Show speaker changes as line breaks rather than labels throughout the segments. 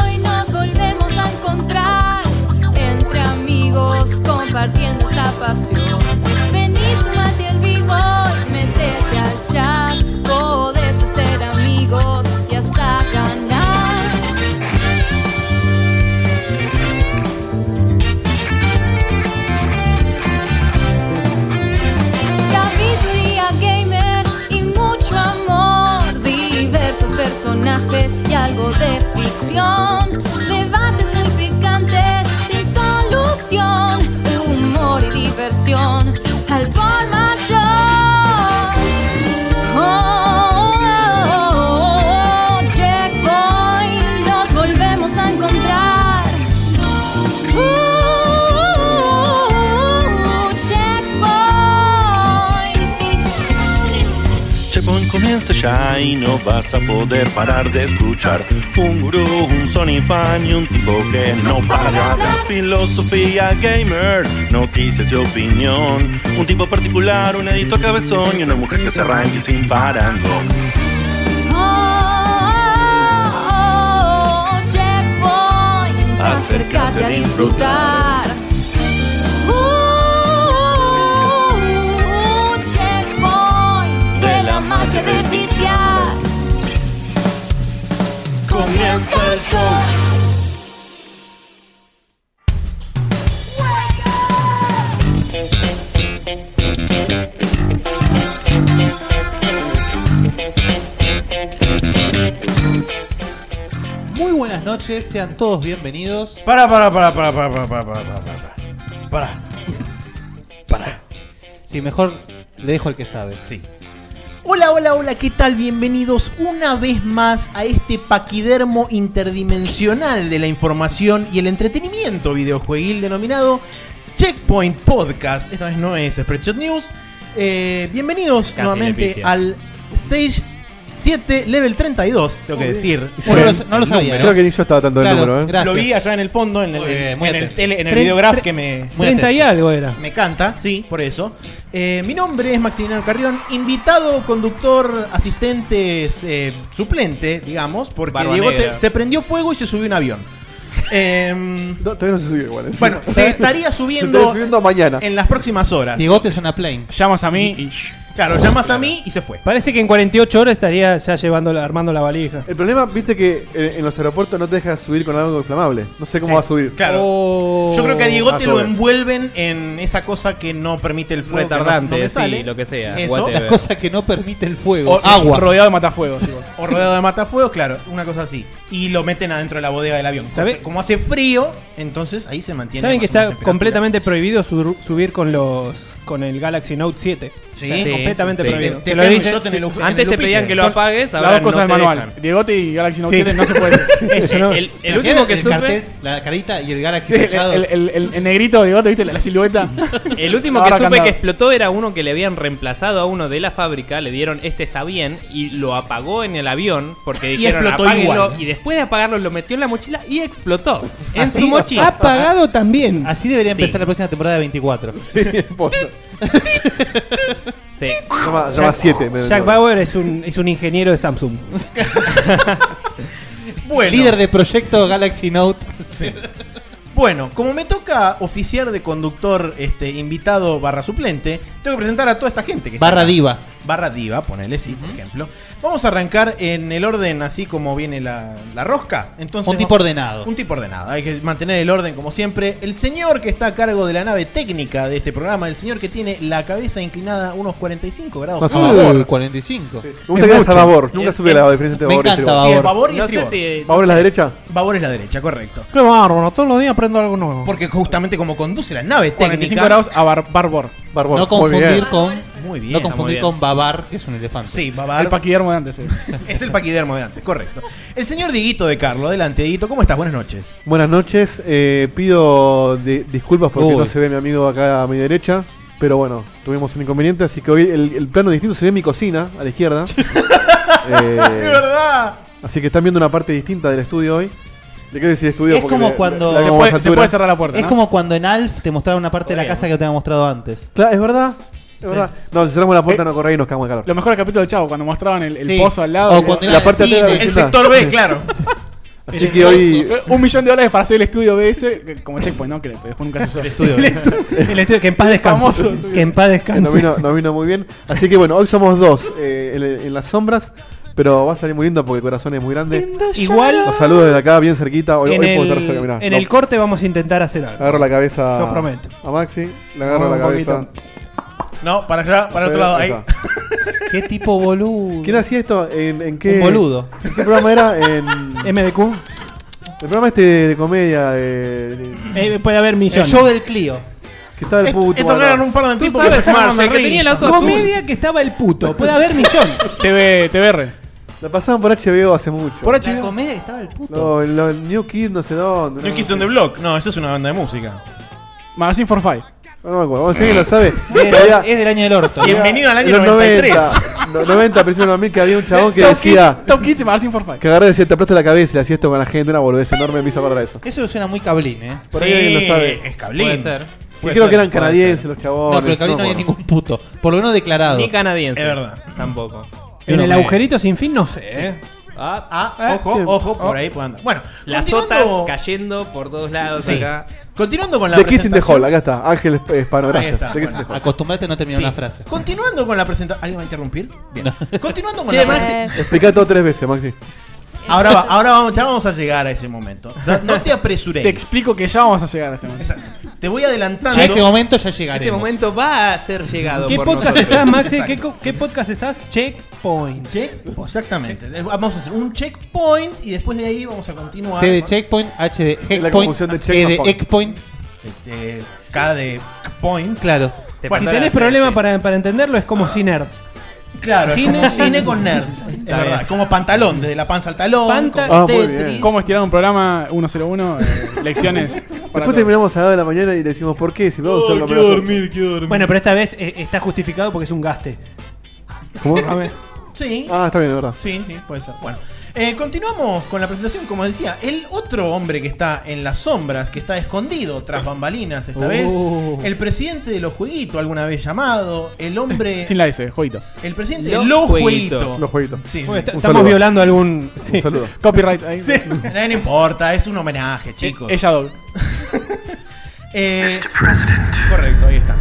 Hoy nos volvemos a encontrar entre amigos compartiendo esta pasión. Ven y súmate al vivo y métete al chat. Podés hacer amigos y hasta ganar. Sabiduría gamer y mucho amor, diversos personajes y algo de ficción, debates muy picantes sin solución, humor y diversión al por mayor. Oh, oh, oh, oh, checkpoint, nos volvemos a encontrar. Uh, checkpoint.
Checkpoint comienza ya y no vas a poder parar de escuchar Un gurú, un Sony fan y un tipo que no para de hablar Filosofía gamer, noticias y opinión Un tipo particular, un editor cabezón y una mujer que se arranque sin parangón
Oh, oh, oh, checkpoint, acércate a disfrutar. Uh, checkpoint, de la magia de viciar. Comienza el show.
Muy buenas noches, sean todos bienvenidos.
Para, para, para, para, para, para, para, para, para, para. Para. Para.
Si mejor le dejo al que sabe.
Sí.
Hola, hola, hola, ¿qué tal? Bienvenidos una vez más a este paquidermo interdimensional de la información y el entretenimiento videojueguil denominado Checkpoint Podcast. Esta vez no es Spreadshot News. Eh, bienvenidos
Casi le
nuevamente
pifia.
al Stage 7, Level 32, tengo que decir.
Bueno, no lo- no lo sabía, ¿no?
Creo que ni yo estaba tanto del
Claro,
número, ¿eh?
gracias.
Lo vi allá en el fondo, en el,
Muy bien, muy
en el
atento.
tele- en el
Tre-
videograph
tre-
que me...
Muy
30 y
atento.
algo era.
Me canta, sí, por eso. Eh, mi nombre es Maximiliano Carrión, invitado, conductor, asistente, eh, suplente, digamos, porque
Barba
Diego
negra.
te- se prendió fuego y se subió un avión. Em,
No, todavía no se subió igual. es-
bueno, se estaría
se
subiendo,
estaría subiendo mañana.
en las próximas horas.
Diegote es una plane.
Llamas a mí y.
Claro, llamas a mí y se fue.
Parece que en 48 horas estaría ya llevando, la- armando la valija.
El problema, viste que en, en los aeropuertos no te dejas subir con algo inflamable. No sé cómo va a subir.
Claro.
Oh.
Yo creo que a Diego te
Ah,
lo
todo bien.
envuelven en esa cosa que no permite el fuego. que no-
Retardante,
no me
sí,
sale.
lo que sea,
Eso.
whatever.
Las cosas que no permite el fuego.
O-
Sí.
agua.
Rodeado de matafuegos.
O rodeado de matafuegos, claro, una cosa así. Y lo meten adentro de la bodega del avión.
¿Sabe-
Como hace frío, entonces ahí se mantiene.
¿Saben que
más o menos
está
temperatura.
completamente prohibido sur- subir con los con el Galaxy Note 7?
Sí.
Está
Sí,
completamente
sí.
prohibido.
Te-
Te
te
lo
pego
dije.
yo te- en el lupi- en el
Antes te
lupite.
pedían que lo
Son
apagues,
las
ahora
dos cosas
no
del
te
manual.
dejan.
Diegote y Galaxy Note
Sí.
7 no se puede. Eso no-
El,
¿Se
el
imaginan
último que
el
supe,
cartel, la carita y el Galaxy
Sí, el,
echado?
el- el- el- el negrito de Diegote, ¿viste? La, la silueta.
el último
Ahora
que supe
candado.
que explotó era uno que le habían reemplazado a uno de la fábrica, le dieron este está bien y lo apagó en el avión porque dijeron
explotó
apáguenlo
igual.
y después de apagarlo lo metió en la mochila y explotó en
Así-
su mochila.
Apagado también.
Así debería
Sí.
empezar la próxima temporada de 24.
Posta.
Sí.
Llama llama 7. me-
Jack
no.
Bauer es un, es un ingeniero de Samsung.
Bueno,
Líder de proyecto Galaxy Note.
bueno, como me toca oficiar de conductor este, invitado barra suplente, tengo que presentar a toda esta gente. Que está
Barra
acá.
diva.
Barra diva, ponele, sí, por ejemplo. Vamos a arrancar en el orden así como viene la, la rosca. Entonces,
Un tipo ordenado.
Un tipo ordenado. Hay que mantener el orden como siempre. El señor que está a cargo de la nave técnica de este programa, el señor que tiene la cabeza inclinada unos 45 grados. a favor.
Uy, 45.
Me gusta que
Es
digas a
mucho.
Babor. Nunca
Es-
supe la diferencia entre
Me
Babor y
encanta
Estribor.
Sí,
Babor.
el babor y
No sé
estribor.
si
Babor es la derecha.
Babor es la derecha, correcto.
Qué bárbaro, todos los días aprendo algo nuevo.
Porque justamente como conduce la nave
45
técnica.
grados a bar- Barbor.
Barbor.
No
Muy bien.
confundir con.
Muy bien.
No confundir
bien.
con Babar, que es un elefante.
Sí, Babar.
El paquidermo de antes. eh.
es el paquidermo de antes, correcto. El señor Diguito de Carlo, adelante, Diguito, ¿cómo estás? Buenas noches.
Buenas noches. eh, pido de- disculpas porque
Uy.
no se ve mi amigo acá a mi derecha. Pero bueno, tuvimos un inconveniente, así que hoy el, el plano distinto se ve en mi cocina, a la izquierda. Eh,
verdad!
así que están viendo una parte distinta del estudio hoy. Le quiero decir estudio
Es
porque
como
le-
cuando-
le- le
Se
hago
puede-
más
se
altura.
puede
cerrar la puerta,
Es
¿no?
como cuando en Alf te mostraron una parte de la
Bueno.
casa que te había mostrado antes.
Claro, es verdad. Es verdad. No, si cerramos la puerta no corre y nos cagamos de calor.
Los mejores capítulos del Chavo, cuando mostraban el, el
Sí.
pozo al lado.
O
y-
cuando
la
era
parte
del
de la
cine.
El
vecindad.
sector B, claro.
Así que hoy
Eh, Un millón de dólares para hacer el estudio BS, que- como Checkpoint, ¿no? Que después nunca se usó.
Estudio.
El estudio, que en paz descanse.
Famoso.
Que en paz
nos
descanse.
vino, nos vino muy bien. Así que bueno, hoy somos dos eh, en, en las sombras. Pero va a salir muy lindo porque el corazón es muy grande.
Igual
Los saludos desde acá, bien cerquita. Hoy,
en,
hoy puedo
el,
estar cerca, mirá.
en
No,
el corte vamos a intentar hacer algo.
Agarro la cabeza
Yo prometo.
a Maxi, le agarro
Un
la cabeza.
No, para allá, para el otro lado. Ahí.
Ahí está.
Qué tipo boludo.
¿Quién hacía esto? ¿En, en qué?
Un boludo.
¿En qué programa era? En,
MDQ.
el programa este de comedia. de- de-
Eh, puede haber
El
millones.
show del Clio.
que estaba el
Esto
puto.
esto eran un par de tipos que se fumaron de
Marce, que tenía el
risa.
auto azul.
Comedia que estaba el puto. Puede haber millones.
TV, TVR.
La pasaban por HBO hace mucho.
Por ahí,
La
chico.
comedia que estaba el puto.
No, el, el New Kid no sé dónde.
New
no,
Kids on the Block. No, eso es una banda de música.
Magazine for Five.
No, no me acuerdo. Bueno, sí, lo sabe.
Es,
Había-
es del año del orto.
Y en- Bienvenido al año
en los
93.
90, no, 90, principio de 2000, que había un chabón que
Top
decía...
15, Top 15 Magazine for Five.
Que agarré y decía, te aplasto la cabeza y le hacía esto con la gente, una boludez enorme, me hizo acordar eso.
Eso suena muy cablín, ¿eh?
Por ahí alguien lo sabe.
es cablín.
Puede ser.
Y
Puede
creo
ser,
que eran
puede
canadienses
ser.
los chabones.
No, pero el cablín no
me
había
acuerdo.
ningún puto. Por lo menos declarado.
Ni canadiense.
Es verdad.
Tampoco.
En el
me-
agujerito sin fin, no sé. ¿eh?
Ah,
Ah, ojo, ojo,
oh.
por ahí puede andar. Bueno,
las sotas
continuando-
cayendo por todos lados
Sí.
acá.
Continuando con la
The Kiss in the
presentación.
Hall, acá está. Ángel Hispano,
Ahí
gracias.
está,
The Kiss in
bueno.
the Hall.
Acostumbrate a no terminar
Sí.
una frase.
Continuando con la presentación. ¿Alguien va a interrumpir? Bien. Continuando con
Che,
la
Maxi.
presentación.
Explicá todo tres veces, Maxi.
Ahora, va- ahora vamos, ya vamos a llegar a ese momento. No, no te apresuréis.
Te explico que ya vamos a llegar a ese momento.
Exacto. Te voy adelantando.
A ese momento ya llegaremos.
Ese momento va a ser llegado.
¿Qué
por
podcast
nosotros.
estás, Maxi?
Exacto.
¿Qué, co- qué podcast estás? Checkpoint.
Check- exactamente. Eh, Vamos a hacer un checkpoint y después de ahí vamos a continuar.
C de
con-
checkpoint, H de checkpoint,
confusión de check
E de
no point.
checkpoint.
Este, K de point.
Claro.
Te
Si
mandará a
tenés
hacer-
problema para, para entenderlo, es como sin nerds.
Claro,
Cine-
cine, cine con nerd. Es
Está
verdad.
bien.
Como pantalón, desde la panza al talón.
Panta-
como
Ah, muy
Tetris.
bien.
¿Cómo estirar un programa 101? eh, lecciones. para
Después
todos. Oh,
terminamos a las 2 de la mañana y le decimos por qué, si vamos a hacerlo menos-
Oh, quiero dormir.
Bueno, pero esta vez eh, está justificado porque es un gaste.
¿Cómo?
Sí,
Ah, está bien, es verdad.
sí, sí, puede ser. Bueno, eh, continuamos con la presentación. Como decía, el otro hombre que está en las sombras, que está escondido tras bambalinas esta
Oh.
vez, el presidente de los jueguitos, alguna vez llamado, el hombre.
Sin la S, jueguito.
El presidente
Los
de los
Jueguitos.
jueguitos.
Los jueguitos.
Sí, sí.
Bueno, está-
Un
estamos
saludo.
violando algún. sí.
Un saludo.
Copyright ahí.
No importa, es un homenaje, chicos.
Ella doble.
Eh, correcto, ahí está.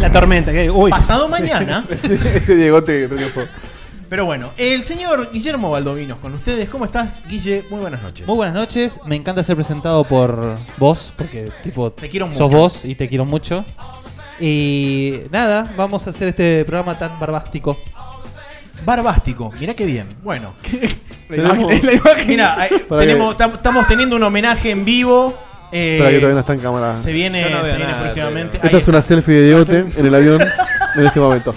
La tormenta. que- uy.
Pasado mañana.
Ese Diegote prendió fuego.
Pero bueno, el señor Guillermo Baldovinos con ustedes. ¿Cómo estás, Guille? Muy buenas noches.
Muy buenas noches. Me encanta ser presentado por vos, porque tipo
Te quiero
sos
mucho.
vos y te quiero mucho. Y nada, vamos a hacer este programa tan barbástico.
Barbástico, mirá qué bien. Bueno,
La imagen.
Tenemos-
La imagen.
mira,
Para
eh, tenemos, tam- estamos teniendo un homenaje en vivo. eh,
Espera que todavía no está en cámara.
se viene,
Yo no veo
se viene
nada,
próximamente.
Esta es una selfie de Diegote en el avión en este momento.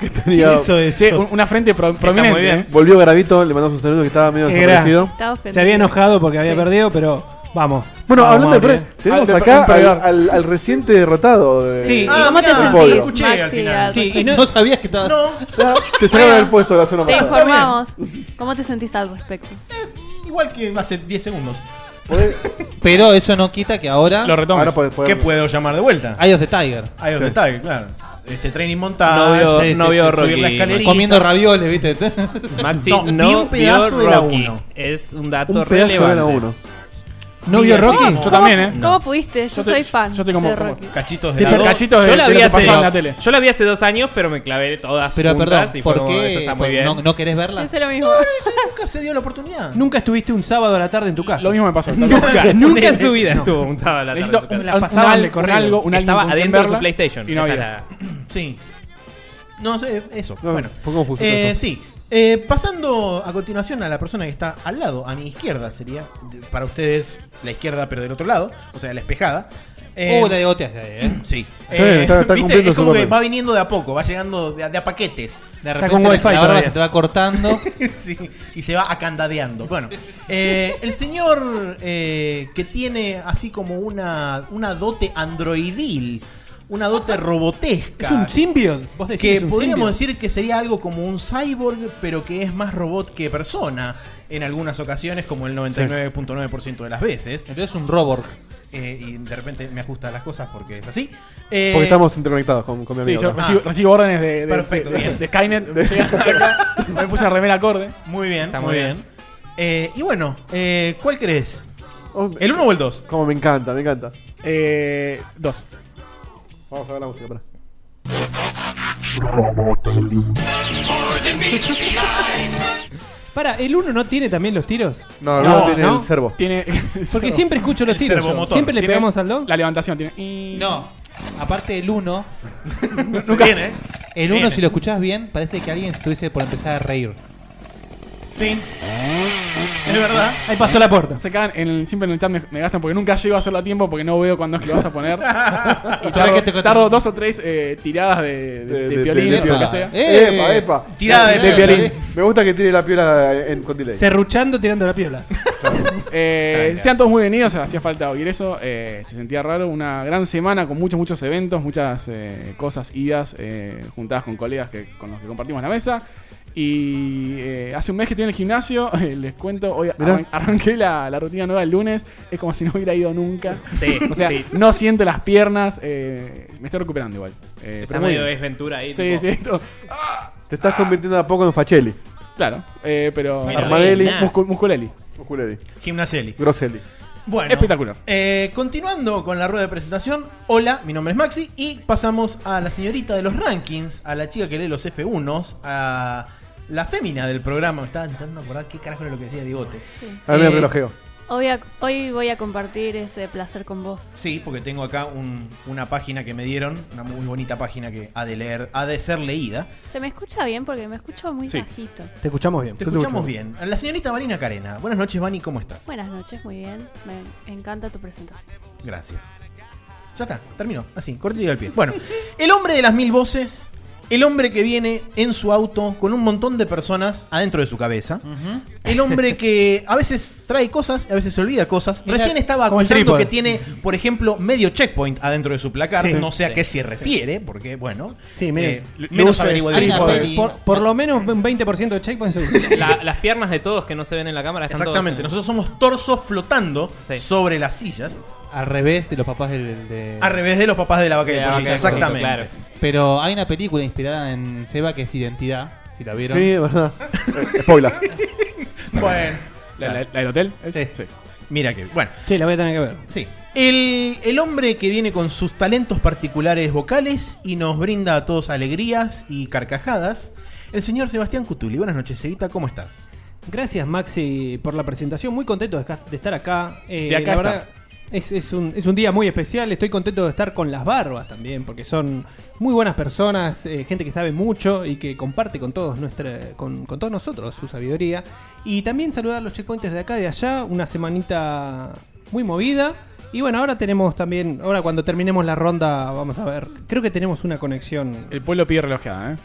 Que tenía-
Sí, un- una frente pro- prominente.
muy bien.
¿eh?
Volvió Gravito, le mandamos un saludo que estaba medio
Qué
desaparecido.
Está ofendido.
Se había enojado porque había
Sí.
perdido, pero vamos.
Bueno,
Vamos,
hablando de
Mauri.
pre, tenemos
Al de-
acá
un perdedor.
al, al- al reciente derrotado. de-
Sí,
Ah,
¿Cómo te
mirá,
Obvio.
sentís,
escuché al
Maxi?
final.
al
Sí, y
respecto?
no-
No sabías que estabas.
No,
Ya, te sacaron
Bueno,
el puesto la zona
Te
pasada.
informamos. ¿Cómo te sentís al respecto?
igual que hace 10 segundos.
Pero eso no quita que ahora.
Lo retomas.
Ahora podés- podés-
¿Qué puedo llamar de vuelta?
Hay dos de Tiger.
Hay otro detalle, claro. Este training
No
montado.
veo,
sí,
no
sí,
veo
sí,
Rocky.
subir la escalerita.
Comiendo ravioles, ¿viste?
Maxi
No,
no,
vi un pedazo de
vio
la
Rocky.
uno.
Es un dato
un pedazo de
relevante.
la 1.
¿No vio
Mira,
Rocky?
sí,
Yo también, ¿eh?
No.
¿Cómo pudiste? Yo,
Yo te-
soy fan
yo te como-
de
como-
Rocky.
Cachitos de
Sí,
la
pero
dos.
cachitos de,
Yo la,
de lo
vi
que
hace,
pasaba en la tele.
yo la vi hace dos años, pero me clavé todas
Pero perdón,
juntas y fue
¿por
como, esto
qué?
está muy
¿Por-
bien.
no, no querés verla?
Hice lo mismo.
Nunca se dio la oportunidad.
Nunca estuviste un sábado a la tarde en tu casa.
Lo mismo me pasó.
Nunca, nunca en su vida estuvo un sábado a la tarde.
Necesito
en su
un,
casa.
la
un
pasaban de
al- un
corrido.
algo, un
Estaba
alguien con quien
adentro de su
verla
PlayStation.
Y no
esa
había.
es la-
Sí. No sé, eso.
No,
bueno.
fue confuso
Eh,
eso.
sí. Eh, pasando a continuación a la persona que está al lado, a mi izquierda sería, de- para ustedes la izquierda pero del otro lado, o sea, la espejada. Eh,
Uh, la de Gote hace ahí, ¿eh?
Sí.
Está bien,
Eh,
está- está
¿viste?
cumpliendo
Es
su
como que
papel.
va viniendo de a poco, va llegando de a, de a paquetes.
De
con
repente
wifi
la barba
todavía.
se te va cortando.
Sí, y se va acandadeando. Bueno, eh, el señor eh, que tiene así como una, una dote androidil una dote robotesca.
Es un Symbiont. Vos decís
que
es un
podríamos
Symbiont.
decir que sería algo como un cyborg, pero que es más robot que persona en algunas ocasiones, como el 99.9% de las veces.
Entonces un robot.
Eh, y de repente me ajusta las cosas porque es así. Eh,
Porque estamos interconectados con, con mi
Sí,
amigo.
yo
acá.
recibo, recibo órdenes de, de-
Perfecto,
Ah. de-
bien.
de Skynet. Acá, me puse a remera acorde.
Muy bien,
Está
muy,
muy
bien.
bien.
Eh, y bueno, eh, ¿cuál crees?
Oh,
¿El 1 o el 2?
Como me encanta, me encanta.
Eh, dos.
Vamos a ver la música, pará.
Para, ¿el uno no tiene también los tiros?
No,
No,
no, tiene
¿no?
el servo.
Tiene.
Porque siempre escucho los
El
tiros. yo.
servomotor.
Siempre le
Tiene
pegamos al dos.
La levantación tiene.
No, aparte del 1,
Se viene, ¿eh?
el 1
Bien.
si lo escuchás bien, parece que alguien estuviese por empezar a reír.
Sí. Es verdad.
Ahí pasó la puerta.
Se cagan en el- siempre en el chat me, me gastan porque nunca llego a hacerlo a tiempo porque no veo cuándo es que lo vas a poner. y tardo,
que te-
tardo dos o tres eh, tiradas de, de, de
De- de-
violín
de-
o
de-
lo que
de-
sea.
¡Eh!
Epa, epa.
Tirada de,
De- de
violín.
violín.
Me gusta que tire la piola en, con delay.
Serruchando tirando la piola.
Eh, sean todos muy bienvenidos, hacía falta oír eso, eh, se sentía raro, una gran semana con muchos, muchos eventos, muchas eh, cosas, idas, eh, juntadas con colegas que, con los que compartimos la mesa. Y eh, hace un mes que estoy en el gimnasio, eh, les cuento, hoy
Mirá.
arran- arranqué la, la rutina nueva el lunes, es como si no hubiera ido nunca.
Sí,
O sea,
sí.
no siento las piernas, eh, me estoy recuperando igual. Eh,
Está
pero muy
medio
bien.
desventura ahí.
Sí,
tipo,
sí, todo-
Ah. Te estás convirtiendo de a poco en Fachelli,
claro, eh, pero...
Mira,
Armadeli,
bien, nah.
Muscu- musculeli.
Musculeli,
Gimnaselli.
Grosselli.
Bueno.
Espectacular.
Eh, continuando con la rueda de presentación, hola, mi nombre es Maxi y pasamos a la señorita de los rankings, a la chica que lee los F1s, a la fémina del programa. Me estaba intentando acordar qué carajo era lo que decía Digote.
A ver,
Eh,
me relojeo.
Hoy, a- hoy voy a compartir ese placer con vos.
Sí, porque tengo acá un- una página que me dieron, una muy bonita página que ha de leer, ha de ser leída.
¿Se me escucha bien? Porque me escucho muy
Sí.
bajito.
Te escuchamos bien.
Te escuchamos bien. A La señorita Marina Carena. Buenas noches, Vani, ¿cómo estás?
Buenas noches, muy bien. Me encanta tu presentación.
Gracias. Ya está, terminó. Así, cortito y al pie. Bueno, el hombre de las mil voces, el hombre que viene en su auto con un montón de personas adentro de su cabeza, el hombre que a veces trae cosas, a veces se olvida cosas.
Mira,
Recién estaba
como el
acusando
trípode.
que tiene, por ejemplo, medio checkpoint adentro de su placar.
Sí.
no sé a
Sí.
qué se refiere, porque, bueno,
Sí, medio-
eh,
lo
menos
usa
averiguado.
de-
Hay una
por,
peli-
por- por lo menos un 20% de checkpoint seguro.
la- las piernas de todos que no se ven en la cámara están
Exactamente,
todos en-
nosotros somos torsos flotando
Sí.
sobre las sillas,
Al revés de los papás del. de-
al revés de los papás de la vaca y
De
el
la
pollito.
vaca y el pollito,
Exactamente.
claro.
Pero hay una película inspirada en Seba que es Identidad, si la vieron.
Sí, es verdad. Eh, Spoiler.
Bueno,
¿La, la- la del hotel? ¿Es?
Sí.
mira que. Bueno,
Sí, la voy a tener que ver.
sí. El, el hombre que viene con sus talentos particulares vocales y nos brinda a todos alegrías y carcajadas, el señor Sebastián Cutuli. Buenas noches, Evita, ¿cómo estás?
Gracias, Maxi, por la presentación. Muy contento de, ca- de estar acá. Eh,
De acá
la verdad, es, es un, es un día muy especial. Estoy contento de estar con las barbas también, porque son muy buenas personas, eh, gente que sabe mucho y que comparte con todos, nuestra, con, con todos nosotros su sabiduría. Y también saludar los checkpoints de acá y de allá. Una semanita muy movida. Y bueno, ahora tenemos también, ahora cuando terminemos la ronda, vamos a ver. Creo que tenemos una conexión
El pueblo pide relojeada, ¿eh?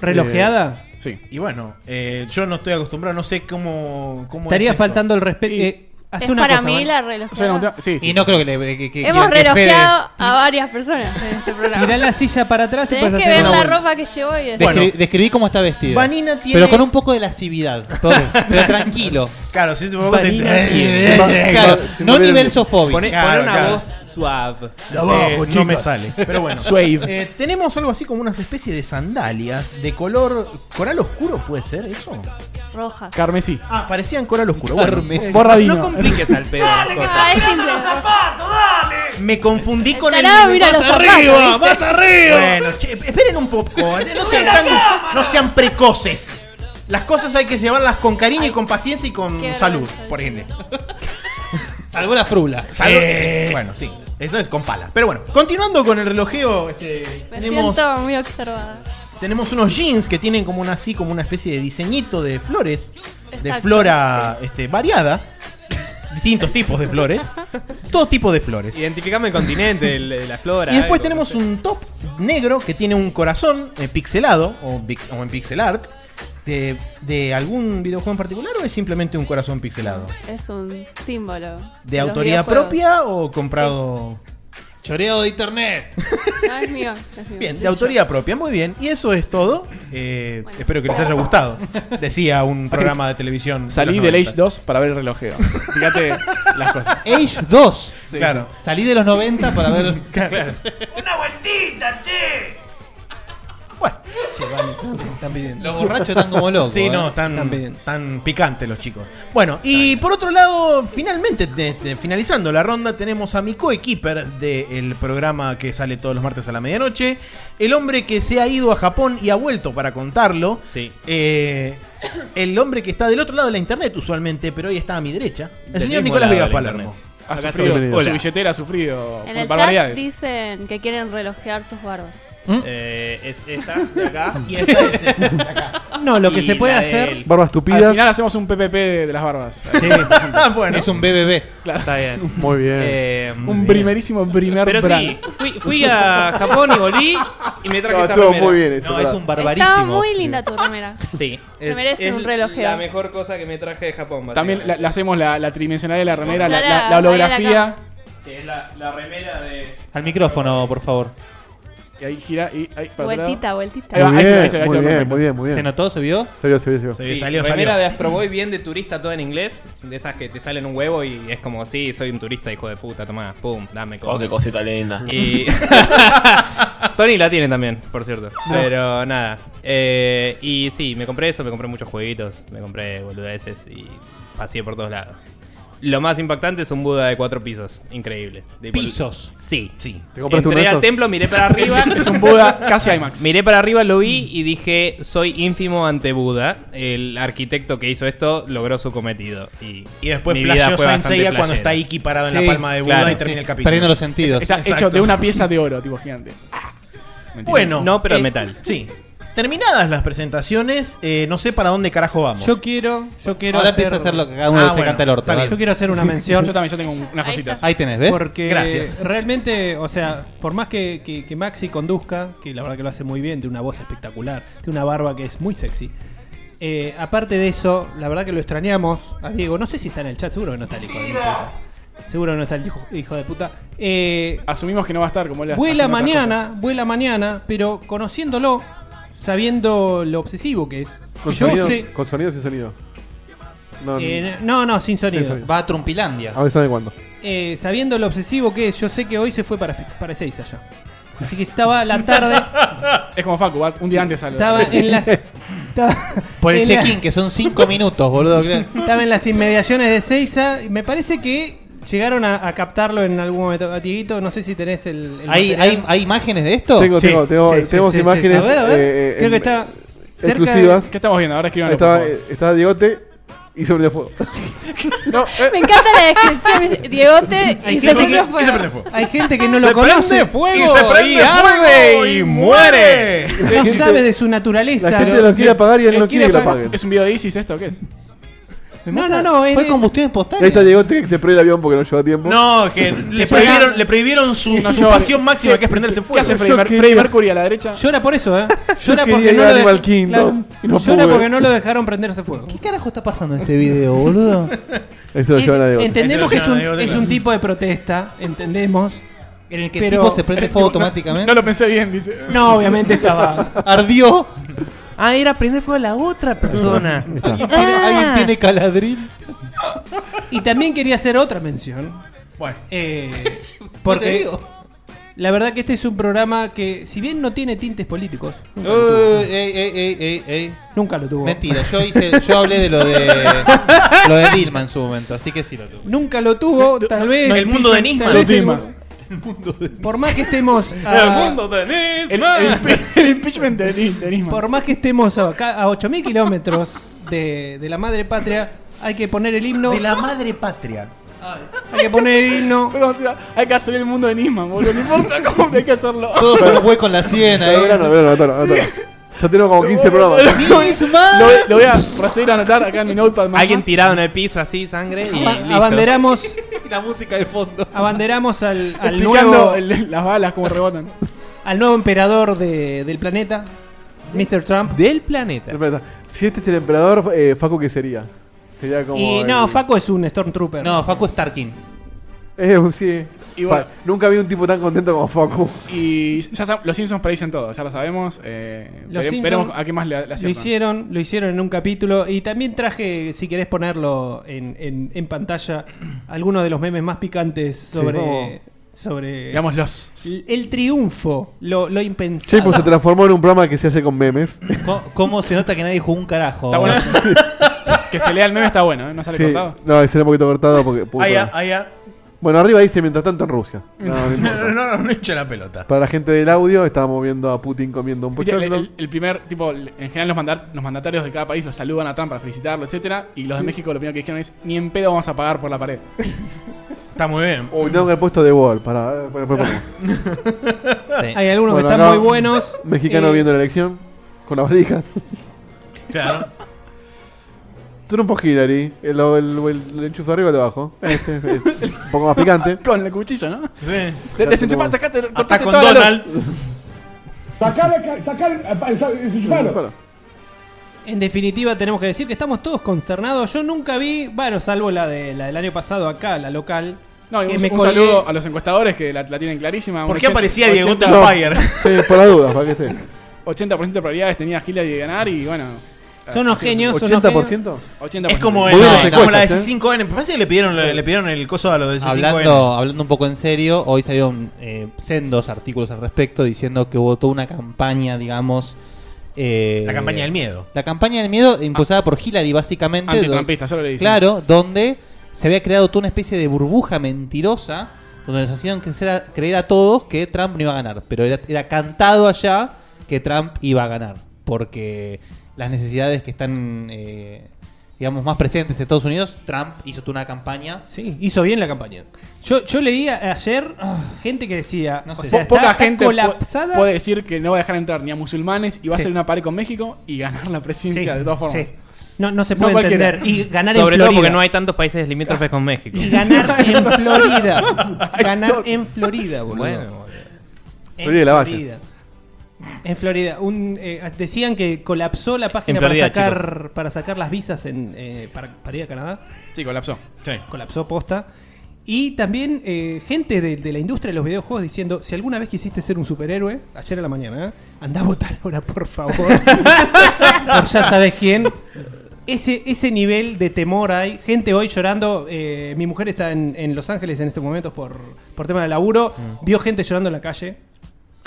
relojeada.
Sí.
Y bueno, eh, yo no estoy acostumbrado, no sé cómo. cómo
Estaría
es esto.
faltando el respeto.
Y-
eh, hace
Es
una
para
cosa,
mí
¿vale?
la
Suena un
relojada.
tema- sí, sí.
Y Eh, no creo que le. que- que-
Hemos
que- que
relojeado a varias personas en este
Tirá
programa.
la silla para atrás y
Tenés
puedes
que
hacer
ver
una
la
vuelta.
ropa que llevo y
Fede,
después-
descri- describí cómo está vestida.
Vanina tiene-
Pero con un poco de lascividad. todo. pero tranquilo.
Claro, si poco se-
Vanina
Claro,
si
no
hubiera-
nivel sofóbico.
Pone,
Claro,
pone una
claro.
voz suave.
Eh, no me sale. Pero bueno.
Suave.
Eh, tenemos algo así como unas especies de sandalias de color coral oscuro, ¿puede ser eso?
roja.
Carmesí.
Ah, parecían coral oscuro. Bueno, eh,
Hermes.
No
Borradino.
compliques al pedo las
Ah,
cosas.
es simple.
me confundí con el
tarado mira los zapatos, ¿viste?
más arriba. Bueno, che, esperen un poco, ¿eh? no sean tan- no sean precoces. Las cosas hay que llevarlas con cariño y con paciencia y con
Qué
salud,
vergüenza.
por ejemplo.
Salvo la frula. Eh,
Salud. Bueno, sí, eso es con pala. Pero bueno, continuando con el relojeo, este,
Eh,
Me
tenemos
siento muy observada.
Tenemos unos jeans que tienen como una así como una especie de diseñito de flores, de
Exacto,
flora este, variada, distintos tipos de flores, todo tipo de flores.
Identificame el continente, el- la flora.
Y
¿eh?
después
algo.
tenemos un top negro que tiene un corazón eh, pixelado o, pix- o en pixel art de, de algún videojuego en particular o es simplemente un corazón pixelado.
Es un símbolo.
¿De
los
autoridad
videojuegos.
propia o comprado?
Choreado de internet.
No, es mío. es mío.
Bien, de autoría propia, muy bien. Y eso es todo. Eh, Espero que les haya gustado. Decía un programa de televisión. de
Salí
los
del
90.
Age 2 para ver el relojeo. Fíjate las cosas.
Age 2.
Sí,
Claro.
Salí de los 90 para ver.
Claro.
Están pidiendo.
Los borrachos están como locos.
Sí,
¿eh?
no, tan,
También.
tan picantes los chicos. Bueno, y por otro lado, finalmente, te- te- finalizando la ronda, tenemos a mi coequiper del programa que sale todos los martes a la medianoche. El hombre que se ha ido a Japón y ha vuelto para contarlo.
Sí.
Eh, el hombre que está del otro lado de la internet usualmente, pero hoy está a mi derecha. El
Del
señor
mismo
Nicolás
lado
Vega
de la
Palermo.
Ha
Acá
sufrido,
estoy.
su
Hola.
billetera ha sufrido
En el chat
barbaridades.
dicen que quieren relojear tus barbas.
¿Mm?
Eh, es esta de acá.
Y está ese.
No, lo que
y
se puede
la
hacer.
del-
Barbas
Al
tupidas.
final hacemos un PPP de, de las barbas.
Ah, bueno.
Es un BBB.
Está bien.
Muy bien.
Eh,
un primerísimo primer
Pero
brand.
sí, fui, fui a Japón y volví y me traje
No,
esta
estuvo
remera.
muy bien eso.
No, es
¿verdad?
un barbarísimo.
Estaba muy linda tu remera.
Sí.
Se merece un relojeo.
La mejor cosa que me traje de Japón.
También la, la hacemos la, la tridimensional de la remera, la, la- la
Mostrala ahí en la
holografía.
cámara.
Que es la, la remera de.
Al micrófono, por favor.
Y ahí gira y ahí para otro
Vueltita,
Ahí va. se
vueltita.
Muy
ve,
bien,
ahí se ve, ahí
muy
se ve,
bien,
perfecto.
muy bien, muy
¿Se
bien.
notó? ¿Se vio?
Se vio, se vio, se vio.
Sí,
Sí,
salió,
remera
salió.
de Astroboy bien de turista todo en inglés. De esas que te salen un huevo y es como, sí, soy un turista, hijo de puta, tomá, pum, dame cosas.
Oh, cosita linda.
Y. Tony la tiene también, por cierto. Pero nada. Eh, y sí, me compré eso, me compré muchos jueguitos, me compré boludeces y pasé por todos lados. Lo más impactante es un Buda de cuatro pisos. Increíble. Tipo-
Pisos.
Sí.
Sí.
¿Te compraste uno de
Entré al
esos?
templo, miré para arriba.
Es un Buda casi IMAX.
Miré para arriba, lo vi y dije, soy ínfimo ante Buda. El arquitecto que hizo esto logró su cometido. Y,
Y después
mi vida
flasheó
fue
Saint
bastante
Seiya cuando está
flashera.
Iki parado en
Sí,
la palma de Buda
claro,
y termina
Sí,
el capítulo.
Perdiendo los sentidos.
Está
Exacto.
hecho de una pieza de oro, tipo gigante. Mentira.
Bueno. eh,
No, pero de metal.
Sí. Terminadas las presentaciones, eh, no sé para dónde carajo vamos.
Yo quiero. Yo quiero
Ahora
hacer-
empieza a hacer lo que cada uno
Ah,
se
bueno,
canta el orto.
está bien.
dale.
Yo quiero hacer una
Yo
mención.
también, yo tengo un- unas
Ahí
cositas.
Ahí tenés, ¿ves?
Porque
Gracias.
realmente, o sea, por más que, que- que Maxi conduzca, que la verdad que lo hace muy bien, tiene una voz espectacular, tiene una barba que es muy sexy. eh, aparte de eso, la verdad que lo extrañamos a Diego. No sé si está en el chat, seguro que no está el hijo de puta. Seguro que no está el hijo, hijo de puta. Eh,
Asumimos que no va a estar como él hace-
vuela
haciendo otras
mañana, vuela mañana, pero conociéndolo, sabiendo lo obsesivo que es.
¿Con
yo
sonido?
sé.
¿Con sonido o sin sonido? No, no.
eh, no, no, sin sonido.
sonido.
Va a Trumpilandia.
A ver, ¿sabe cuándo?
Eh, sabiendo lo obsesivo que es, yo sé que hoy se fue para, Fe- para Ezeiza ya. Así que estaba la tarde,
cosas. Es como Facu, va un día antes a
estaba en las. Estaba,
Por el
en la-
check-in, que son 5 minutos, boludo.
estaba en las inmediaciones de Ezeiza. y Me parece que llegaron a, a captarlo en algún momento. A Dieguito, no sé si tenés el. el
¿Hay,
material.
hay, ¿Hay imágenes de esto?
Tengo,
Sí,
tengo, tengo,
sí, sí,
tenemos
sí, sí,
imágenes.
sí. A ver, a ver.
eh, eh,
Creo que
en-
está cerca de-
exclusivas.
¿Qué estamos viendo? Ahora escriban
Ahí estaba, eh, estaba Diegote y se prendió fuego. no, eh,
Me encanta la descripción. Diegote
Hay
y
que-
se prende
Y se prende
fuego.
fuego.
Hay gente que no lo conoce,
fuego
Y se prende fuego y muere.
no sabe de su naturaleza.
la gente lo quiere apagar y él no quiere que lo apaguen.
¿Es Eh, un video de Isis esto? ¿Qué es?
No, no, no.
Fue
en-
combustión
Ahí está
espontánea.
Diegote que se prende el avión porque no lleva tiempo.
No, que le prohibieron, le prohibieron su,
No,
su
yo-
pasión máxima, que es prenderse
¿Qué
fuego.
hace Freddy,
yo
Mer-
quería-
Freddie Mercury a la derecha?
Llora por eso, ¿eh? Llora
quería
porque
ir
no
a
lo
Animal Kingdom y no
llora
pude.
porque no lo dejaron prenderse fuego.
¿Qué carajo está pasando en este video, boludo?
Ahí se lo
Es-
llevan a Diegote.
entendemos que
Ahí
es
se lo
un,
llevan a Diego,
es un tipo de protesta, entendemos.
En el que
Pero-
el tipo se prende fuego automáticamente.
No lo pensé bien, dice.
No, obviamente estaba.
Ardió.
Ah, era prender fuego a la otra persona.
¿Alguien tiene, alguien tiene caladril?
Y también quería hacer otra mención.
Bueno.
eh,
No te
porque
digo.
la verdad que este es un programa que, si bien no tiene tintes políticos, nunca,
Eh, ey, ey, ey, ey, ey.
nunca lo tuvo.
Mentira, yo hice, yo hablé de lo de lo de Dilma en su momento, así que sí lo tuve.
Nunca lo tuvo, tal vez.
el mundo de Nisman.
tal vez
El
el-
mundo
Por más que estemos. a-
tenés
El, el- el impeachment de, Nis- de Nisman.
Por más que estemos acá a 8.000 kilómetros de, de la madre patria, hay que poner el himno.
De la madre patria.
Hay que poner el himno.
Pero, o sea, hay que hacer el mundo de Nisman, boludo. No importa cómo hay que hacerlo.
Todo con los huecos en la siena,
Pero verano,
eh.
verano, verano, verano. Ya tenemos como 15 programas.
¡Ni ni su madre!
Lo, voy- lo voy a proceder a anotar acá en mi notepad. más-
Alguien
más.
tirado en el piso así, sangre. Y
Aba-
listo.
Abanderamos,
La música de fondo.
abanderamos al, al,
Explicando
nuevo,
el- las balas como rebotan.
al nuevo emperador de- del planeta, Mr. Trump.
Del planeta.
Espera, Si este es el emperador, eh, Facu, ¿qué sería? Sería como.
Y no,
el-
Faco es un Stormtrooper.
No, Facu Starkin.
Eh, sí.
Y bueno.
Pa- nunca vi un tipo tan contento como Facu.
Y ya sab- los Simpsons predicen todo, ya lo sabemos. Eh,
Los
vere-
Simpsons
veremos a qué más le, le
Lo
aciertan.
hicieron, lo hicieron en un capítulo. Y también traje, si querés ponerlo en, en- en pantalla, algunos de los memes más picantes sobre. sobre
Digamos los.
el, el triunfo, lo, lo impensado.
Sí, pues se transformó en un programa que se hace con memes.
Co- ¿Cómo se nota que nadie jugó un carajo?
Está bueno. que se lea el meme está bueno, ¿eh? No sale
Sí.
cortado.
No, ese era un poquito cortado porque.
Ah, ya,
puta.
ah, ya.
Bueno, arriba dice mientras tanto en Rusia. No, no
No, no,
importa.
no, no, no hinche la pelota.
Para la gente del audio, estábamos viendo a Putin comiendo un
Viste, El,
pochoclo.
el- el primer, tipo, el- en general los, mandar- los mandatarios de cada país los saludan a Trump para felicitarlo, etcétera Y los de México lo primero que dijeron es, ni en pedo vamos a pagar por la pared.
Está muy bien.
Uy, tengo que haber puesto de Wall. Para, para- para- para-
Sí.
Hay algunos
Bueno,
que están
acá,
muy buenos.
Mexicano
Eh,
viendo la elección con las valijas.
Claro.
Trumpo Hillary. El, el, el- el enchufe arriba o de abajo. Este es un poco más picante.
Con el cuchillo, ¿no?
Sí.
De-
Ya
Desenchufá,
tenemos-
sacate, cortate
Hasta con
toda la luz.
Donald.
Bueno,
En definitiva, tenemos que decir que estamos todos consternados. Yo nunca vi, bueno, salvo la, de, la del año pasado acá, la local.
No, y
que
un, un
colgué.
saludo a los encuestadores que la, la tienen clarísima.
¿Por
Un
qué
80
aparecía Diego
80
No.
Fire?
Sí, por las dudas, para que esté.
80% de probabilidades tenía Hillary de ganar y bueno.
Son unos genios, son unos genios.
¿80%?
80%.
Es como,
Muy
el,
bien las
no, como la de
encuestas, ¿eh?
C5N. Me parece que le pidieron, le, le pidieron el coso a los de C5N.
Hablando, hablando un poco en serio, hoy salieron eh, sendos artículos al respecto diciendo que hubo toda una campaña, digamos. eh,
La campaña del miedo.
La campaña del miedo impulsada por Hillary, básicamente. do-
Antitrumpista, yo lo dije.
Claro, donde se había creado toda una especie de burbuja mentirosa, donde nos hacían crecer a- creer a todos que Trump no iba a ganar. Pero era, era cantado allá que Trump iba a ganar, porque las necesidades que están, eh, digamos, más presentes en Estados Unidos, Trump hizo toda una campaña.
Sí, hizo bien la campaña. Yo, yo eh, leí a- ayer gente que decía,
No
o
sé.
sea,
Ah, Po-
está-
poca
está
gente pu-
colapsada.
puede decir que no va a dejar entrar ni a musulmanes y va a
Sí.
hacer una pared con México y ganar la
Sí,
presidencia de todas formas.
sí. No, no se
No
puede
cualquiera.
entender. Y ganar
Sobre
en
todo
Florida.
porque no hay tantos países limítrofes con México.
Y ganar en Florida. ganar en Florida, boludo.
Bueno, boludo.
En
Florida de la Valle.
En Florida. Un, eh, decían que colapsó la página
En Florida,
para, sacar, para sacar las visas en, eh, para, para ir a Canadá.
Sí, colapsó.
Sí.
Colapsó posta. Y también eh, gente de, de la industria de los videojuegos diciendo, si alguna vez quisiste ser un superhéroe, ayer a la mañana, ¿eh? andá a votar ahora, por favor. por ya sabes quién. Ese, ese nivel de temor hay. Gente hoy llorando. eh, mi mujer está en, en Los Ángeles en estos momentos por, por tema de laburo.
Mm.
Vio gente llorando en la calle.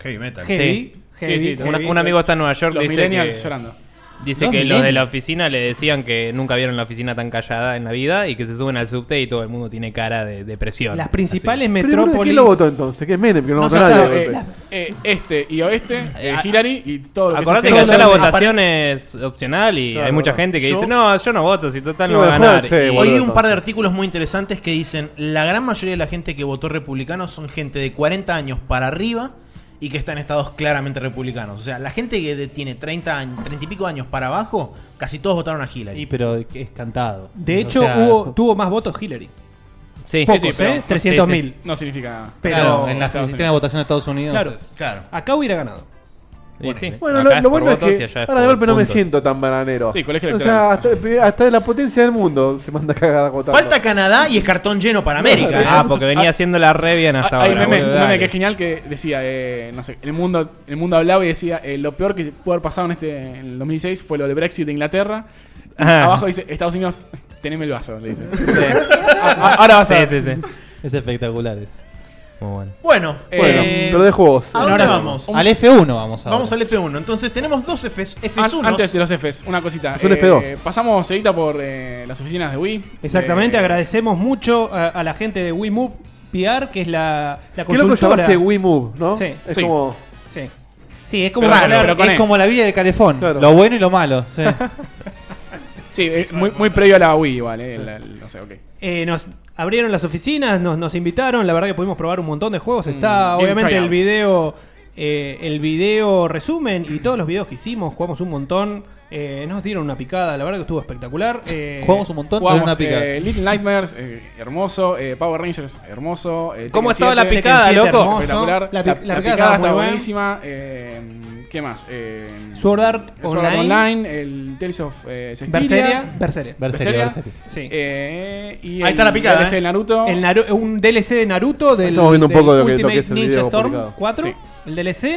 Heavy metal.
Heavy.
Sí.
heavy,
Sí, sí,
heavy.
Un, un amigo está en Nueva York
Los
dice
millennials
que,
llorando.
dice
Los
que los de la
millennials.
oficina le decían que nunca vieron la oficina tan callada en la vida y que se suben al subte y todo el mundo tiene cara de depresión.
Las principales
Pero, boludo,
metrópolis.
¿Quién lo votó entonces? ¿Qué es Menem? Que no,
No,
votó
se
nadie.
sabe,
de
eh,
golpe.
eh, este y oeste, eh,
a-
Hillary y todo lo que
Acordate
se
que
hace-
allá la
Apare-
votación es opcional y hay mucha gente que
Yo-
dice, no, yo no voto, si total no
No,
va a ganar.
joder, sí,
Y-
boludo.
Hoy vi un par de artículos muy interesantes que dicen la gran mayoría de la gente que votó republicano son gente de 40 años para arriba y que está en estados claramente republicanos. O sea, la gente que de- tiene 30, años- 30 y pico años para abajo, casi todos votaron a
Y
Hillary.
pero es cantado.
De
O
hecho,
sea,
hubo, tuvo más votos Hillary.
sí,
Pocos,
sí, sí, pero-
¿eh? 300.000.
sí,
No significa nada.
Pero
claro, en la
Estados
sistema de votación de Estados Unidos.
Claro.
es-
Claro.
acá hubiera ganado. eh.
sí. Y sí,
Bueno,
acá
lo,
es
lo
por
bueno es
votos y
que
allá
ahora de
por
golpe no me
puntos.
siento tan bananero.
Sí, colegio
O sea,
electoral.
hasta, eh, hasta de la potencia del mundo se manda cagada votando.
Falta Canadá y es cartón lleno para América. ¿eh?
Ah, porque venía haciéndola re bien hasta
Ah, Hay
ahora.
meme,
boludo,
meme
dale.
que es genial que decía, eh, no sé, el mundo, el mundo hablaba y decía, eh, lo peor que pudo haber pasado en este en el 2006 fue lo del Brexit de Inglaterra. Y
Ajá.
Abajo dice, Estados Unidos, teneme el vaso, le dice. Ah, ah, ahora vas a
Sí,
ver.
sí, sí.
Es espectacular. es.
Muy bueno.
Bueno,
Bueno,
eh,
pero de juegos.
¿a dónde vamos?
Al F1 vamos ahora.
Vamos al F1. Entonces tenemos dos Fs,
An-
F1.
antes de los Fs, una cosita. Eh,
Es un F2.
pasamos seguida por eh, las oficinas de Wii.
Exactamente,
Eh,
agradecemos mucho a, a la gente de WeMove PR, que es la, la
Qué loco
consultora.
llamarse Wii Move, ¿no?
Sí.
Es
Sí.
como.
sí. Sí, es como
Raro,
hablar-
pero con
es
E.
Es como la villa del calefón.
Claro.
Lo bueno y lo malo. sí.
Sí, eh, muy, muy previo a la Wii, igual. eh, la- no sé, ok.
Eh, nos abrieron las oficinas, nos, nos invitaron, la verdad que pudimos probar un montón de juegos. Está
Game
obviamente el
Mm, Tryout.
video, eh, el video resumen y todos los videos que hicimos, jugamos un montón, eh, nos dieron una picada, la verdad que estuvo espectacular. eh,
Jugamos un montón de
Jugamos,
una pica.
eh, Little Nightmares, eh, hermoso. eh, Power Rangers, hermoso. eh, Tekken
¿Cómo estaba la
7,
picada,
Tekken 7,
loco?
hermoso.
Espectacular.
La
La,
pi- la
la
picada
picada,
estaba muy
está
buena.
buenísima. eh, ¿Qué más? Eh,
Sword Art
Sword Art
Online.
Online, el Tales of eh, Sestiria,
Berseria. Berseria.
Berseria, Berseria.
Sí.
eh, y
Ahí está la picada,
Es
eh.
el Naruto.
El Naru- un DLC de Naruto del,
Estamos viendo un
del
poco de lo que- lo
Ultimate
que es el
Ninja
video
Storm
publicado.
4,
Sí.
el DLC.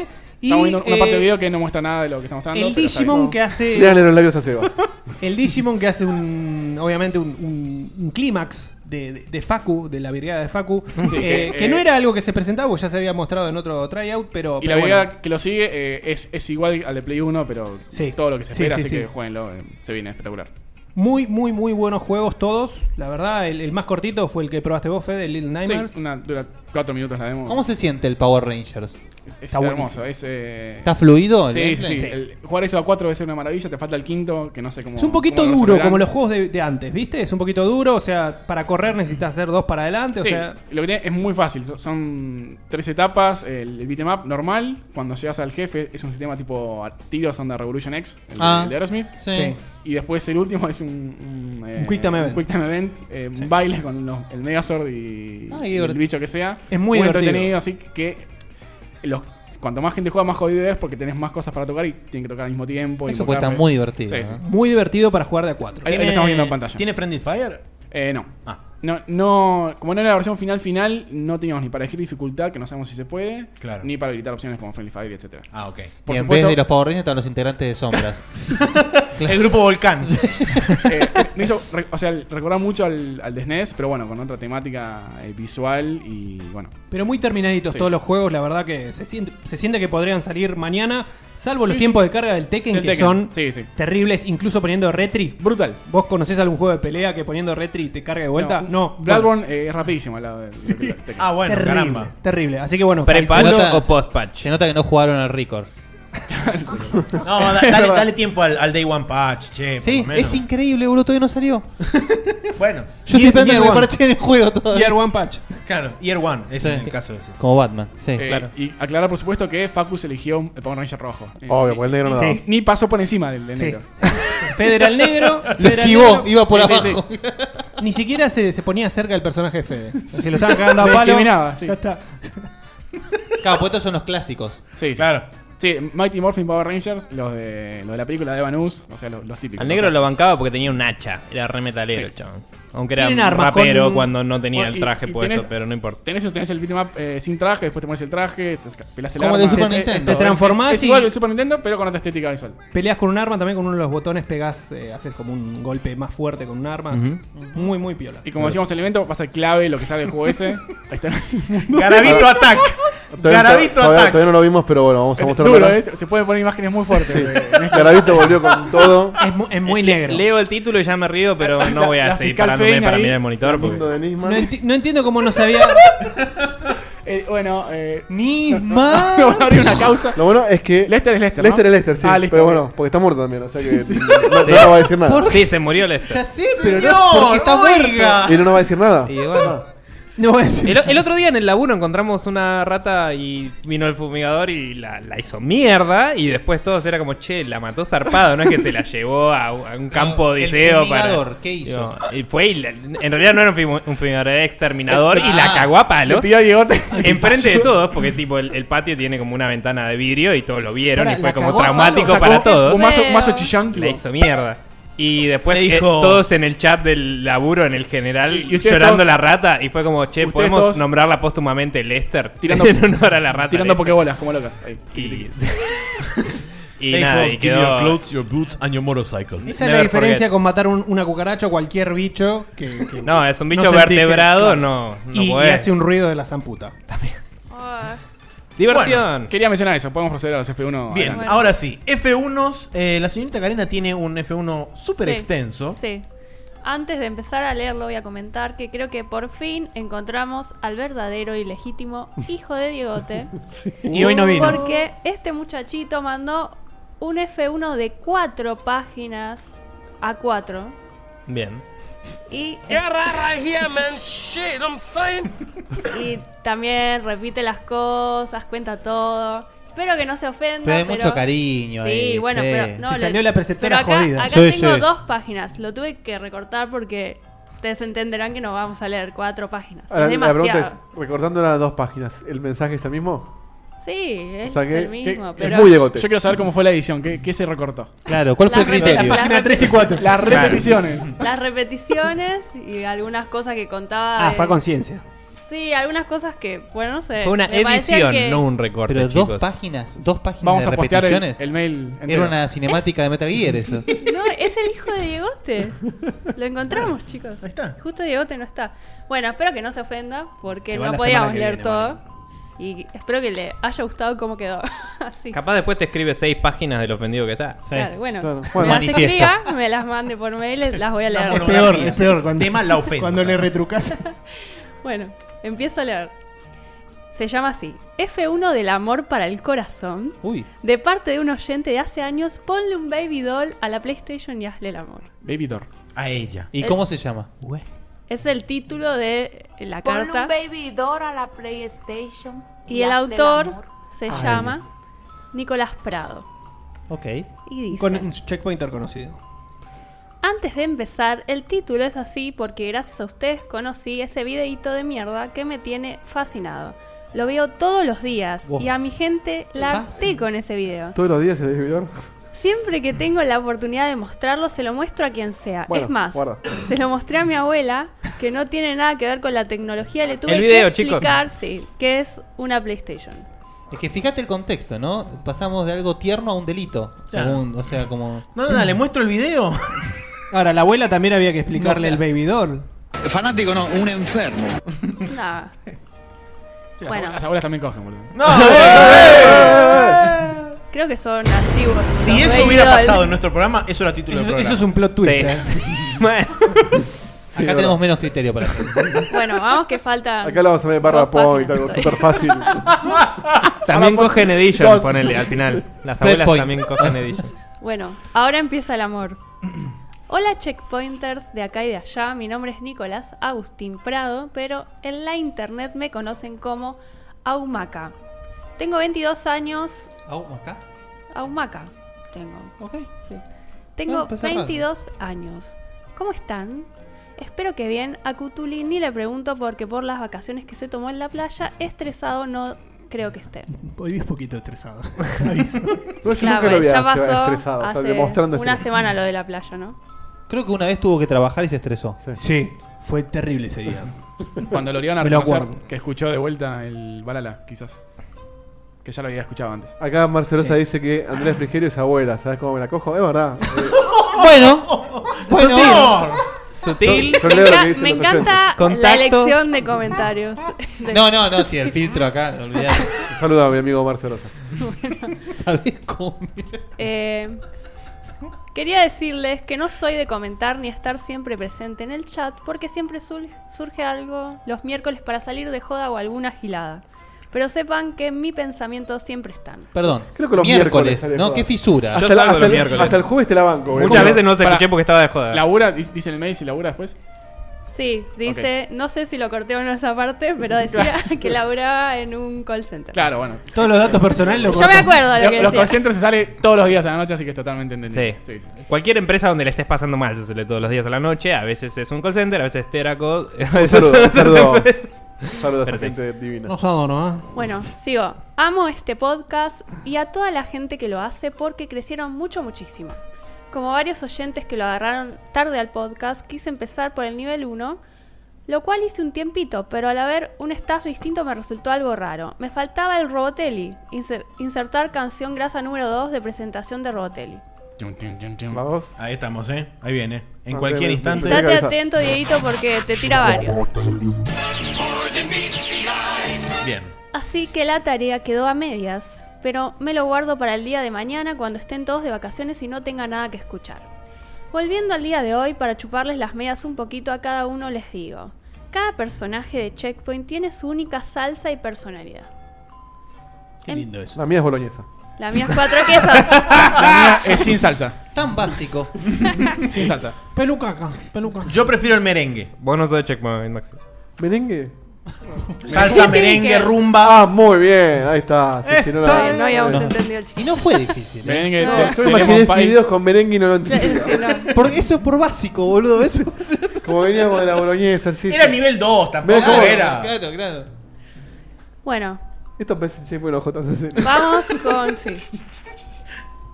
Y
Estamos viendo una
eh,
parte del video que no muestra nada de lo que estamos hablando.
el
pero está
Digimon
bien.
que hace.
Léanle los labios a Seba.
El Digimon que hace un. Obviamente un, un- un clímax de, de- de Facu, de la brigada de Facu.
Sí,
eh,
que,
que no
eh,
era algo que se presentaba, porque ya se había mostrado en otro tryout, pero.
Y
pero
la brigada
bueno.
que lo sigue eh, es, es igual al de Play 1, pero
Sí.
todo lo que se
Sí,
espera,
sí,
así
sí.
que jueguenlo, eh, se viene espectacular.
Muy, muy, muy buenos juegos todos. La verdad, el, el más cortito fue el que probaste vos, Fede, el Little Nightmares.
Sí, una, dura 4 minutos la demo.
¿Cómo se siente el Power Rangers?
Es- es
Está buenísimo.
hermoso, es... eh,
¿Está fluido? el
Sí, sí,
gameplay?
sí. El- jugar eso a 4 debe ser una maravilla, te falta el quinto, que no sé cómo...
Es un poquito
cómo lo
duro,
resolverán.
como los juegos de, de antes, ¿viste? Es un poquito duro, o sea, para correr necesitas hacer dos para adelante, o
Sí,
sea...
lo que tiene es muy fácil. so- Son tres etapas. El beatmap normal, cuando llegas al jefe, es un sistema tipo a tiros onda Revolution X, el, de-
Ah.
el de Aerosmith.
Sí.
Sí.
Y después el último es un. Un, eh,
Un quick time event.
quick time event, eh, un baile con los- el Megazord y,
Ah, qué
y el
divertido.
bicho que sea.
Es muy divertido.
entretenido, así que. los- cuanto más gente juega, más jodido es porque tenés más cosas para tocar y tienen que tocar al mismo tiempo. y
Eso puede estar
invocarle.
muy divertido. ¿eh?
Sí, sí.
¿no?
Muy divertido para jugar de a cuatro.
Ahí- ahí lo estamos viendo en pantalla.
¿Tiene Friendly Fire?
Eh, no.
Ah.
No, no, como no era la versión final final, no teníamos ni para elegir dificultad, que no sabemos si se puede,
Claro.
ni para habilitar opciones como Friendly Fire, etcétera.
Ah, ok.
Por
y en
supuesto,
vez de los Power Rangers están los integrantes de sombras.
El grupo Volcán.
eh, me hizo re- o sea, recordar mucho al, al de SNES, pero bueno, con otra temática eh, visual y bueno.
Pero muy terminaditos
Sí,
todos
sí.
los juegos, la verdad que se siente, se siente que podrían salir mañana, salvo los
Sí.
tiempos de carga del Tekken,
Del
que
Tekken,
son
sí, sí.
terribles, incluso poniendo retri.
Brutal.
¿Vos conocés algún juego de pelea que poniendo retri te carga de vuelta? No.
Bloodborne eh, es rapidísimo al lado de, de- de- de-
Ah, bueno,
terrible,
caramba.
terrible. Así que bueno,
¿Prepatch
Se nota-
o post-patch?
Se nota que no jugaron al Record.
No, da- dale, dale tiempo al, al Day One Patch, che. por
Sí,
lo menos.
es increíble, boludo, todavía no salió.
Bueno,
Yo estoy
Year-
esperando
Year
que me
One.
parchen el juego todavía.
Gear One Patch.
claro, Year One, es
Sí.
en el caso ese.
Como Batman, sí.
Eh,
claro.
Y aclarar, por supuesto, que Facus eligió el Power Ranger rojo. Eh,
Obvio, porque el negro no
Sí.
daba.
Ni pasó por encima del, del
Sí.
negro.
Federal Negro.
Lo
Federal
esquivó,
Negro.
iba por
Sí, sí,
abajo.
sí. Ni siquiera se, se ponía cerca del personaje de Fede. Se lo estaban cagando a
Lo
palo.
discriminaba, sí.
Ya está.
Claro, pues estos son los clásicos.
Sí, sí.
Claro.
Sí, Mighty Morphin Power Rangers, los de, los de la película de Evan Hus, o sea, los, los típicos.
Al negro
los
lo bancaba porque tenía un hacha. Era re metalero,
Sí.
chabón. Aunque era
Tienen armas
rapero
con-
cuando no tenía
Bueno,
el
Oh, y-
traje
y
puesto,
tenés-
pero no importa.
Tenés, tenés el beatmap eh, sin traje, después te pones el traje, te esca- pelás el
Como
arma.
de Super
Es- es-
Nintendo.
es-
Te transformás
es, es
y-
igual que el Super Nintendo, pero con otra estética visual.
Peleas con un arma, también con uno de los botones pegás, eh, haces como un golpe más fuerte con un arma. Muy, muy piola.
Y como decíamos, el evento va a ser clave lo que sale del juego ese. Ahí está.
Garabito Attack.
Todavía-
Garabito
todavía-
Attack.
todavía no lo vimos, pero bueno, vamos a mostrar.
Duro, ¿eh? Se pueden poner imágenes muy fuertes. eh, este de-
Garabito volvió con todo.
Es, mu- es muy negro.
Leo el título y ya me río, pero no
la-
voy a
la
seguir
fiscal
parándome
Fein
para
ahí,
mirar el monitor.
Mundo
Porque...
de Nisman.
No, enti- no entiendo cómo no sabía.
Eh, bueno, eh,
Ni
vamos a abrir una causa.
Lo bueno es que.
Lester es Lester. ¿no?
Lester es Lester, sí.
Ah, listo.
Pero bueno, porque está muerto también, o sea que no, no- no va a decir nada.
Sí, se murió Lester.
Ya sé, pero no porque está muerto.
Y no nos va a decir nada.
Y bueno.
No voy a decir.
El, el otro día en el laburo encontramos una rata y vino el fumigador y la, la hizo mierda. Y después todos era como, che, la mató zarpado. No es que se la llevó a, un- a un campo
el
odiseo para.
fumigador, ¿qué hizo?
Digo, y fue y la- en realidad no era un, fumo- un fumigador, era exterminador y la
Ah.
cagó a
Le
palos.
pidió a Diegote.
Enfrente de todos, porque tipo el, el patio tiene como una ventana de vidrio y todos lo vieron
Pará,
y fue
la
como
cagó a
traumático
Sacó
para todos.
Un mazo, un mazo chillón.
La
tipo.
hizo mierda. Y después
Le
eh,
dijo-
todos en el chat del laburo, en el general,
Y- y ustedes
llorando
todos-
la rata. Y fue como, che,
Ustedes
¿podemos
todos-
nombrarla póstumamente Lester?
Tirando-
en honor a la rata.
Tirando
Lester.
pokebolas, como loca. Ahí.
Y, y
Le dijo,
nada, y
"Give me your
quedó...
clothes, your boots and your motorcycle.
Esa es la
Never
diferencia
forget.
con matar un- una cucaracha o cualquier bicho que. que-
No, es un bicho
sentís que-
vertebrado,
claro.
no, no
y, y
podés.
hace un ruido de la zamputa.
Ah,
Diversión.
Quería mencionar eso. Podemos proceder a los F1.
Bien,
adelante.
ahora sí. F1, eh, la señorita Karina tiene un F1 súper
Sí.
extenso.
Sí. Antes de empezar a leerlo voy a comentar que creo que por fin encontramos al verdadero y legítimo hijo de Diegote.
Y hoy no vino.
Porque este muchachito mandó un F1 de cuatro páginas a cuatro.
Bien.
Y, y también repite las cosas, cuenta todo. Espero que no se ofenda.
Pero hay mucho cariño
Sí,
ahí,
bueno,
che.
pero no,
Te
lo-
salió la preceptora
pero acá,
jodida.
Acá
Sí,
tengo
sí.
dos páginas. Lo tuve que recortar porque ustedes entenderán que no vamos a leer cuatro páginas. es
Ahora, Ah, la pregunta
demasiado.
es, recortando las dos páginas, ¿el mensaje es el mismo?
Sí, es
O sea que-
el mismo.
que- es
pero
muy de gote.
Yo quiero saber cómo fue la edición, qué, qué se recortó.
Claro, ¿cuál fue el
Las rep-
criterio?
las rep-
Las repeticiones.
Las repeticiones y algunas cosas que contaba.
Ah,
de-
fue a conciencia.
Sí, algunas cosas que, bueno, no sé.
Fue una
me parecía
edición,
que-
no un recorte.
Pero dos
chicos.
páginas, dos páginas
Vamos
de
a postear el,
repeticiones.
el mail. entero.
Era una cinemática de Metal Gear eso.
No, es el hijo de Diegote. Lo encontramos, chicos.
Ahí está.
Justo Diegote no está. Bueno, espero que no se ofenda porque
Se va
no
la
podíamos
semana que
leer
viene,
todo. Y espero que le haya gustado cómo quedó. Así.
Capaz después te escribe seis páginas del ofendido que está.
Claro, bueno.
Claro.
Me
Bueno,
las
manifiesta.
escriba, me las mande por mail, las voy a
Una
leer.
mono-
Peor, es peor cuando,
Tema la ofensa.
cuando le retrucas.
Bueno, empiezo a leer. Se llama así: F1 del amor para el corazón.
Uy,
De parte de un oyente de hace años, ponle un baby doll a la PlayStation y hazle el amor.
Baby Door.
A ella.
¿y
El-
cómo se llama?
Es el título de la
Ponle un
carta.
baby door a la PlayStation.
Y el
hazle
autor
amor.
se llama Nicolás Prado.
Ok.
Y dice,
Con un checkpointer conocido.
antes de empezar, el título es así porque gracias a ustedes conocí ese videíto de mierda que me tiene fascinado. Lo veo todos los días
Wow.
y a mi gente la harté con ese video.
Todos los días el servidor.
Siempre que tengo la oportunidad de mostrarlo, se lo muestro a quien sea.
Bueno,
es más,
guarda.
se lo mostré a mi abuela, que no tiene nada que ver con la tecnología. Le tuve
El video,
que
chicos.
explicar, sí, que es una PlayStation.
Es que fíjate el contexto, ¿no? Pasamos de algo tierno a un delito. Según, o sea, como.
No, no, no, le muestro el video.
Ahora, la abuela también había que explicarle
No,
el baby doll.
Fanático no, un enfermo.
Nada.
Sí, las,
Bueno.
abuelas, las abuelas también cogen, boludo.
No, eh,
Creo que son antiguos.
si
los
eso
Baby
hubiera
Doll.
pasado en nuestro programa, eso era título del
Eso,
programa.
eso es un plot twist. ¿eh?
Acá tenemos menos criterio para hacer.
Bueno, vamos que falta.
Acá lo vamos a ver barra
dos
point,
páginas.
algo súper fácil.
También cogen Edition,
Dos.
ponele al final. Las
Spread
abuelas
point. Ah,
también cogen Edition.
Bueno, ahora empieza el amor. Hola checkpointers de acá y de allá, mi nombre es Nicolás Agustín Prado, pero en la internet me conocen como Aumaca. Tengo 22 años,
acá?
Aumaca. Tengo,
Ok.
sí. Tengo
empezar raro.
22 años. ¿Cómo están? Espero que bien. A Cutuli ni le pregunto porque por las vacaciones que se tomó en la playa, estresado no creo que esté.
Hoy es poquito estresado. Aviso.
No, yo
Claro,
nunca lo vi
ya
a- a-
pasó
estresado, o sea,
hace
demostrando
una
estrés.
semana lo de la playa, ¿no?
Creo que una vez tuvo que trabajar y se estresó.
Sí, fue terrible ese día.
Cuando lo obligaron a
Me lo
reconocer
acuerdo.
que escuchó de vuelta el Balala, quizás. Que ya lo había escuchado antes.
Acá Marcelosa dice que Andrés Frigerio es abuela, ¿sabes cómo me la cojo? Es verdad.
Bueno, bueno.
Sutil.
Yo
Me,
leo lo que
enca-
dicen
me
los
encanta la
Contacto.
elección de comentarios. De-
No, no, no, si el filtro acá, olvidate.
oyentes. Saluda a mi amigo Marcelosa.
¿Sabés cómo? mira?
Eh, quería decirles que no soy de comentar ni estar siempre presente en el chat porque siempre sul- surge algo los miércoles para salir de joda o alguna gilada. Pero sepan que en mi pensamiento siempre están.
Perdón.
Creo que los miércoles
miércoles,
sale
¿no?
joda.
Qué fisura.
Yo
hasta, la-
salgo
hasta
los
el,
miércoles.
hasta el jueves te la banco.
¿eh?
boludo.
Muchas veces no se
Pará.
escuché porque estaba de joda.
Labura, dice dice el mail si labura después.
Sí, dice, no sé si lo corté o no esa parte, pero decía que laburaba en un call center.
Claro, bueno.
Todos los datos personales los
Yo me acuerdo de lo
Lo-
que
los
decía.
concentros se sale todos los días a la noche, así que es totalmente entendible.
Sí. Cualquier empresa donde le estés pasando mal, se suele todos los días a la noche. A veces es un call center, a veces es Teracod. A veces
saludo,
otras
saludo.
empresas.
Saludos a
Pero
esa
sí.
gente divina.
No son, ¿no?
Bueno, sigo. Amo este podcast y a toda la gente que lo hace porque crecieron mucho, muchísimo. Como varios oyentes que lo agarraron tarde al podcast, quise empezar por el nivel 1, lo cual hice un tiempito, pero al haber un staff distinto me resultó algo raro. Me faltaba el Robotelli, inser- insertar canción grasa número 2 de presentación de Robotelli.
Chum, chum, chum, chum.
Vamos.
Ahí estamos, ¿eh? Ahí viene. En
Ah,
cualquier
bien,
instante.
bien, bien.
Estate
avisar.
atento, Dieguito, porque te tira varios.
Bien.
Así que la tarea quedó a medias, pero me lo guardo para el día de mañana cuando estén todos de vacaciones y no tenga nada que escuchar. Volviendo al día de hoy, para chuparles las medias un poquito a cada uno les digo, cada personaje de Checkpoint tiene su única salsa y personalidad.
Qué lindo eso.
La mía es boloñesa.
La mía es cuatro quesos.
La mía Ah, es sin salsa.
Tan básico.
Sin salsa.
Peluca acá, peluca.
Yo prefiero el merengue.
Vos no sos de Checkpoint, Maxi.
¿Merengue?
Salsa,
¿Qué tiene
merengue,
que-
rumba.
Ah, muy bien. Ahí está. Sí, sí, no
Está bien,
la...
no habíamos
No.
entendido el
Y
chiste.
no fue difícil. ¿eh?
Ven que
No.
te-
Yo me
tenemos
imaginé
país.
fideos con merengue y no lo entendí.
Sí, no.
Por- eso es por básico, boludo. Eso,
Como veníamos de la boloñesa, sí.
Era nivel 2, tampoco
Ve cómo-
era.
Claro, claro.
Bueno,
Esto parece Checkpoint o JCC.
Vamos con, sí,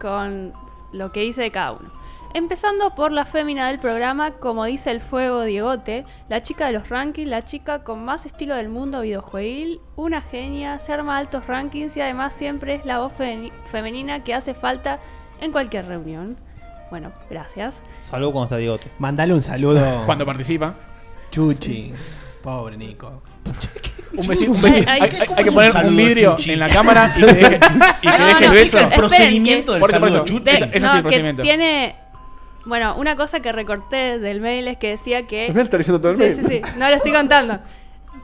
con lo que dice de cada uno. Empezando por la fémina del programa, como dice el fuego Diegote, la chica de los rankings, la chica con más estilo del mundo videojueguil, una genia, se arma altos rankings y además siempre es la voz femi- femenina que hace falta en cualquier reunión. Bueno, gracias.
Saludo cuando está Diegote.
Mandale un saludo.
Cuando participa.
Chuchi. Pobre Nico.
Un besito, un besito.
Ay,
Hay,
ay,
hay-
¿cómo
hay que
es
poner
un saludo,
un vidrio
Chuchi?
en la cámara y que deje, y que
Ah, No,
deje
no,
el beso.
chicos,
El procedimiento del
Por eso, por
saludo
eso.
chuchi.
De-
Esa- ese es el
que
procedimiento.
Tiene. Bueno, una cosa que recorté del mail es que decía que.
Está leyendo todo el
Sí,
mail.
sí, sí. No lo estoy contando.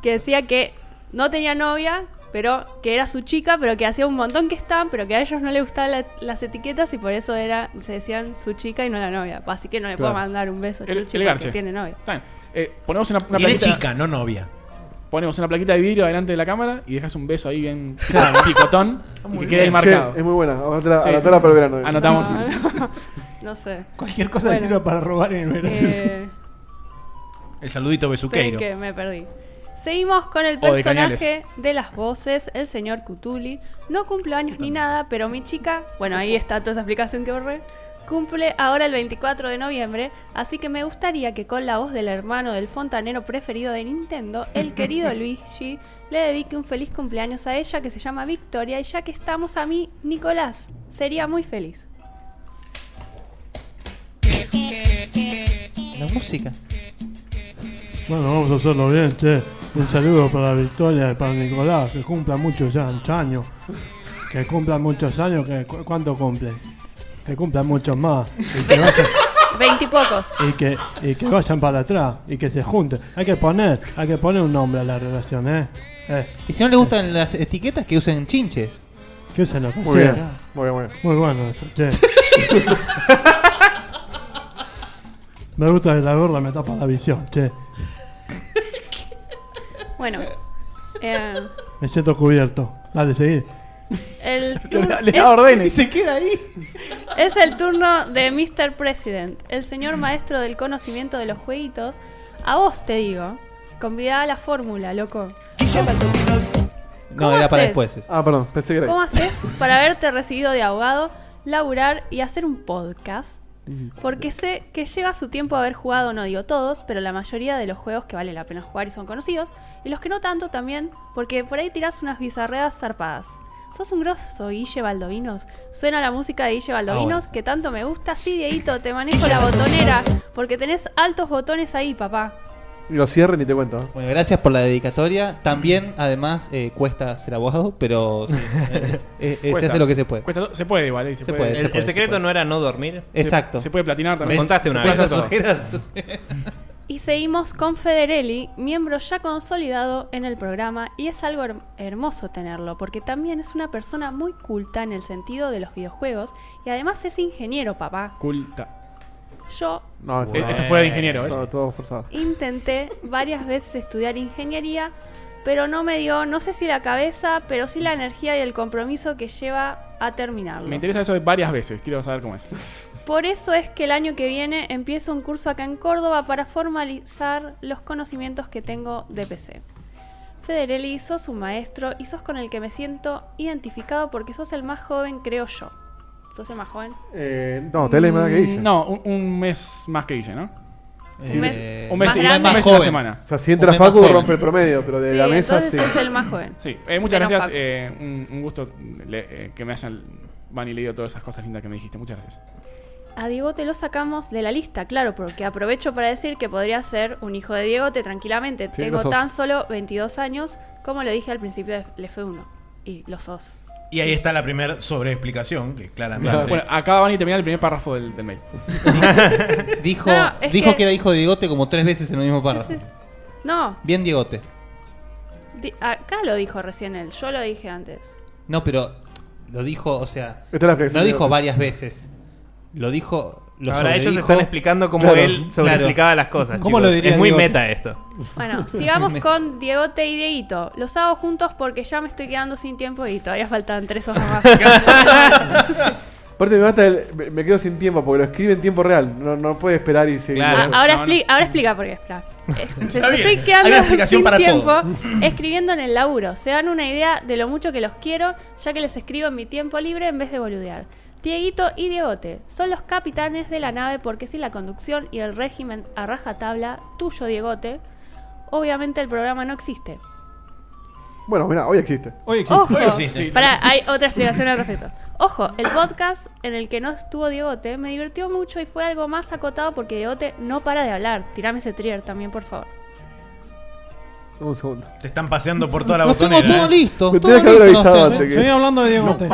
Que decía que no tenía novia, pero que era su chica, pero que hacía un montón que estaban, pero que a ellos no les gustaban la- las etiquetas y por eso era se decían su chica y no la novia. Así que no le puedo
Claro.
mandar un beso a
El-
Chuchi
el
porque
garche.
tiene novia.
Está bien. Eh, ponemos una, una
Tiene
plaquita,
chica, no novia.
ponemos una plaquita de vidrio delante de la cámara y dejas un beso ahí bien picotón y que quede ahí
Che,
marcado.
es muy buena. Anotala,
Sí.
anotala para el verano. eh.
Anotamos.
No sé.
Cualquier cosa
Bueno.
que sirva para robar en el verano.
Eh,
El saludito
Creí
besuqueiro.
que me perdí. Seguimos con el
O Oh, de cañales.
personaje de las voces, el señor Cutuli. No cumple años ni nada, pero mi chica, bueno, ahí está toda esa explicación que borré, cumple ahora el 24 de noviembre, así que me gustaría que con la voz del hermano del fontanero preferido de Nintendo, el querido Luigi, le dedique un feliz cumpleaños a ella que se llama Victoria y ya que estamos a mí, Nicolás, sería muy feliz.
La música.
Bueno, vamos a hacerlo bien, che. Un saludo para Victoria y para Nicolás, que cumpla muchos ya- años. Que cumpla muchos años, que cu- ¿cuánto cumple? Que cumpla muchos más. Y que, vayan,
Veintipocos.
y, que, y que vayan para atrás, y que se junten. Hay que poner, hay que poner un nombre a la relación, ¿eh? eh
Y si no le gustan las etiquetas, que usen chinches.
¿Qué usan los
Muy bien. Muy bien, muy bien.
Muy bueno eso, che. Me gusta que la gorda me tapa la visión, che.
Bueno. eh,
Me siento cubierto. Dale, seguí.
el
Le da
orden.
órdenes.
Se queda ahí.
Es el turno de Mr. President, el señor maestro del conocimiento de los jueguitos. A vos te digo, convidá a la fórmula, loco.
No,
¿Cómo
era para
haces?
después. eso.
Ah, perdón, pensé que era.
¿Cómo haces para haberte recibido de abogado, laburar y hacer un podcast?
Mm.
Porque sé que lleva su tiempo haber jugado, no digo todos, pero la mayoría de los juegos que vale la pena jugar y son conocidos, y los que no tanto también, porque por ahí tirás unas bizarreadas zarpadas. Sos un grosso, Guille Baldovinos. Suena la música de Guille Baldovinos, que tanto me gusta. Sí, Dieguito, te manejo la botonera, porque tenés altos botones ahí, papá.
Y lo cierren y te cuento. ¿eh?
Bueno, gracias por la dedicatoria. También, además, eh, cuesta ser abogado, pero sí, eh, eh, eh, se
Cuesta.
hace lo que se puede.
Cuesta to- se puede igual, eh, se,
Se
puede.
puede,
El,
se
el secreto
puede.
no era no dormir.
Exacto.
Se puede platinar
Me
también.
contaste una
Se
vez.
puede hacer
Las
todo.
ojeras.
Y seguimos con Federelli, miembro ya consolidado en el programa, y es algo her- hermoso tenerlo, porque también es una persona muy culta en el sentido de los videojuegos, y además es ingeniero, papá.
Culta.
Yo
No, eso,
Eh, Eso fue de ingeniero, ¿ves?
todo, todo forzado.
intenté varias veces estudiar ingeniería, pero no me dio, no sé si la cabeza, pero sí la energía y el compromiso que lleva a terminarlo.
Me interesa eso de varias veces, quiero saber cómo es.
Por eso es que el año que viene empiezo un curso acá en Córdoba para formalizar los conocimientos que tengo de PC. Federelli, sos un maestro y sos con el que me siento identificado porque sos el más joven, creo yo. ¿Sos el más joven?
Eh, no, te lees más que Guille.
No, un, un mes más que Guille, ¿no?
Un mes-
Eh,
Un mes,
Más
y-
grande.
un mes y una
Joven.
semana.
O sea, si entra
Un mes
Facu,
más joven.
rompe el promedio, pero de
sí,
la mesa
entonces
sí.
sos el más joven.
Sí, eh, muchas
Menos
gracias.
Facu.
eh, un, un gusto le- eh, que me hayan van y leído todas esas cosas lindas que me dijiste. Muchas gracias.
A Diego te lo sacamos de la lista, claro, porque aprovecho para decir que podría ser un hijo de Diego, te tranquilamente.
Sí,
Tengo
lo sos.
tan solo 22 años, como lo dije al principio del F1. Y lo sos.
Y ahí está la primera sobreexplicación, que
Claro,
claramente.
Bueno, acá van y terminar el primer párrafo del, del mail.
Dijo,
No, es
dijo
que-
que... era hijo de Diegote como tres veces en el mismo párrafo.
Sí, sí. No,
Bien, Diegote.
Di- acá lo dijo recién él, yo lo dije antes.
No, pero lo dijo, o sea,
Esta es la
no
predicción
dijo
de-
varias veces. Lo dijo, lo
Ahora ellos
sobredijo.
están explicando cómo
Claro,
él sobreexplicaba las cosas.
¿Cómo
chicos.
lo diría
Es muy
Diego?
meta esto.
Bueno, sigamos con Diegote y Dieguito. Los hago juntos porque ya me estoy quedando sin tiempo y todavía faltan tres hojas más.
Aparte me mata el- me, me quedo sin tiempo porque lo escribe en tiempo real. No, no puede esperar y seguir.
Ah, ahora, expli- ahora explica por qué. espera.
Está
Me
bien,
Estoy
hay una
quedando
explicación
sin
para
tiempo
todo.
escribiendo en el laburo. Se dan una idea de lo mucho que los quiero, ya que les escribo en mi tiempo libre en vez de boludear. Dieguito y Diegote son los capitanes de la nave porque sin la conducción y el régimen a rajatabla, tuyo Diegote, obviamente el programa no existe.
Bueno, mira, hoy existe.
Hoy
Ojo, Pará, hay otra explicación al respecto. Ojo, el podcast en el que no estuvo Diegote me divirtió mucho y fue algo más acotado porque Diegote no para de hablar. Tirame ese trier también, por favor.
Un segundo.
Te están paseando por toda la
Lo tengo
botonera.
todo
¿eh?
listo,
Me todo tenía que haber listo, avisado no, antes que-
Seguí hablando de Diego. Te-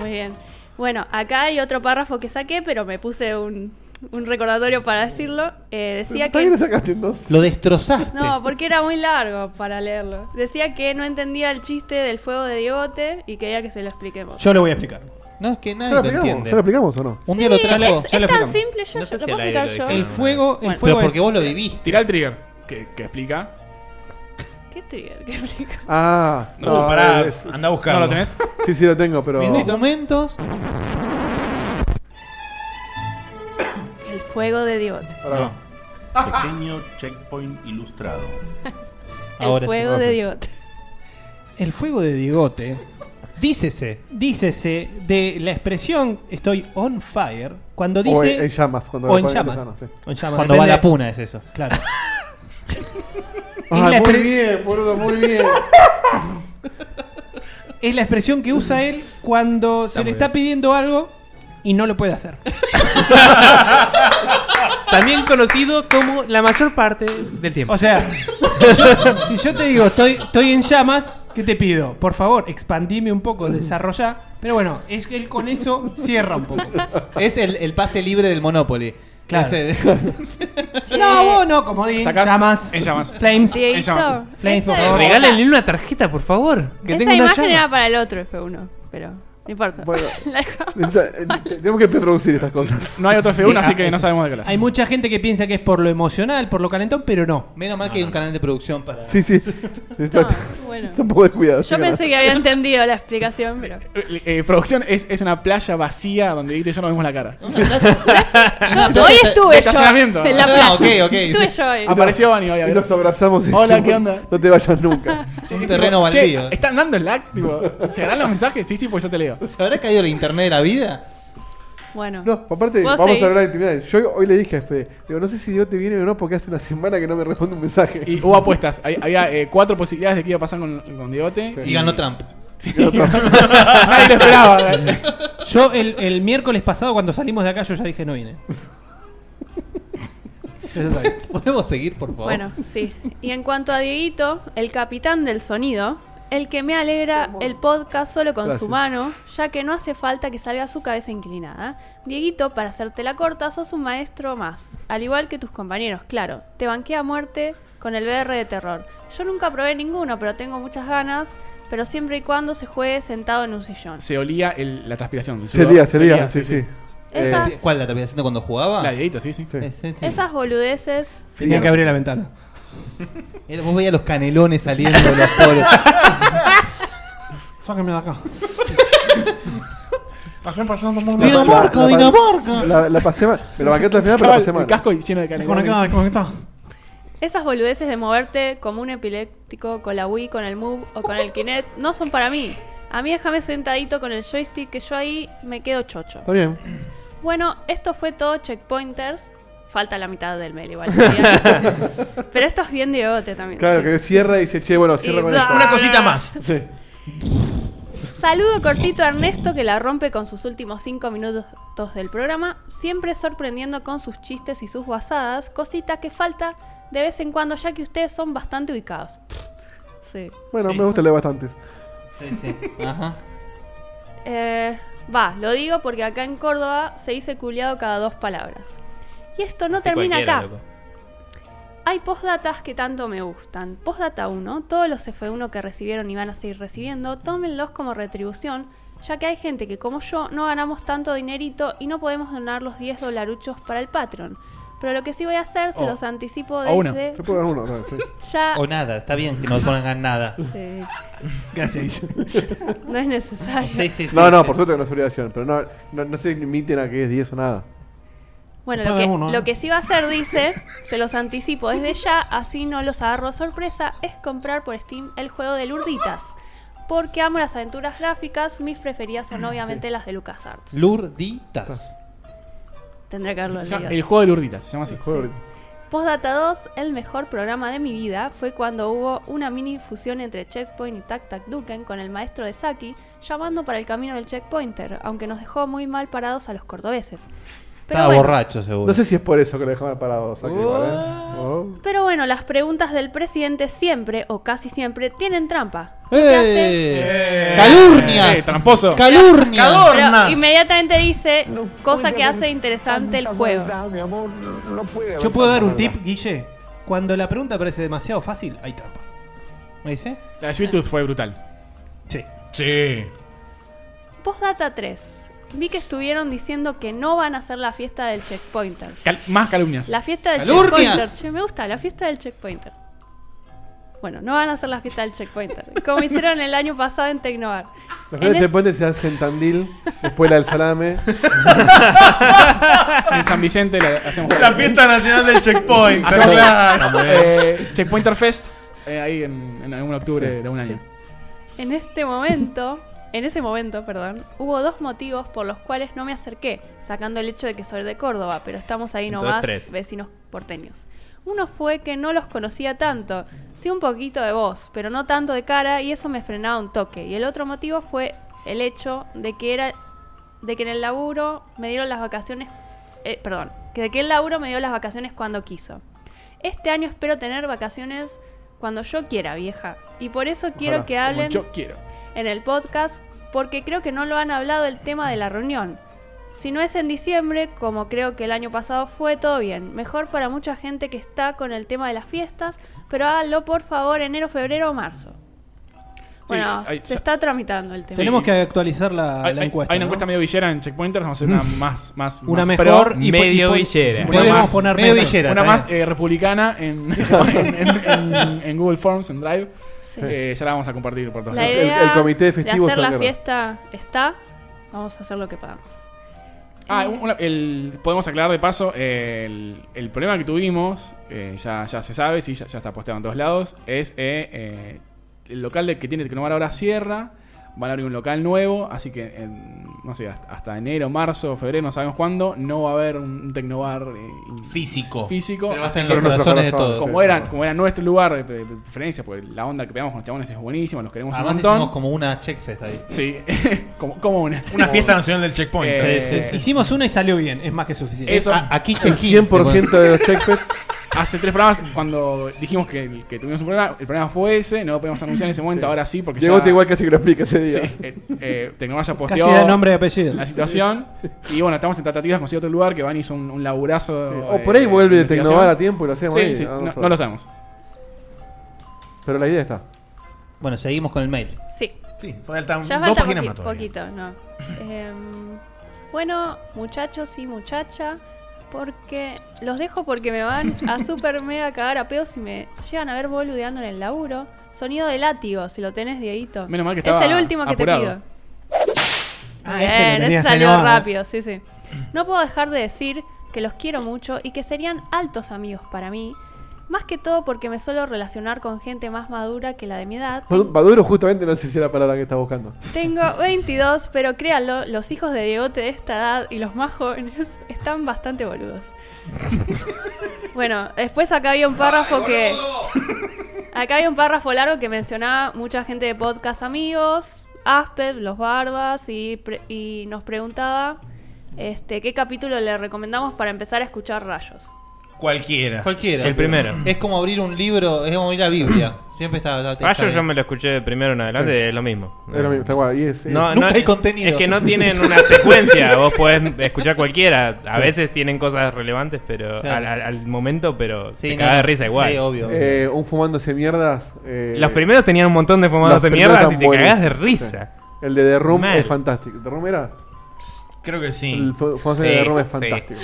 Muy bien. Bueno, acá hay otro párrafo que saqué, pero me puse un, un recordatorio para decirlo. Eh, decía
¿Para
que...
qué lo sacaste en dos?
Lo destrozaste.
No, porque era muy largo para leerlo. Decía que no entendía el chiste del fuego de Diegote y quería que se lo expliquemos.
Yo lo voy a explicar.
No, es que nadie
¿Ya lo explicamos? ¿Ya lo explicamos o no?
Un día lo
Sí,
trajo.
es- es tan simple, yo,
No sé
yo- lo
si
puedo
al aire
explicar
lo
yo.
dijeron.
El fuego, el
Bueno.
fuego
Pero porque
es-
vos lo viviste.
Tira el trigger. Que, que explica.
¿Qué trigger? ¿Qué explica?
Ah,
No, pará,
es-
anda a buscarlo.
¿No lo tenés?
Sí, sí, lo tengo, pero.
Mis documentos.
El fuego de Diegote.
Ahora va.
Pequeño checkpoint ilustrado.
El
Ahora sí,
fuego
ahora
de
sí.
Diegote.
El fuego de Diegote,
Dícese.
dícese de la expresión estoy on fire cuando
O
dice.
en, en llamas. Cuando
o en
cuando-
llamas.
cuando- sí.
O en llamas,
Cuando va
depende-
la puna es eso.
Claro. es,
Ah,
la
muy
expre-
bien, boludo, muy bien.
es la expresión que usa él cuando se le está pidiendo algo y no lo puede hacer.
También conocido como la mayor parte del tiempo.
O sea, si yo, si yo te digo estoy, estoy en llamas, ¿qué te pido? Por favor, expandime un poco, desarrollá. Pero bueno, es que él con eso cierra un poco.
Es el, el pase libre del Monopoly.
Claro.
Ese-
No, vos no, como dije.
Sacá-
Llamas.
En llamas.
Flames.
Dieguito,
llamas.
Flames, por
esa-
favor.
Regálenle una tarjeta, por favor. Que
Esa
tenga una
imagen
llama.
era para el otro F1, pero no importa.
Bueno.
La dejamos.
Necesita- eh, tenemos que reproducir estas cosas.
No hay otro F1, así que no sabemos de qué hablas.
Hay mucha gente que piensa que es por lo emocional, por lo calentón, pero no.
Menos mal que hay un canal de producción para.
Sí, sí. Necesita-
No, bueno.
Está un poco descuidado.
Yo pensé que había entendido la explicación, pero.
Eh, eh, producción es, es una playa vacía donde Dieguito y yo no vemos la cara. eh,
Yo, hoy estuve
Estacionamiento.
yo. En la
Ah,
playa.
ok, ok,
Estuve
sí.
yo hoy.
Apareció Bani hoy a
Y
ver.
nos abrazamos. y
Hola,
decimos,
¿qué onda?
No te vayas nunca.
Un terreno
Che,
baldío.
¿Están dando el lag? Tipo, ¿Se dan los mensajes? Sí, sí, pues yo te leo.
¿Se habrá caído la internet de la vida?
Bueno.
No, aparte,
¿puedo
vamos
seguir?
a hablar de intimidad. Yo hoy le dije a Fede, digo, no sé si Dios te viene o no porque hace una semana que no me responde un mensaje.
Y hubo apuestas. Hay- había eh, cuatro posibilidades de que iba a pasar con, con Diegote.
Y ganó Trump.
Sí. Nadie lo esperaba.
Yo el, el miércoles pasado, cuando salimos de acá, yo ya dije no vine. Eso está bien.
¿Podemos seguir, por favor?
Bueno, sí. Y en cuanto a Dieguito, el capitán del sonido, el que me alegra el podcast solo con su
Gracias.
mano, ya que no hace falta que salga su cabeza inclinada. Dieguito, para hacerte la corta, sos un maestro más. Al igual que tus compañeros, claro. Te banquea a muerte con el BR de terror. Yo nunca probé ninguno, pero tengo muchas ganas. Pero siempre y cuando se juegue sentado en un sillón.
Se olía el- la transpiración. el sudor.
Sería,
Se
sería,
olía,
sí, sí.
Esas,
¿Cuál la terminación haciendo cuando jugaba?
La de Dieguito, sí, sí.
Sí.
Eh, sí, sí.
esas boludeces.
Tenía que abrir la ventana.
Era- Vos veías los canelones saliendo de los poros.
Sáquenme de acá.
¡Dinamarca, Dinamarca!
La, la pasé mal. Me la banqué hasta el final, pero
Estaba
la
el-
pasé mal.
El casco lleno de canela.
Desconectá, desconectá.
Esas boludeces de moverte como un epiléptico con la Wii, con el Move o con el Kinect no son para mí. A mí déjame sentadito con el joystick que yo ahí me quedo chocho.
Está bien.
Bueno, esto fue todo Checkpointers. Falta la mitad del mail igual. todavía. Pero esto es bien diegote también.
Claro,
sí.
que cierra y dice, che, bueno, cierra
Y
con
bla.
esto.
Una cosita más.
Sí.
Saludo cortito a Ernesto que la rompe con sus últimos 5 minutos del programa, siempre sorprendiendo con sus chistes y sus guasadas, cosita que falta de vez en cuando ya que ustedes son bastante ubicados. Sí.
Bueno, me gusta leer bastantes.
Sí, sí. Ajá.
Eh, Va, lo digo porque acá en Córdoba se dice culiado cada dos palabras. Y esto no termina
Cualquiera,
acá.
loco.
Hay postdatas que tanto me gustan. Postdata 1. Todos los F1 que recibieron y van a seguir recibiendo, tómenlos como retribución, ya que hay gente que como yo no ganamos tanto dinerito y no podemos donar los 10 dolaruchos para el Patreon. Pero lo que sí voy a hacer,
Oh.
se
O-
los anticipo
o una.
desde.
Yo puedo dar uno, no, sí.
Ya.
O nada, está bien que no pongan nada.
Sí.
Gracias.
No es necesario.
no, no, por suerte que no es obligación, pero no, no, no se limiten a que es 10 o nada.
Bueno,
Se
lo
paga
que,
uno, ¿eh?
lo que sí va a hacer, dice, se los anticipo desde ya, así no los agarro sorpresa, es comprar por Steam el juego de Lurditas. Porque amo las aventuras gráficas, mis preferidas son obviamente las de LucasArts.
Lurditas.
Tendré que haberlo
Se llama-
leído.
El juego de Lurditas, se llama así. Juego de Lurditas.
Postdata 2, el mejor programa de mi vida fue cuando hubo una mini fusión entre Checkpoint y Tac Tac Duken con el maestro de Saki llamando para el camino del Checkpointer, aunque nos dejó muy mal parados a los cordobeses. Pero
Estaba
bueno.
borracho, seguro.
No sé si es por eso que lo dejaban parado. Saki, igual, ¿eh? Oh.
Pero bueno, las preguntas del presidente siempre, o casi siempre, tienen trampa.
¡Eh! ¡Calurnias!
Eh, tramposo.
¡Calurnias!
Pero inmediatamente dice, cosa que hace interesante el juego.
Yo puedo dar un tip, Guille. Cuando la pregunta parece demasiado fácil, hay trampa.
¿Me dice?
La de Sweet Tooth fue brutal.
Sí.
Sí.
Postdata 3. Vi que estuvieron diciendo que no van a hacer la fiesta del checkpointer.
Cal- más calumnias.
La fiesta del
¡Calurnias!
checkpointer. Che, me gusta, la fiesta del checkpointer. Bueno, no van a hacer la fiesta del checkpointer. Como hicieron el año pasado en Tecnobar. En
Los grandes
es-
checkpoints se hacen en Tandil, después la del salame.
en San Vicente la hacemos.
La fiesta nacional del checkpoint,
Hacemos-
claro.
Vamos, eh, Checkpointer Fest, eh, ahí en, en algún octubre de un año.
En este momento, en ese momento, perdón, hubo dos motivos por los cuales no me acerqué, sacando el hecho de que soy de Córdoba, pero estamos ahí
Entonces,
nomás,
tres.
vecinos porteños. Uno fue que no los conocía tanto, sí un poquito de voz, pero no tanto de cara y eso me frenaba un toque. Y el otro motivo fue el hecho de que era de que en el laburo me dieron las vacaciones, eh, perdón, que de que el laburo me dio las vacaciones cuando quiso. Este año espero tener vacaciones cuando yo quiera, vieja, y por eso quiero
Ojalá,
que
como
hablen
Yo quiero.
en el podcast porque creo que no lo han hablado el tema de la reunión. Si no es en diciembre, como creo que el año pasado fue, todo bien. Mejor para mucha gente que está con el tema de las fiestas, pero háganlo por favor enero, febrero o marzo. Bueno,
hay-
se está tramitando el tema.
Tenemos que actualizar la,
Hay,
la
hay-
encuesta.
hay una
¿no?
encuesta medio villera en Checkpointers, vamos a hacer una más, más
Una
más
mejor
pro.
y po- Medio y pon- villera.
Una
Podemos
más,
poner Medio menos. villera,
una
está
más eh, republicana en, en, en- en- en Google Forms, en Drive. Eh, ya la vamos a compartir por todos
La
lados.
idea de hacer la fiesta está. Vamos a hacer lo que podamos.
Ah,
Eh,
un- una- el- podemos aclarar de paso, eh, el, el problema que tuvimos, eh, ya, ya se sabe, sí, ya, ya está posteado en todos lados, es eh, eh, el local de- que tiene que nombrar ahora cierra, van a abrir un local nuevo, así que en- no sé, hasta, hasta enero, marzo, febrero, no sabemos cuándo, no va a haber un, un tecnobar eh,
Físico.
físico
Pero va a
así
estar en
que-
los corazones de todos.
Como,
Sí,
era,
seguro.
como era nuestro lugar de, de preferencia, porque la onda que pegamos con los chabones es buenísima, los queremos
Además
un montón.
hicimos como una checkfest ahí.
Sí, como, como una.
Una fiesta nacional del checkpoint.
Eh,
Hicimos una y salió bien, es más que suficiente. Ah,
Eso- Eh, A- aquí
check
check-in. 100% de los
checkfest.
Hace tres programas, cuando dijimos que, el- que tuvimos un programa, el programa fue ese, no lo podíamos anunciar en ese momento, ahora sí, porque
Llegó este
ya...
igual casi que lo explica ese día.
Sí, eh, eh, Tecnobras ya
Casi
posteó
da nombre y apellido.
La situación. Y bueno, estamos en tratativas, conseguí otro lugar que Van hizo un, un laburazo. eh,
Sí. O por ahí vuelve de
investigación.
Tecnobar a tiempo y lo hacemos
Sí,
ahí,
sí,
ah, no
no,
sé.
no lo sabemos.
Pero la idea está.
Bueno, seguimos con el mail.
Sí.
Sí, faltan
Ya
dos
falta
páginas
poqui-
más todavía.
poquito, no. Em, bueno, muchachos y muchacha, porque los dejo porque me van a super mega cagar a pedos si me llegan a ver boludeando en el laburo. Sonido de látigo, si lo tenés, Dieguito.
Menos mal que
Es
estaba
el último que
apurado.
te pido.
Ah,
Bien,
ese lo
ese
tenías
salió
anotado.
rápido, sí, sí. No puedo dejar de decir que los quiero mucho y que serían altos amigos para mí. Más que todo porque me suelo relacionar con gente más madura que la de mi edad.
Maduro justamente no sé si era la palabra que estaba buscando.
Tengo 22, pero créanlo, los hijos de Diegote de esta edad y los más jóvenes están bastante boludos. bueno, después acá había un párrafo que. Acá había un párrafo largo que mencionaba mucha gente de podcast amigos, Asped, los Barbas, y, pre- y nos preguntaba este, qué capítulo le recomendamos para empezar a escuchar rayos.
Cualquiera.
Cualquiera.
El primero.
Es como abrir un libro, es como abrir la Biblia. Siempre está. está- está
Rayo
bien.
Ah, yo me lo escuché de primero en adelante,
Sí.
es lo mismo.
Es lo mismo, está guay, y es-
No,
Nunca
no-
hay contenido.
Es que no tienen una secuencia, vos podés escuchar cualquiera. A
Sí.
veces tienen cosas relevantes, pero
Claro.
al, al- al momento, pero te
Sí, no,
cagás de
no.
risa igual.
Sí, obvio. Eh, un fumándose mierdas. eh,
Los primeros tenían un montón de fumados
los
de
primeros
mierda
eran
y te cagás de
buenísimos.
risa.
Sí. El de The Room
Mal.
es fantástico. ¿The Room era?
Creo que sí.
El fu-
Sí,
fumándose de The Room es
sí.
fantástico.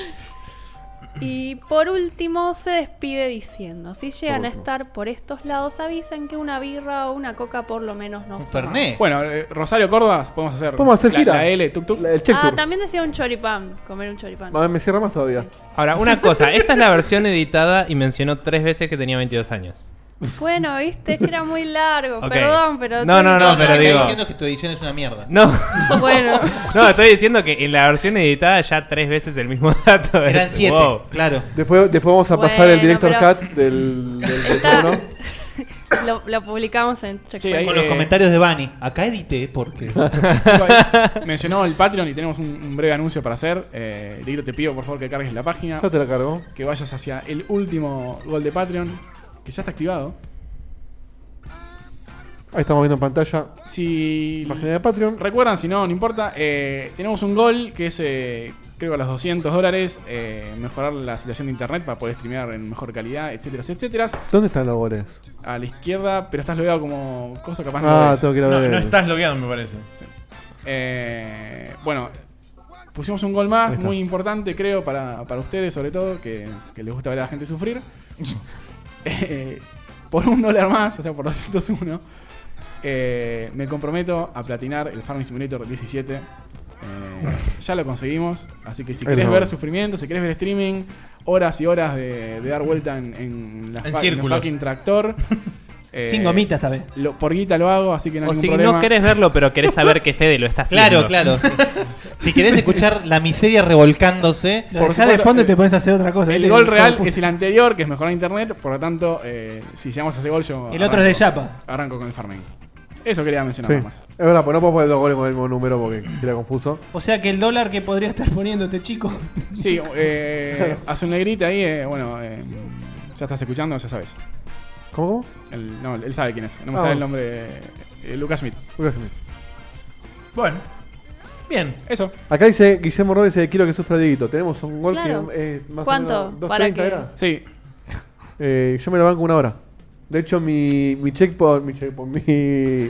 Y por último se despide diciendo, si llegan a
último.
estar por estos lados avisen que una birra o una coca por lo menos nos tomamos.
Bueno, eh, Rosario Córdoba, podemos hacer.
Podemos hacer
la,
gira.
La L, tuk, tuk.
El check
Ah,
tour.
también decía un choripán, comer un choripán.
Ah, Me cierra más todavía.
Ahora, una cosa, esta es la versión editada y mencionó tres veces que tenía 22 años.
Bueno, viste, es que era muy largo,
Ok.
perdón, pero...
No, no, no,
lo que
pero
está
digo-
diciendo es que tu edición es una mierda.
No.
Bueno.
No, estoy diciendo que en la versión editada ya tres veces el mismo dato.
Eran
Es-
siete,
wow.
claro.
Después, después vamos a pasar el
Bueno,
director
pero-
cut del, del
Está-
teléfono.
lo, lo publicamos en Checkpoint.
ahí-
Con los
Eh.
comentarios de Bani. Acá edité porque.
Mencionó eh, el Patreon y tenemos un, un breve anuncio para hacer. Eh, Ligro, te pido por favor que cargues la página.
Ya te lo cargo.
Que vayas hacia el último gol de Patreon, que ya está activado.
Ahí estamos viendo en pantalla.
Si
Página de Patreon.
recuerdan, si no, no importa. eh, tenemos un gol que es, eh, creo que a los 200 dólares, eh, mejorar la situación de internet para poder streamear en mejor calidad, etcétera, etcétera.
¿Dónde están los goles?
A la izquierda, pero estás logueado como cosa capaz no lo
Ah,
ves.
tengo que ir a
No,
ver.
no estás logueado, me parece.
Eh, bueno, pusimos un gol más, muy importante, creo, para, para ustedes, sobre todo, que, que les gusta ver a la gente sufrir. Eh, por un dólar más, o sea, por 201, eh, me comprometo a platinar el Farming Simulator 17. Eh, ya lo conseguimos, así que si
Ahí lo
querés
veo.
ver sufrimiento, si querés ver streaming, horas y horas de, de dar vuelta en, en, la
En
fa- el
círculos.
fucking tractor. eh,
Sin gomitas también.
lo- por guita lo hago, así que no hay
O
ningún
si
problema.
no querés verlo, pero querés saber que Fede lo está
Claro,
haciendo.
claro. Si querés escuchar la miseria revolcándose,
Lo
Por
dejás de
supuesto,
fondo y
eh,
te pones a hacer otra cosa.
El
¿viste?
gol
Hijo de
real
puta.
es el anterior, que es mejorar internet. Por lo tanto, eh, si llegamos a ese gol, yo.
El otro es de Yapa.
Arranco con el farming. Eso quería mencionar
Sí.
nada más.
Es verdad, pues no puedo poner dos goles con el mismo número porque sería confuso.
O sea que el dólar que podría estar poniendo este chico.
Sí, eh, hace un negrita ahí. eh, bueno, eh, ya estás escuchando, ya sabes.
¿Cómo? cómo?
El- no, él sabe quién es. No me
Ah,
sabe el
bueno.
nombre. eh, Lucas Smith.
Lucas Smith.
Bueno, bien.
Eso.
Acá dice Guillermo Rodríguez dice, quiero que sufra Dieguito. Tenemos un gol
Claro.
que es Eh, más
¿Cuánto?
o menos 2.30
¿Para qué?
era.
Sí.
Eh, yo me lo banco una hora. De hecho, mi, mi checkpoint, mi checkpoint, mi.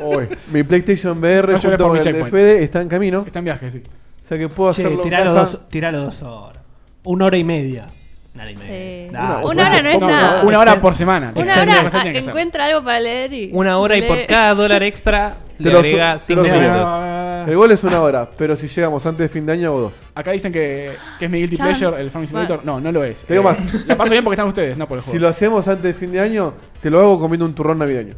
Uy, mi PlayStation VR
No llores
junto
por
con
mi
el de
checkpoint.
Fede está en camino.
Está en viaje, sí.
O sea que puedo
Che,
hacerlo. en
tiralo
casa.
dos, tiralo dos horas. Una hora y media. Una hora y media.
Sí.
Dale.
Una hora no es nada.
Una hora por semana.
Una
Extra-
hora,
cosa
ah,
tiene que hacer.
encuentra algo para leer y...
Una hora y
lee.
por cada dólar extra
Te
le
lo
agrega
su- te lo
5
subo.
minutos.
El gol es una hora, pero si llegamos antes de fin de año hago dos.
Acá dicen que, que es mi guilty
Chan.
pleasure, el Farming Simulator. No, no lo es.
Te digo
Eh,
más.
La paso bien porque están ustedes, no por el juego.
Si lo hacemos antes de fin de año, te lo hago comiendo un turrón navideño.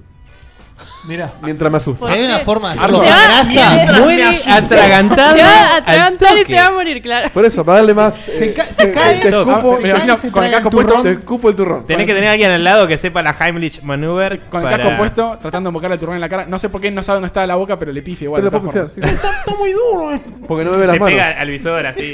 Mirá.
Mientras me asusta.
¿Por
¿sabés
qué?
una forma de
Se
hacerlo
va-
con grasa?
se va-
Muere atragantado.
Se va a
al
atragantar y
toque.
se va a morir, claro.
Por eso, para darle más. eh,
ca- se
eh,
cae-
Te
No,
escupo,
me imagino
se
con el
traga
casco
el
puesto.
turrón.
te escupo el turrón.
Tenés que tener a alguien al lado que sepa la Heimlich Maneuver.
Con el
para-
casco puesto, tratando de invocarle el turrón en la cara. No sé por qué no sabe dónde está la boca, pero le pifia igual.
Te lo
de todas
puedo confiar,
formas.
sí.
Está, está muy duro. eh.
Porque no me ve
Le
las manos.
pega al visor así.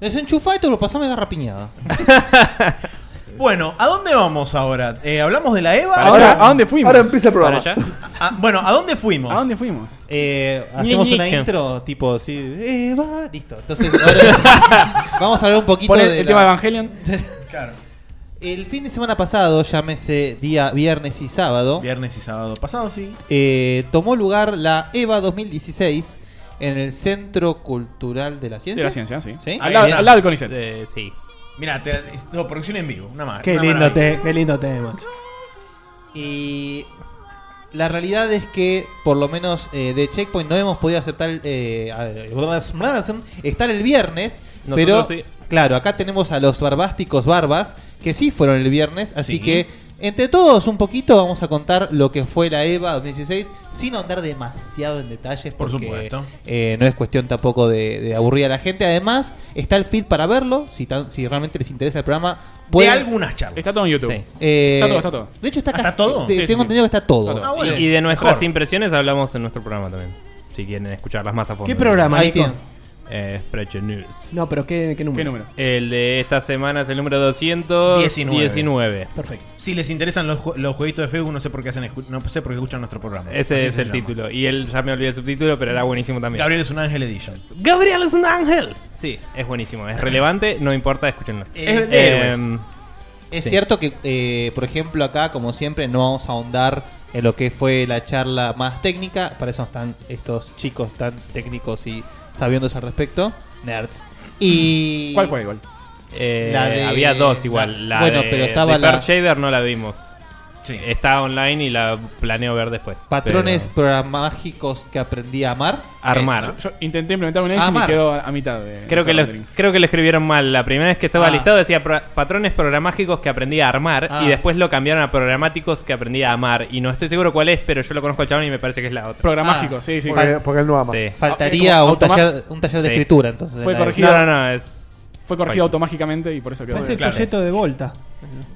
Desenchufá y te lo pasame garrapiñada.
Bueno, ¿a dónde vamos ahora? Eh, ¿Hablamos de la EVA?
Ahora, ¿a dónde fuimos?
Ahora empieza el
Para
programa.
allá.
Ah, bueno, ¿a dónde fuimos?
¿A dónde fuimos?
Eh, hacemos una
Ñiñique.
intro tipo así. eh, va, listo. Entonces, ahora vamos a hablar un poquito
Pon el,
de.
el
la-
tema de Evangelion.
Claro.
El fin de semana pasado, llámese día viernes y sábado,
Viernes y sábado pasado, sí.
eh, tomó lugar la EVA 2016 en el Centro Cultural de la Ciencia.
De la ciencia, sí.
¿Sí?
Al, lado,
Ahí,
al lado del Conicet.
Eh, sí.
Mira, te, no, producción en vivo, una más.
Qué
una
lindo,
maravilla.
te- qué lindo tema.
Y la realidad es que, por lo menos eh, de Checkpoint, no hemos podido aceptar eh, a- estar el viernes.
Nosotros
pero,
sí.
claro, acá tenemos a los barbásticos barbas, que sí fueron el viernes. Así
Sí.
que, entre todos, un poquito vamos a contar lo que fue la EVA 2016, sin andar demasiado en detalles.
Por
porque,
supuesto.
eh, no es cuestión tampoco de, de aburrir a la gente. Además, está el feed para verlo. Si, tan- si realmente les interesa el programa,
De
pueden-
algunas charlas.
Está todo en YouTube.
Sí.
eh,
Está todo, está todo.
De hecho, está
¿Está
casi-
todo?
te-
Sí, sí,
tengo
sí.
entendido que está todo.
Está todo.
Ah, bueno.
Y de nuestras
Mejor.
impresiones hablamos en nuestro programa también. Si quieren escucharlas más a fondo.
¿Qué programa,
Ahí
Nico?
tiene.
Eh, Spreche News.
No, pero ¿qué, qué número?
¿Qué número?
El de esta semana es el número 219.
19.
Perfecto.
Si les interesan los, ju- los jueguitos de Facebook, no sé por qué hacen escu- no sé por qué escuchan nuestro programa.
Ese
Así
es
se
el
llama.
título. Y él ya me olvidé el subtítulo, pero era buenísimo también.
Gabriel es un ángel edition.
Gabriel es un ángel. Sí, es buenísimo. Es relevante, no importa, escúchenlo.
Es de héroes.
Em,
Es
Sí.
cierto que, eh, por ejemplo, acá, como siempre, no vamos a ahondar en lo que fue la charla más técnica. Para eso están estos chicos tan técnicos y sabiéndose al respecto. Nerds. Y
¿Cuál fue el gol?
Eh,
La de-
Había dos igual.
la-
La,
bueno,
de-
pero estaba
de
la-
Pearl Shader no la vimos. Está online y la planeo ver después.
Patrones
Pero-
programágicos que aprendí a amar.
Armar.
Yo, yo intenté implementar una y me
Amar.
quedó a, a mitad. De,
Creo que, lo,
rendering.
creo que lo escribieron mal. La primera vez que estaba
Ah.
listado decía pro- patrones programáticos que aprendí a armar
Ah.
y después lo cambiaron a programáticos que aprendí a amar. Y no estoy seguro cuál es, pero yo lo conozco al chabón y me parece que es la otra.
Programático, Ah. sí, sí. Porque- porque él no ama.
Faltaría
Ah, es como
un taller-
automa-
un taller de escritura, entonces,
Fue
la de-
corregido.
No, no, no, es-
Fue corregido automáticamente y por eso quedó.
Es
bien.
el proyecto de Volta.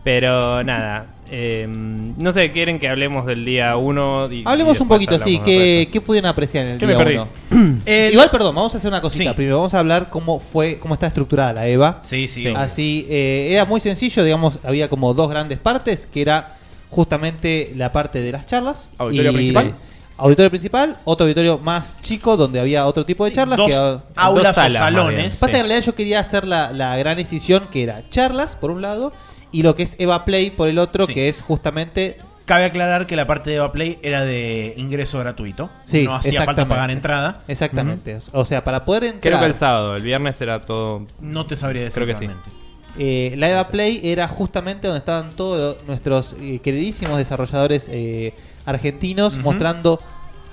Pero nada. eh, no sé, quieren que hablemos del día 1.
Hablemos un poquito, sí, que, ¿qué pudieron apreciar en el
¿Qué
día
me perdí?
uno? Igual, perdón, vamos a hacer una cosita. Primero vamos a hablar cómo fue, cómo está estructurada la EVA.
Sí, sí.
Así, eh, era muy sencillo, digamos, había como dos grandes partes, que era justamente la parte de las charlas.
Auditorio principal.
Auditorio principal, otro auditorio más chico donde había otro tipo de charlas.
dos
que,
aulas Dos salas, o más salones. bien.
Pasa que
Sí.
en realidad yo quería hacer la, la gran decisión que era charlas, por un lado, y lo que es EVA Play, por el otro, que es justamente
Cabe aclarar que la parte de Evaplay era de ingreso gratuito.
Sí,
no hacía falta
exactamente.
pagar entrada.
Exactamente. O sea, para poder entrar.
Creo que el sábado, el viernes era todo.
No te sabría decir
Creo que sí.
realmente.
Eh, la EVA Play era justamente donde estaban todos lo- nuestros eh, queridísimos desarrolladores eh, argentinos
Ujú.
mostrando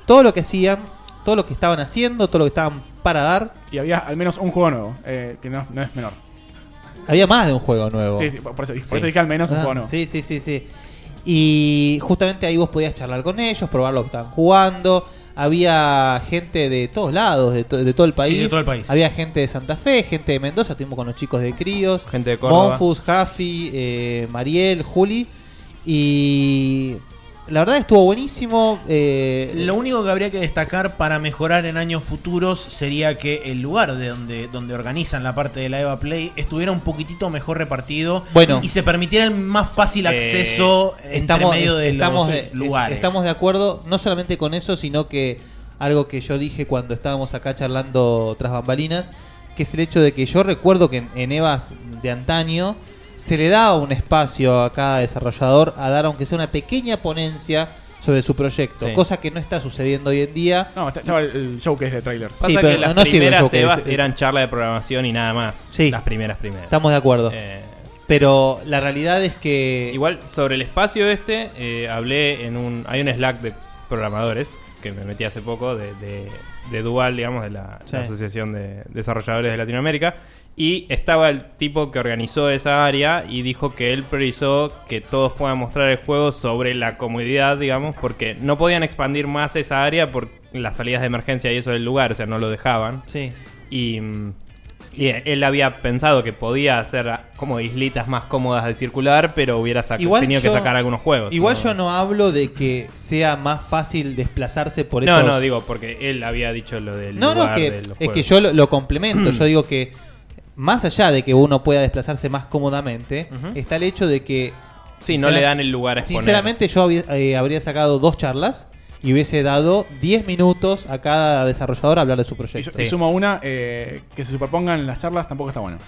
todo lo que hacían, todo lo que estaban haciendo, todo lo que estaban para dar.
Y había al menos un juego nuevo, eh, que no, no es menor.
Había más de un juego nuevo. Ah,
Sí, sí, por eso dije- por eso dije al menos un juego nuevo.
Sí, sí, sí, sí. Y justamente ahí vos podías charlar con ellos, probar lo que estaban jugando. Había gente de todos lados, de, to- de todo el país.
de todo el país.
Había gente de Santa Fe, gente de Mendoza, estuvimos con los chicos de Críos.
Gente de Córdoba.
Monfus, Jaffi, eh, Mariel, Juli. Y la verdad Ah, estuvo buenísimo. eh,
Lo único que habría que destacar para mejorar en años futuros sería que el lugar de donde, donde organizan la parte de la Eva Play estuviera un poquitito mejor repartido
Bueno.
y se permitiera el más fácil
Eh,
acceso entre medio de
estamos
los eh,
de-
lugares.
Estamos de acuerdo, no solamente con eso, sino que algo que yo dije cuando estábamos acá charlando tras bambalinas, que es el hecho de que yo recuerdo que en, en Evas de antaño se le daba un espacio a cada desarrollador a dar aunque sea una pequeña ponencia sobre su proyecto,
Sí.
cosa que no está sucediendo hoy en día.
No, estaba el, el showcase de trailers.
Pasa que las primeras EVAs
Eh,
eran charla de programación y nada más.
Sí.
Las primeras, primeras.
Estamos de acuerdo.
Eh,
Pero la realidad es que
Igual sobre el espacio este, eh, hablé en un. Hay un Slack de programadores que me metí hace poco de, de, de Dual, digamos, de la,
Sí.
la Asociación de Desarrolladores de Latinoamérica. Y estaba el tipo que organizó esa área y dijo que él priorizó que todos puedan mostrar el juego sobre la comodidad, digamos, porque no podían expandir más esa área por las salidas de emergencia y eso del lugar, o sea, no lo dejaban.
Sí.
Y. mm, y él había pensado que podía hacer como islitas más cómodas de circular, pero hubiera sac- tenido
yo-
que sacar algunos juegos.
Igual
¿no?
yo no hablo de que sea más fácil desplazarse por
No,
esos-
no, digo, porque él había dicho lo del.
No, no,
lugar
que,
de los
es
juegos.
que yo lo, lo complemento. yo digo que más allá de que uno pueda desplazarse más cómodamente,
Ujú.
está el hecho de que.
Sí, no
sinceram-
le dan el lugar a exponer.
Sinceramente, yo había- eh, habría sacado dos charlas y hubiese dado 10 minutos a cada desarrollador a hablar de su
Y,
proyecto.
yo- y sumo una, eh, que se superpongan las charlas tampoco está bueno.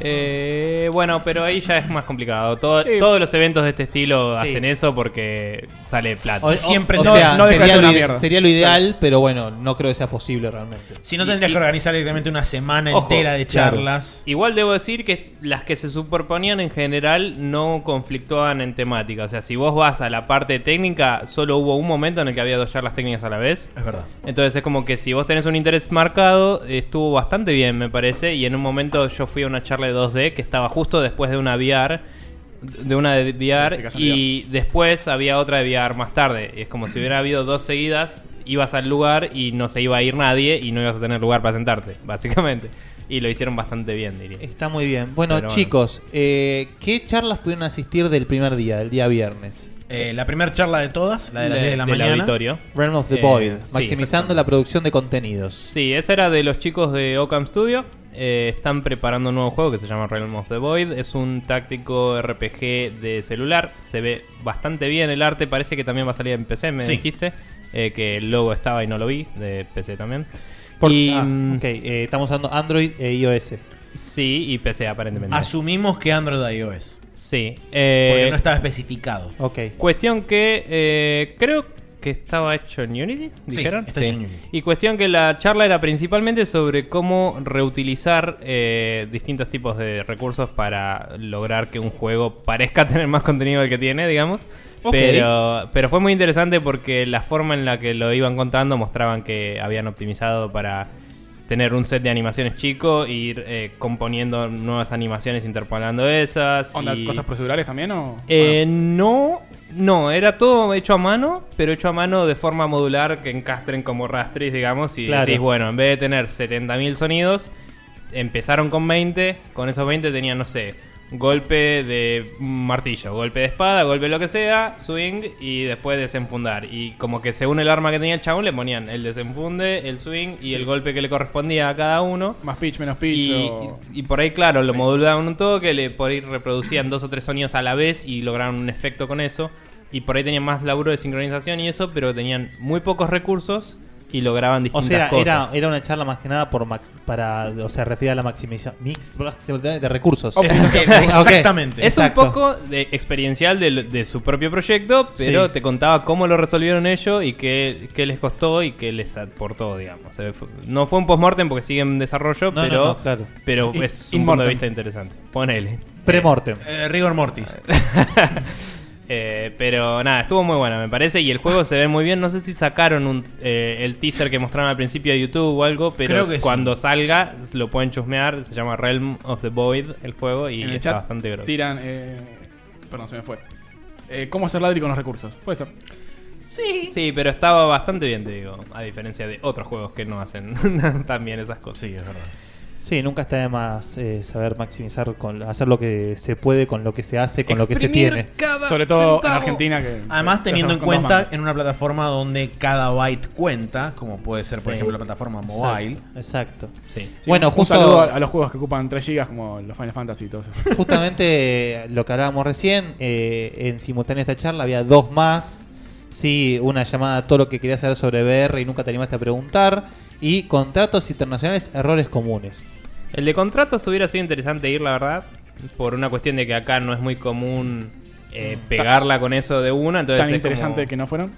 Eh, bueno, pero ahí ya es más complicado. Todo-
Sí.
Todos los eventos de este estilo
Sí.
hacen eso porque sale plata.
O- o- o sea, sería, lo, ide- sería lo ideal, pero bueno, no creo que sea posible realmente.
Si no, tendrías que organizar directamente una semana
Ojo,
entera de
claro.
charlas.
Igual debo decir que las que se superponían en general no conflictuaban en temática. O sea, si vos vas a la parte técnica, solo hubo un momento en el que había dos charlas técnicas a la vez.
Es verdad.
Entonces es como que si vos tenés un interés marcado, estuvo bastante bien, me parece. Y en un momento yo fui a una charla de 2D que estaba justo después de una VR. De una de VR
explicación
y después había otra de VR más tarde. Y es como si hubiera habido dos seguidas, ibas al lugar y no se iba a ir nadie y no ibas a tener lugar para sentarte, básicamente. Y lo hicieron bastante bien, diría.
Está muy bien. Bueno,
Pero bueno.
chicos, eh, ¿qué charlas pudieron asistir del primer día, del día viernes?
Eh, la primera charla de todas, la de las 10 de la
del
mañana.
auditorio.
Realm of the
Eh,
Void,
sí,
maximizando la producción de contenidos.
Sí, esa era de los chicos de Occam Studio. Eh, están preparando un nuevo juego que se llama Realm of the Void. Es un táctico RPG de celular. Se ve bastante bien el arte. Parece que también va a salir en PC, me
Sí.
dijiste. Eh, que el logo estaba y no lo vi, de PC también.
Por-
y,
ah,
mm,
ok, eh, estamos usando Android e iOS. Ah,
Sí, y PC aparentemente.
Asumimos que Android iOS.
Sí. eh,
Porque no estaba especificado.
Ok.
Cuestión que eh, creo que estaba hecho en Unity,
Sí,
dijeron.
está hecho en Unity.
Y cuestión que la charla era principalmente sobre cómo reutilizar eh, distintos tipos de recursos para lograr que un juego parezca tener más contenido del que tiene, digamos.
Ok.
Pero, pero fue muy interesante porque la forma en la que lo iban contando mostraban que habían optimizado para tener un set de animaciones chico, ir eh, componiendo nuevas animaciones, interpolando esas.
Onda,
y-
¿Cosas procedurales también o...?
eh, no, no, era todo hecho a mano, pero hecho a mano de forma modular que encastren como rastris, digamos, y
Claro.
decís, bueno, en vez de tener 70.000 sonidos, empezaron con 20, con esos 20 tenían, no sé, golpe de martillo, golpe de espada, golpe de lo que sea, swing y después desenfundar. Y como que según el arma que tenía el chabón le ponían el desenfunde, el swing y el golpe que le correspondía a cada uno.
Más pitch, menos pitch,
Y,
o-
y- y por ahí, claro, lo modulaban un toque, le por ahí reproducían dos o tres sonidos a la vez y lograron un efecto con eso. Y por ahí tenían más laburo de sincronización y eso, pero tenían muy pocos recursos y lograban
O
distintas
sea,
cosas.
era, era una charla más que nada por max- para, o sea, referida a la maximización mix, de recursos.
Ok. Es un poco de, experiencial del- de, su propio proyecto, pero
Sí.
te contaba cómo lo resolvieron ellos y qué, qué les costó y qué les aportó, digamos. O sea, fue- no fue un postmortem porque sigue en desarrollo,
No, no,
pero,
no, claro.
pero
In-
es un punto de
inmortem.
vista interesante. Ponele.
Premortem.
Eh, rigor mortis.
Eh, pero nada, estuvo muy buena, me parece. Y el juego se ve muy bien. No sé si sacaron un, eh, el teaser que mostraron al principio de YouTube o algo, pero
Creo que sí.
cuando salga lo pueden chusmear. Se llama Realm of the Void el juego y
en el
está
chat
bastante grosso.
tiran... eh, Perdón, se me fue. Eh, ¿Cómo hacer ladri con los recursos? Puede ser.
Sí.
Sí, pero estaba bastante bien, te digo. A diferencia de otros juegos que no hacen tan bien esas cosas.
Sí, es verdad.
Sí, nunca está de más eh, saber maximizar, con hacer lo que se puede con lo que se hace, con lo que se tiene.
Sobre todo en Argentina que...
Además,
te
teniendo en
hacemos con dos
cuenta
manos.
en una plataforma donde cada byte cuenta, como puede ser, por
Sí.
ejemplo, la plataforma
Exacto,
mobile.
exacto.
Sí.
Sí, un- un saludo a, a los juegos que ocupan 3 GB como los Final Fantasy y todos esos.
Justamente eh, lo que hablábamos recién, eh, en simultánea esta charla había dos más. Sí, una llamada a todo lo que querías saber sobre VR y nunca te animaste a preguntar. Y contratos internacionales, errores comunes.
El de contratos hubiera sido interesante ir, la verdad, por una cuestión de que acá no es muy común eh, pegarla con eso de una. Entonces
Mm. Tan
es
interesante
como-
que no fueron.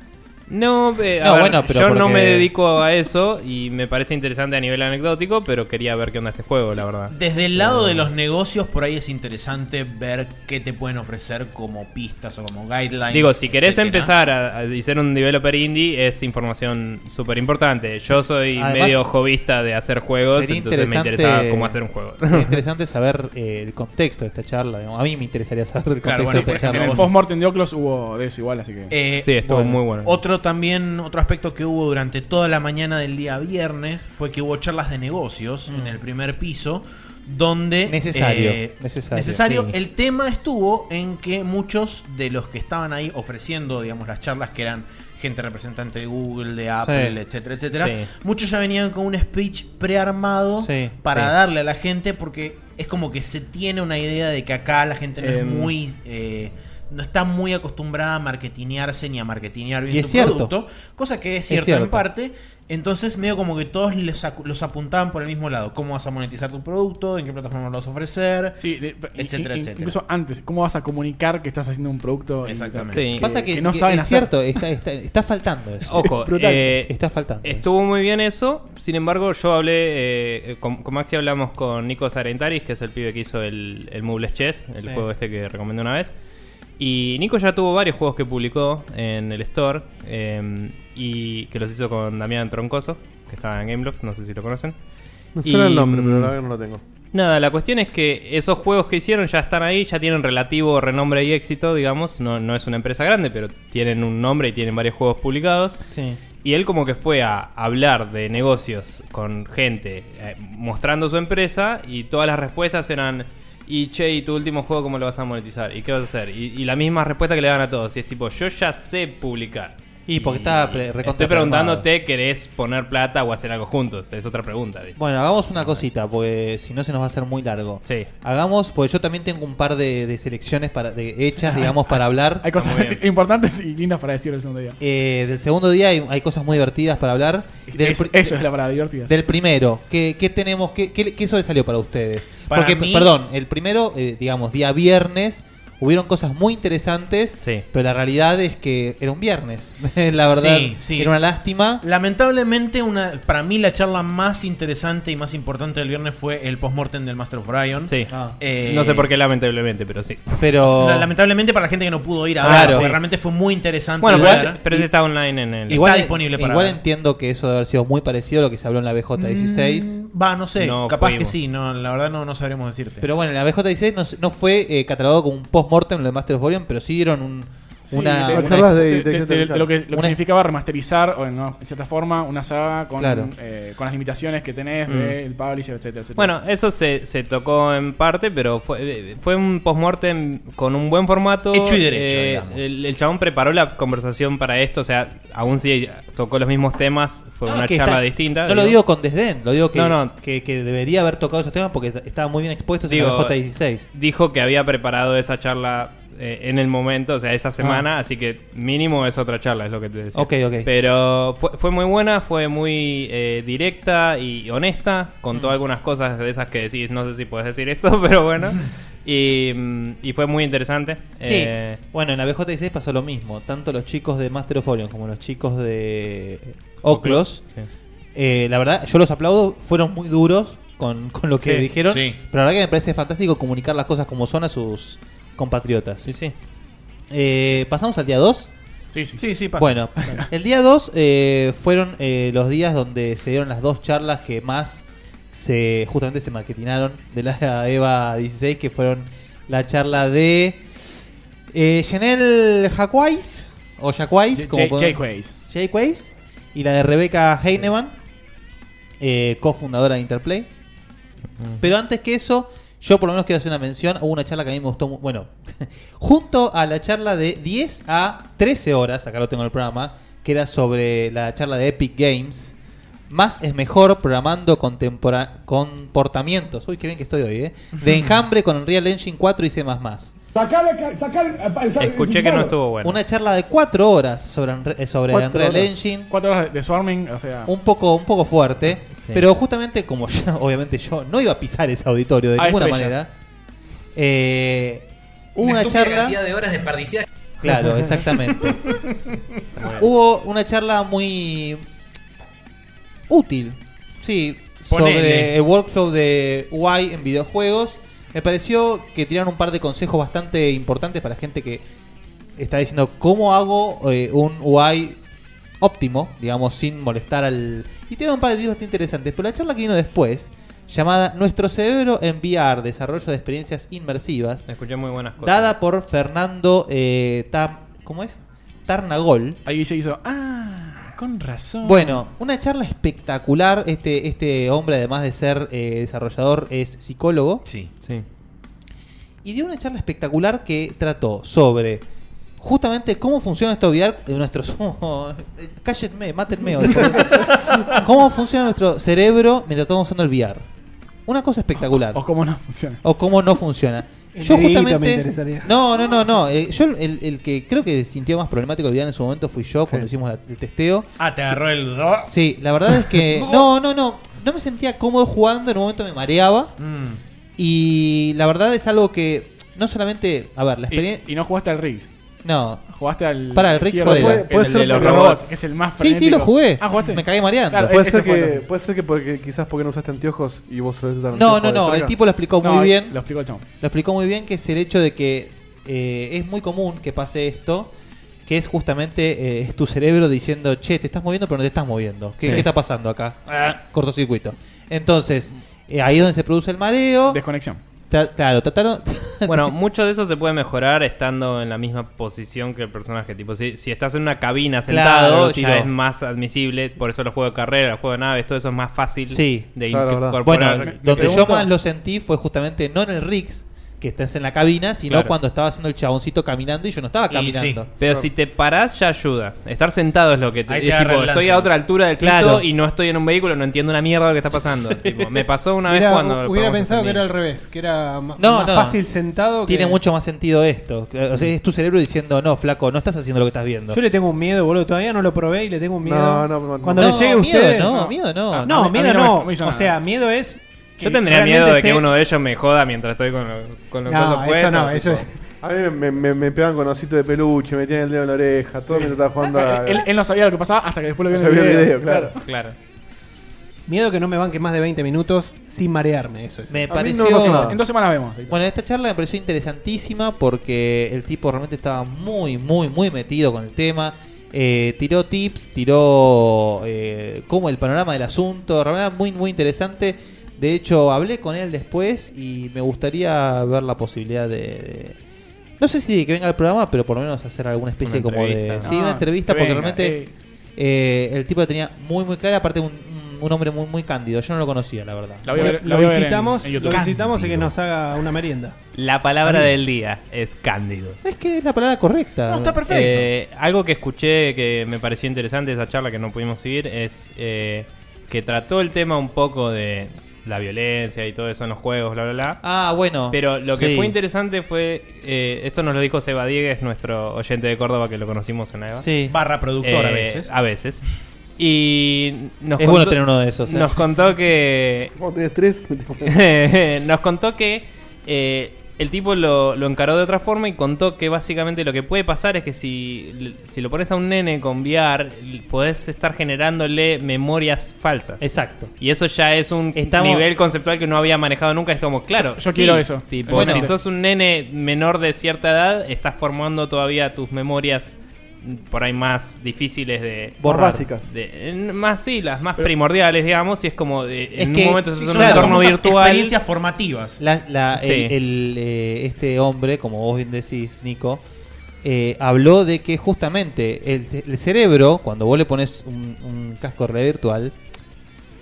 No, eh, a
No,
ver,
bueno, pero
yo no
porque-
me dedico a eso y me parece interesante a nivel anecdótico, pero quería ver qué onda este juego, la verdad.
Desde el lado
Eh.
de los negocios, por ahí es interesante ver qué te pueden ofrecer como pistas o como guidelines.
Digo, si querés
etcétera.
empezar a, a ser un developer indie, es información súper importante. Yo soy
Además,
medio hobbyista de hacer juegos,
Sería
entonces me interesaba cómo hacer un juego.
sería interesante saber eh, el contexto de esta charla. digamos. A mí me interesaría saber el contexto
Claro, bueno,
de
por
esta charla.
En el post-mortem de Oculus hubo de eso igual, así que...
Eh, Otro también, otro aspecto que hubo durante toda la mañana del día viernes fue que hubo charlas de negocios en el primer piso donde
Mm.
eh,
Necesario, necesario, sí.
El tema estuvo en que muchos de los que estaban ahí ofreciendo, digamos, las charlas que eran gente representante de Google, de Apple,
Sí.
etcétera, etcétera,
Sí.
muchos ya venían con un speech prearmado
Sí,
para
sí.
darle a la gente porque es como que se tiene una idea de que acá la gente no es
Em.
muy eh, no está muy acostumbrada a marketinearse ni a marketinear bien
Y
su
es cierto.
producto, cosa que es
Es
cierto, en
cierto.
parte. Entonces, medio como que todos les acu- los apuntaban por el mismo lado. ¿Cómo vas a monetizar tu producto? ¿En qué plataforma lo vas a ofrecer? etcétera,
In-
etcétera.
Incluso antes, ¿cómo vas a comunicar que estás haciendo un producto?
Exactamente.
Que,
Pasa que,
que no saben
es
hacer?
cierto, está, está- está faltando eso.
Ojo,
Brutal.
eh,
está faltando.
Estuvo muy bien eso. Sin embargo, yo hablé eh, con, con Maxi, hablamos con Nico Sarentaris, que es el pibe que hizo el, el Moveless Chess, el
Sí.
juego este que recomendé una vez. Y Nico ya tuvo varios juegos que publicó en el store eh, y que los hizo con Damián Troncoso, que estaba en Gameloft, no sé si lo conocen.
Me suena
Y,
el nombre, pero la
mm,
verdad que no lo tengo.
Nada, la cuestión es que esos juegos que hicieron ya están ahí, ya tienen relativo renombre y éxito, digamos. No, no es una empresa grande, pero tienen un nombre y tienen varios juegos publicados.
Sí.
Y él como que fue a hablar de negocios con gente eh, mostrando su empresa y todas las respuestas eran... Y che, ¿y tu último juego cómo lo vas a monetizar? ¿Y qué vas a hacer? Y, y la misma respuesta que le dan a todos. Y es tipo, yo ya sé publicar.
Y porque está pre- recontra
Estoy
programado.
preguntándote, ¿querés poner plata o hacer algo juntos? Es otra pregunta. ¿viste?
Bueno, hagamos una cosita, porque si no se nos va a hacer muy largo.
Sí.
Hagamos, porque yo también tengo un par de, de selecciones para, de hechas, digamos, para hablar.
Hay cosas importantes y lindas para decir el segundo día.
Eh, del segundo día hay, hay cosas muy divertidas para hablar. Del
Eso,
pri-
eso es la palabra divertida.
Del primero, ¿qué, qué tenemos? Qué, qué, qué sobresalió para ustedes?
Para
Porque,
mí-
perdón, el primero, eh, digamos, día viernes, Hubieron cosas muy interesantes, pero la realidad es que era un viernes. la verdad,
Sí, sí.
era una lástima.
Lamentablemente, una, para mí la charla más interesante y más importante del viernes fue el postmortem del Master of Orion. Eh,
Sí.
Ah.
No sé por qué, lamentablemente, pero sí.
Eh, Pero-
La- Lamentablemente para la gente que no pudo ir a
Claro.
ver, porque
Sí.
realmente fue muy interesante.
Bueno,
ver.
pero, ese- pero ese está online en el.
Igual- Está disponible para
Igual
ver.
entiendo que eso debe haber sido muy parecido a lo que se habló en la BJ16.
Mm, Va, no sé, capaz que
fuimos.
sí, no, la verdad no, no sabremos decirte.
Pero bueno, la BJ16 no, no fue eh, catalogado como un post-mortem lo de Master of Orion, pero sí dieron un,
Sí,
una.
de-
una
de-
ex-
de- de- de- de lo que, lo que
una-
significaba remasterizar, o no, en cierta forma, una saga con,
Claro.
eh, con las limitaciones que tenés
Mm.
del publisher, etcétera, etcétera.
Bueno, eso se, se tocó en parte, pero fue, eh, fue un postmortem con un buen formato.
Hecho y derecho,
Eh,
digamos.
el, el chabón preparó la conversación para esto, o sea, aún si tocó los mismos temas, fue
No,
una
que Ah,
charla
está-
distinta.
No lo digo con desdén, lo digo que,
No, no.
Que, que debería haber tocado esos temas porque estaba muy bien expuesto en la
Digo,
BJ16.
Dijo que había preparado esa charla eh, en el momento, o sea, esa semana, así que mínimo es otra charla, es lo que te decía.
Ah. Ok, ok.
Pero fue, fue muy buena, fue muy eh, directa y honesta,
Mm.
contó algunas cosas de esas que decís, no sé si puedes decir esto, pero bueno. Y, mm, y fue muy interesante.
Sí,
Eh,
bueno, en la BJ16 pasó lo mismo. Tanto los chicos de Master of Orion como los chicos de Oclos,
Sí.
eh, la verdad, yo los aplaudo, fueron muy duros con, con lo que
Sí.
dijeron.
Sí.
Pero la verdad que me parece fantástico comunicar las cosas como son a sus compatriotas. Sí,
sí.
¿Pasamos al día 2?
Sí, sí.
Sí, sí, pasa.
Bueno, el día 2 eh, fueron eh, los días donde se dieron las dos charlas que más se justamente se marketinaron de la EVA 16, que fueron la charla de eh, Janelle Jacquais, o Jacquais,
J-
como
J-
podemos-
Jacquais.
Jacquais, y la de Rebeca Heinemann, eh, cofundadora de Interplay. Pero antes que eso, yo por lo menos quiero hacer una mención. Hubo una charla que a mí me gustó. mu- Bueno, junto a la charla de 10 a 13 horas, acá lo tengo en el programa, que era sobre la charla de Epic Games. Más es mejor programando contempora- comportamientos. Uy, qué bien que estoy hoy, ¿eh? De enjambre con Unreal Engine 4 y C.
Sacar,
eh,
sacar,
Una charla de 4 horas sobre, Unre- eh, sobre
Cuatro
Unreal
horas-
Engine.
Cuatro horas de swarming, o sea.
un poco, un poco fuerte.
Ah. Sí.
Pero justamente como yo, obviamente yo no iba a pisar ese auditorio de
Ah,
ninguna
estrella.
manera. eh, hubo una
estúpida
charla.
cantidad de horas desperdiciadas.
Claro, exactamente. hubo una charla muy útil. Sí.
Ponele.
Sobre el workflow de UI en videojuegos. Me pareció que tiraron un par de consejos bastante importantes para gente que está diciendo cómo hago eh, un UI óptimo, digamos, sin molestar al... Y tiene un par de videos bastante interesantes, pero la charla que vino después, llamada Nuestro cerebro en VR, desarrollo de experiencias inmersivas,
escuché muy buenas cosas.
dada por Fernando eh, Tam- ¿cómo es? Tarnagol.
Ahí ya hizo, ah, con razón.
Bueno, una charla espectacular. Este, este hombre, además de ser eh, desarrollador, es psicólogo.
Sí.
sí.
Y dio una charla espectacular que trató sobre justamente cómo funciona esto VR de eh, nuestros. Cállenme, mátenme. hoy. ¿Cómo funciona nuestro cerebro mientras estamos usando el VR? Una cosa espectacular. O,
cómo no funciona.
O cómo no funciona.
El
Yo
dedito me
justamente.
interesaría.
No, no, no, no. Eh, yo el, el que creo que sintió más problemático el VR en su momento fui yo cuando hicimos la- el testeo.
Ah, te agarró el. do-
Sí, la verdad es que. no, no, no. No me sentía cómodo jugando, en un momento me mareaba. Y la verdad es algo que. No solamente. A ver, la experiencia.
Y, y no jugaste al Riggs.
No.
Jugaste al.
Para el Riggs,
Hero
¿cuál era?
Robots,
Puede
el
ser
de los
porque-
robots, que es el más
Sí, sí, lo
frenético.
jugué.
Ah, jugaste.
Me cagué mareando.
Claro,
puede,
ese
ser
fue
que,
entonces.
puede ser que porque, quizás porque no usaste anteojos y vos solés usar
No,
anteojos
no,
de
no. El
cerca.
tipo lo explicó
No,
muy bien.
Lo explicó el chabón.
Lo explicó muy bien que es el hecho de que eh, es muy común que pase esto. Que es justamente eh, es tu cerebro diciendo, che, te estás moviendo, pero no te estás moviendo. ¿Qué,
Sí.
qué está pasando acá? Cortocircuito. Entonces, eh, ahí es donde se produce el mareo.
Desconexión.
Tra- claro, trataron.
Bueno, mucho de eso se puede mejorar estando en la misma posición que el personaje. Tipo, si, si estás en una cabina
Claro,
sentado,
tiro.
ya es más admisible. Por eso los juegos de carrera, los juegos de naves, todo eso es más fácil
Sí.
de
Claro, verdad.
incorporar.
Bueno,
Me- me
donde yo
pregunto-
más lo sentí fue justamente no en el Riggs, que estás en la cabina, sino
Claro.
cuando estaba haciendo el chaboncito caminando y yo no estaba caminando.
Pero si te parás, ya ayuda. Estar sentado es lo que te,
Ahí te
es
agarra
tipo,
el
Estoy
lance.
a otra altura del piso
Claro.
y no estoy en un vehículo, no entiendo una mierda lo que está pasando. Tipo, me pasó una vez
Hubiera-
cuando. lo
hubiera
probamos
pensado
en
que era
línea.
al revés, que era ma- más,
No, no.
fácil sentado.
Tiene
que...
mucho más sentido esto. O sea, es tu cerebro diciendo, no, flaco, no estás haciendo lo que estás viendo.
Yo le tengo un miedo, boludo. Todavía no lo probé y le tengo un miedo.
No, no, no,
Cuando
no.
le llegue a
No, miedo
ustedes.
no, miedo no.
Ah,
A
No,
mí- a mí
miedo
no me-
no.
me hizo
o
nada.
sea, miedo es. que
Yo tendría
realmente
miedo de que
esté-
uno de ellos me joda mientras estoy con, lo- con los
No,
cosas
eso
puestos,
no, eso
tipo,
es-
A mí me, me, me pegan con osito de peluche, me tienen el dedo en la oreja, todo mientras estaba jugando a.
él, él no sabía lo que pasaba hasta que después lo vio
Hasta
en el
vio
video.
el video, claro.
Claro.
Miedo que no me banque más de 20 minutos sin marearme, eso es.
Me pareció. Bueno, esta charla me pareció interesantísima porque el tipo realmente estaba muy, muy, muy metido con el tema. Eh, tiró tips, tiró eh, como el panorama del asunto. Realmente muy, muy interesante. De hecho, hablé con él después y me gustaría ver la posibilidad de. de- no sé si de que venga al programa, pero por lo menos hacer alguna especie
Una
como de.
entrevista,
Sí,
¿no?
una
Ah,
entrevista,
que
porque
venga,
realmente eh, el tipo la tenía muy, muy clara. Aparte, un, un- un hombre muy, muy cándido. Yo no lo conocía, la verdad.
Lo, lo visitamos, lo visitamos y que nos haga una merienda.
La palabra del día es cándido.
Es que es la palabra correcta.
No, está perfecto.
Eh, algo que escuché que me pareció interesante de esa charla que no pudimos seguir es eh, que trató el tema un poco de la violencia y todo eso en los juegos, bla, bla, bla.
Ah, bueno.
Pero lo que
Sí.
fue interesante fue, eh, esto nos lo dijo Seba Diegues, nuestro oyente de Córdoba que lo conocimos en EVA. Eh,
Sí.
Barra productor a veces.
A veces. Y nos
Es bueno tener uno de esos, ¿eh?
Nos contó que
Vos tenés tres, me tengo-
nos contó que eh, el tipo lo, lo encaró de otra forma y contó que básicamente lo que puede pasar es que si, si lo pones a un nene con VR, podés estar generándole memorias falsas.
Exacto.
Y eso ya es un
Estamos-
nivel conceptual que no había manejado nunca. Es como, claro,
Yo- yo
sí.
quiero eso.
Tipo,
Bueno.
si sos un nene menor de cierta edad, estás formando todavía tus memorias por ahí más difíciles de
Borrar. básicas.
de- en- más sí las más primordiales digamos y es como de- en un momento
sí,
es
son
un entorno
famosas
virtual
experiencias formativas.
La- la-
Sí.
el- el, eh, este hombre, como vos bien decís, Nico, eh, habló de que justamente el, el cerebro, cuando vos le pones un, un casco re virtual,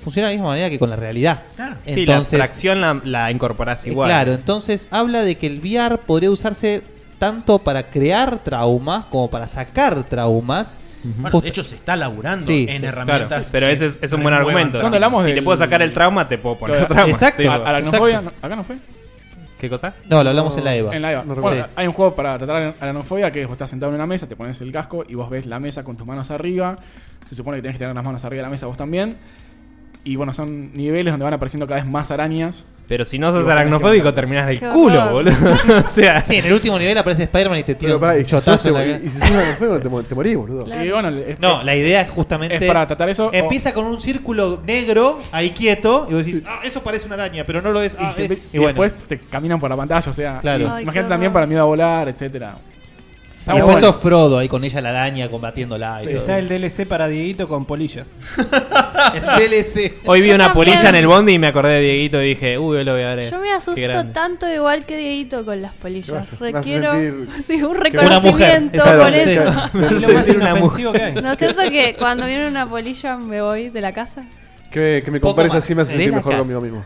funciona de la misma manera que con la realidad.
sí la abstracción la, la incorporás
eh,
igual
Claro, entonces habla de que el VR podría usarse tanto para crear traumas como para sacar traumas.
Bueno, eh,
Justa-
de hecho, se está laburando
Sí,
en
sí,
herramientas.
claro. Pero
que
ese es, es un buen
remuevan
argumento.
traumas.
Si- si te puedo sacar el trauma, te puedo poner trauma.
Exacto.
Tipo,
A, a la aracnofobia, no- ¿acá no fue?
¿Qué cosa?
No, lo hablamos en la EVA.
En la EVA.
No
Bueno,
recuerdo.
hay un juego para tratar a la aracnofobia que vos estás sentado en una mesa, te pones el casco y vos ves la mesa con tus manos arriba. Se supone que tenés que tener las manos arriba de la mesa vos también. Y bueno, son niveles donde van apareciendo cada vez más arañas.
Pero si no sos
Y vos tenés que
aracnofóbico,
matar.
terminás del Qué culo, horror. boludo. O sea-
Sí, en el último nivel aparece Spider-Man y te tira
Pero pará,
un
y si
chotazo en
sos-
la
y- y si sos una mujer, te, mo- te morís, boludo.
Y bueno,
este-
es-
No, la idea es justamente.
Es para tratar eso, o-
Este Empieza con un círculo negro ahí quieto y vos decís, ah, eso parece una araña, pero no lo es.
Y,
ah, eh".
siempre-
Y
y
bueno.
después te caminan por la pantalla, o sea.
Claro.
y
Ay,
imagínate
qué
también
horror.
para miedo a volar, etcétera.
Y después sos Frodo ahí con ella la araña combatiéndola. y
Sí,
todo.
ya el DLC para Dieguito con polillas.
el DLC.
Hoy vi
Yo
una
también.
polilla en el bondi y me acordé de Dieguito y dije, uy, yo lo voy a ver. eh.
Yo me
Qué
asusto
grande.
tanto igual que Dieguito con las polillas.
Gracias. Me hace
Requiero
sentir
sí, un
que- Una mujer.
reconocimiento
Exacto,
por
sí.
eso.
Me hace Es lo más sentir una inofensivo mujer. que hay.
¿No es cierto que cuando viene una polilla me voy de la casa?
Que me, que me
Poco
compares
más.
así me hace
De
sentir
la
mejor
casa.
conmigo mismo.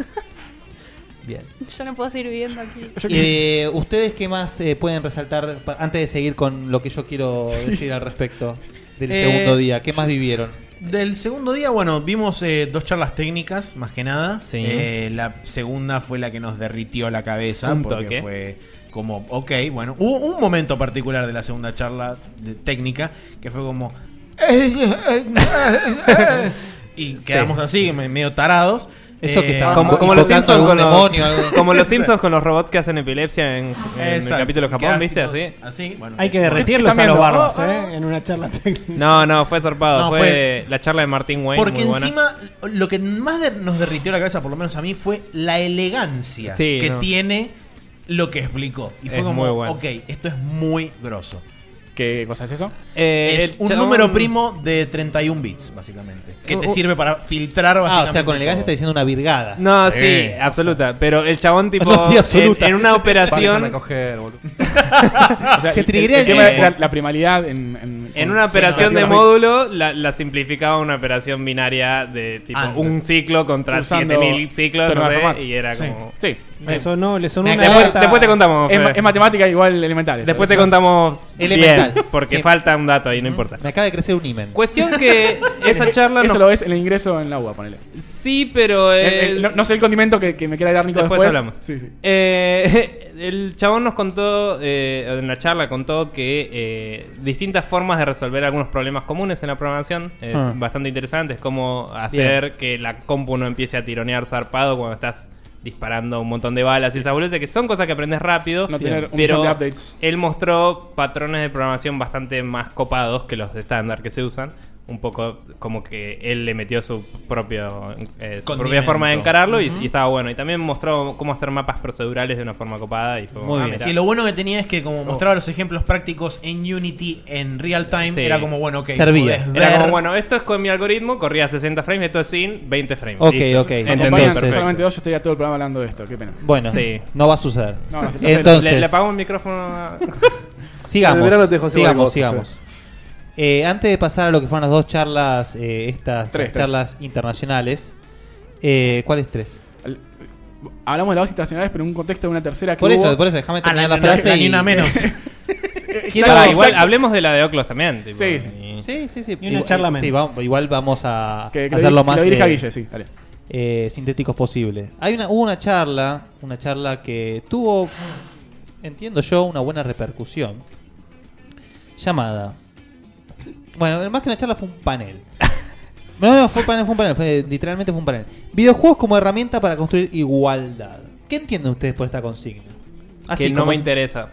Yo no puedo seguir viviendo aquí.
Eh, ¿Ustedes qué más eh, pueden resaltar pa- antes de seguir con lo que yo quiero decir al respecto del
Eh,
segundo día? ¿Qué más vivieron?
Del segundo día, bueno, vimos eh, dos charlas técnicas, más que nada. Eh, la segunda fue la que nos derritió la cabeza,
Un
porque
toque.
fue como, ok, bueno. Hubo un momento particular de la segunda charla de- técnica que fue como... "Eh", y quedamos así, me- medio tarados. Eh,
Eso que estaban
Eh, Como,
invo-
como los
invocando
Simpsons con
algún
los,
demonio, algo.
como los Simpsons con los robots que hacen epilepsia en, en el
Exacto.
capítulo de Japón,
Quedás
¿viste?
tipo-
Así.
así, bueno.
Hay que
Porque
derretirlos a
también
los
lo-
barbas,
oh, oh.
¿eh? En una charla técnica.
No, no, fue zarpado.
No,
fue,
fue-
la charla de Martín Wayne.
Porque
muy buena.
encima lo que más de- nos derritió la cabeza, por lo menos a mí, fue la elegancia
Sí,
que
no.
tiene lo que explicó. Y fue
Es
como,
muy bueno.
ok, esto es muy grosso.
¿Qué cosa es eso?
Eh,
es
el
un
chabón-
número primo de 31 bits, básicamente. Que te
Uh, uh.
sirve para filtrar
Ah,
básicamente.
o sea, con elegancia
todo.
está
diciendo una virgada.
No,
Sí,
sí,
o sea.
absoluta. Pero el chabón, tipo,
No, sí, absoluta.
En, en una
Para
operación.
de recoger, boludo.
O sea,
Se
el-
triguea
el
el-
tema
eh,
era-
la- la primalidad en- en-
En una
con- sí,
operación
no,
de
no, no.
módulo, la, la simplificaba una operación binaria de tipo
Antes.
un ciclo contra
Usando
7000 ciclos.
termo
no
de
sé,
formato.
y era
Sí.
como.
Sí.
Eh,
Eso no, le sonó
me
una
acabo-
carta-
Después te contamos.
Es, ma-
Fede.
es matemática igual elemental. eso.
Después te
Eso-
contamos.
Elemental.
bien, porque
Sí.
falta un dato ahí, no importa.
Me acaba de crecer un imen.
Cuestión que esa charla
Eso
no-
lo ves en el ingreso en la UA, ponele.
Sí, pero.
El-
eh,
el- no, no sé el condimento que, que me quiera dar Nico
Después
después.
hablamos.
Sí, sí.
Eh, el chabón nos contó, eh, en la charla contó que eh, distintas formas de resolver algunos problemas comunes en la programación es
Ah.
bastante interesante. Es como hacer que la compu no empiece a tironear zarpado cuando estás disparando un montón de balas y esas boludeces, que son cosas que aprendes rápido.
No tener un
pero
millón de updates.
él mostró patrones de programación bastante más copados que los de estándar que se usan. Un poco como que él le metió su, propio, eh, su propia
Condimento.
forma de encararlo y-
Ujú.
y, estaba bueno. Y también mostró cómo hacer mapas procedurales de una forma copada. Y fue como,
Muy
ah,
bien.
mirá. Oh.
Sí, lo bueno que tenía es que como mostraba los ejemplos prácticos en Unity en real time,
Sí.
era como, bueno, ok, podés ver-
Era como, bueno, esto es con mi algoritmo, corría a 60 frames, esto es sin 20 frames.
Ok,
Listo.
ok.
Entendí,
Acompañan
perfecto.
Solamente dos, yo estaría todo el programa hablando de esto. Qué pena.
Bueno,
Sí.
no va a suceder.
No, no, no sé,
Entonces,
Le, le apagamos el micrófono a-
sigamos.
En el verano te dejo
sigamos,
vos,
sigamos. Eh, antes de pasar a lo que fueron las dos charlas, eh, estas
Tres,
las charlas internacionales, eh, ¿cuáles tres?
Hablamos de las dos internacionales, pero en un contexto de una tercera que
Por eso,
hubo-
por eso,
Ah,
déjame terminar la frase. y-
Pará,
Exacto,
igual
exacto.
hablemos de la de Oclos también. tipo,
Sí, sí.
y-
Sí, sí, sí.
Y una charla menos.
sí, vamos- igual vamos a
Que- que lo
hacerlo
dir- que
más
lo dirija
eh,
Guille, sí, dale.
eh, sintéticos posible. Hay una, hubo una charla, una charla que tuvo, entiendo yo, una buena repercusión. Llamada. Bueno, más que una charla fue un panel. No, no, fue un panel, fue un panel, fue- literalmente fue un panel. Videojuegos como herramienta para construir igualdad. ¿Qué entienden ustedes por esta consigna?
que no
como-
me interesa.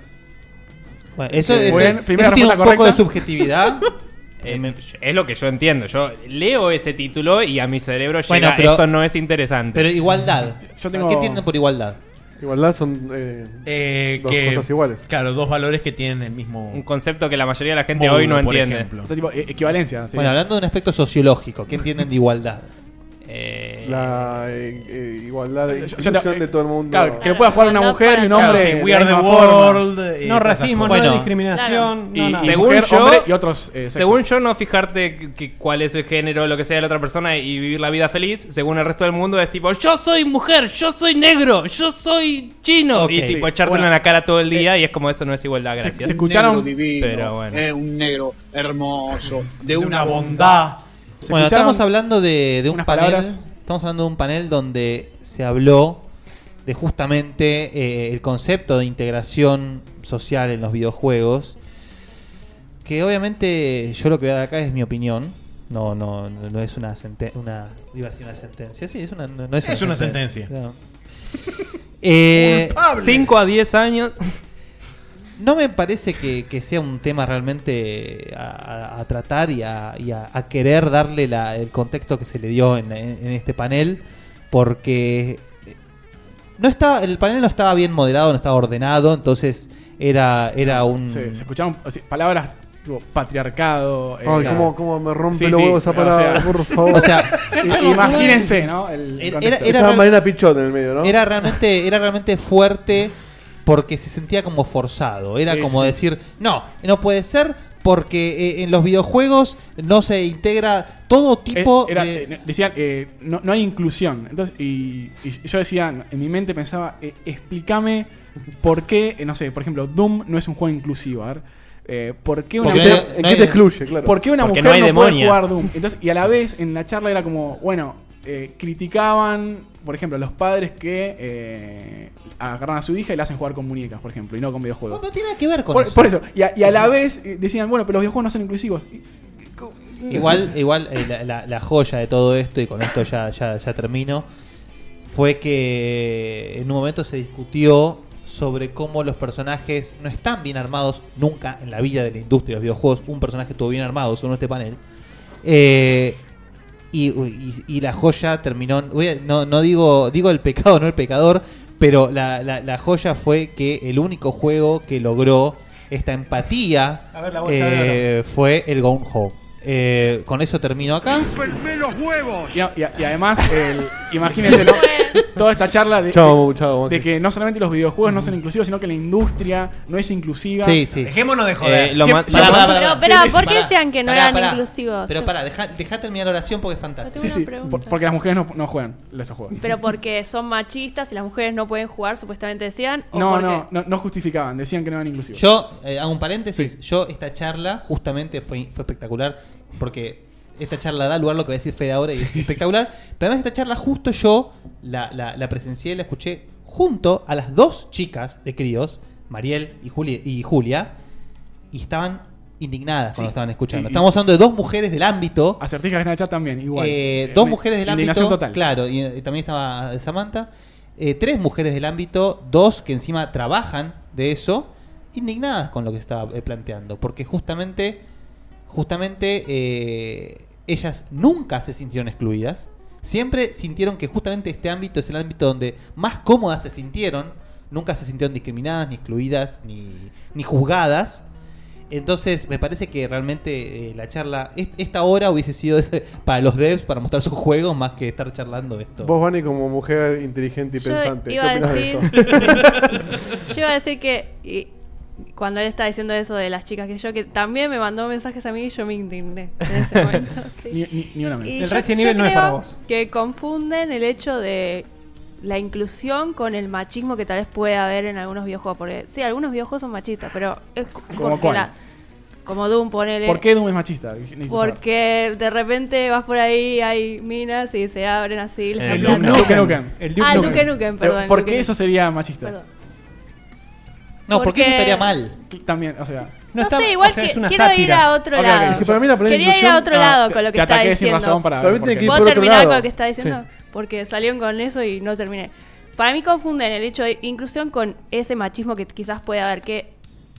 Bueno, eso,
eh,
Muy
eso-
bien,
eso
primera
tiene un poco
respuesta
de
correcta.
subjetividad.
Eh, es lo que yo entiendo. Yo leo ese título y a mi cerebro
Bueno,
llega
pero-
esto no es interesante.
Pero igualdad. ¿Qué entienden por igualdad?
Igualdad son eh,
Eh,
dos
que-
cosas iguales.
Claro, dos valores que tienen el mismo...
Un concepto que la mayoría de la gente
Módulo,
hoy no
por
entiende.
ejemplo.
Está tipo,
e-,
eh, equivalencia. sí.
Bueno, hablando de un aspecto sociológico, ¿qué entienden de igualdad?
Eh,
La eh, eh, igualdad de
yo te-
inclusión de todo el mundo.
Claro, que le pueda jugar una mujer y un
Claro,
hombre.
sí,
de
we
la
are the
misma forma.
world.
No
eh, todas esas
racismo,
cosas.
no discriminación.
Y,
no nada.
según
Mujer,
yo,
hombre y otros, eh, sexos.
según yo no fijarte que- que cuál es el género, lo que sea de la otra persona y vivir la vida feliz, según el resto del mundo es tipo, yo soy mujer, yo soy negro, yo soy chino
Ok.
y tipo
Sí.
echártelo
Bueno,
en la cara todo el día y es como eso no es igualdad,
se-
gracias.
se escucharon-
Negro divino,
Pero bueno.
eh, un negro hermoso, de una
una bondad.
bondad.
Se
Bueno,
escucharon
estamos hablando de, de un
unas
panel.
palabras.
Estamos hablando de un panel donde se habló de justamente eh, el concepto de integración social en los videojuegos. Que obviamente yo lo que voy a dar acá es mi opinión. No, no, no no es una sentencia. Una, iba a decir una sentencia. Sí, es una, no, no es,
Es una sentencia.
Claro. Eh,
5 a 10 años.
No me parece que, que sea un tema realmente a, a- a tratar y a, y a- a querer darle la- el contexto que se le dio en, en- en este panel, porque no está, el panel no estaba bien moderado, no estaba ordenado, entonces era, era un...
Se, se escucharon así, palabras tipo, patriarcado. eh,
Ay,
claro.
cómo, cómo me rompe
Sí,
los
sí,
huevos esa
o sea-
palabra, por favor.
O sea,
I- Imagínense, ¿no? El
Era-
contexto.
era-
Estaba Marina Pichón en el medio, ¿no?
era realmente era realmente fuerte porque se sentía como forzado era
Sí,
como
sí, sí.
decir no no puede ser porque eh, en los videojuegos no se integra todo tipo
Eh, era-
de
eh, decían, eh, no, no hay inclusión. Entonces, y, y yo decía, en mi mente pensaba, eh, explícame por qué, eh, no sé, por ejemplo, Doom no es un juego inclusivo. A ver, eh, ¿por qué una
¿En qué
Porque
mujer-
te-
no-
¿En
no
qué
hay-
te excluye? Claro.
¿Por qué una
Porque
mujer
no hay
no, puede
demonias.
jugar Doom? Entonces, y a la vez en la charla era como, bueno, eh, criticaban, por ejemplo, a los padres que eh, agarran a su hija y la hacen jugar con muñecas, por ejemplo, y no con videojuegos.
no, no tiene nada que ver con
Por,
eso.
por eso, y a, y a la vez eh, decían, bueno, pero los videojuegos no son inclusivos. Y-
Igual, igual eh, la, la- la joya de todo esto, y con esto ya, ya, ya termino, fue que en un momento se discutió sobre cómo los personajes no están bien armados nunca en la vida de la industria de los videojuegos. Un personaje estuvo bien armado, según este panel. Eh, y, y- y la joya terminó. voy a- No, no digo, digo el pecado, no el pecador, pero la, la- la joya fue que el único juego que logró esta empatía
A ver, la bolsa de
eh, fue el Gone Home. Eh, con eso termino acá.
Y, a- y a- y además, el- imagínense, ¿no? Toda esta charla de,
Chao, chao.
de que no solamente los videojuegos no son inclusivos, sino que la industria no es inclusiva.
Sí, sí.
Dejémonos de joder.
Eh, lo
Siempre-
man-
siempre-
Pará, pará,
Pero,
pará.
pero,
Sí, sí,
¿por qué
pará.
decían que no
Pará,
eran
pará.
inclusivos?
Pero pará, deja, deja terminar la oración porque es fantástico.
Sí,
Ah, Una
sí,
pregunta.
por- porque las mujeres no, no juegan esos juegos.
Pero porque son machistas y las mujeres no pueden jugar, supuestamente decían. ¿o
No,
por
no,
qué?
no, no justificaban, decían que no eran inclusivos.
Yo, eh, hago un paréntesis, yo esta charla justamente fue, fue espectacular, porque esta charla da lugar a lo que va a decir Fede ahora y es espectacular, pero además esta charla justo yo la, la, la presencié y la escuché junto a las dos chicas de críos, Mariel y, Juli- y Julia, y estaban indignadas cuando estaban escuchando.
Y- y-
Estamos hablando de dos mujeres del ámbito.
Acertijas que están en el chat también, igual.
Eh,
Eh,
dos
me-
mujeres del ámbito.
indignación total.
Claro, y eh, también estaba Samantha. eh, tres mujeres del ámbito, dos que encima trabajan de eso, indignadas con lo que estaba eh, planteando, porque justamente, justamente eh, ellas nunca se sintieron excluidas, siempre sintieron que justamente este ámbito es el ámbito donde más cómodas se sintieron, nunca se sintieron discriminadas, ni excluidas, ni, ni juzgadas. Entonces, me parece que realmente eh, la charla, est- esta hora hubiese sido ese- para los devs, para mostrar sus juegos, más que estar charlando esto.
Vos, Vani, como mujer inteligente y
Yo
pensante.
iba a
¿qué opinás de
decir-
esto?
Yo iba a decir que y cuando él estaba diciendo eso de las chicas que yo, que también me mandó mensajes a mí y yo me indigné en ese momento. sí.
Ni- ni- ni una menos.
Y
El
yo-
Resident
yo
Evil no es
creo
para vos.
Que confunden el hecho de la inclusión con el machismo que tal vez puede haber en algunos videojuegos. Porque sí, algunos videojuegos son machistas, pero es c-
¿Como
porque
cuál?
la- como Doom, ponele.
¿Por qué Doom es machista? Necesito saber.
Porque de repente vas por ahí, hay minas y se abren así. las
Eh, El
plantas.
Duke Nukem. Duke Nukem. El Duke
ah, el
Nukem.
Duke Nukem,
Pero,
perdón.
¿por
Duke
qué
Nukem.
eso sería machista?
Perdón.
No, porque eso estaría mal.
También, o sea.
No, sé, igual que quiero ir a otro
Ok, ok.
lado. Quería ir a otro
Ah,
lado
te-
con lo que
te
estaba
ataqué sin
diciendo.
razón para ver
Para mí
por
tiene
qué.
que ir
¿Puedo
por otro
terminar
lado.
con lo que estaba diciendo? Porque salieron con eso y no terminé. Para mí confunden el hecho de inclusión con ese machismo que quizás puede haber. Que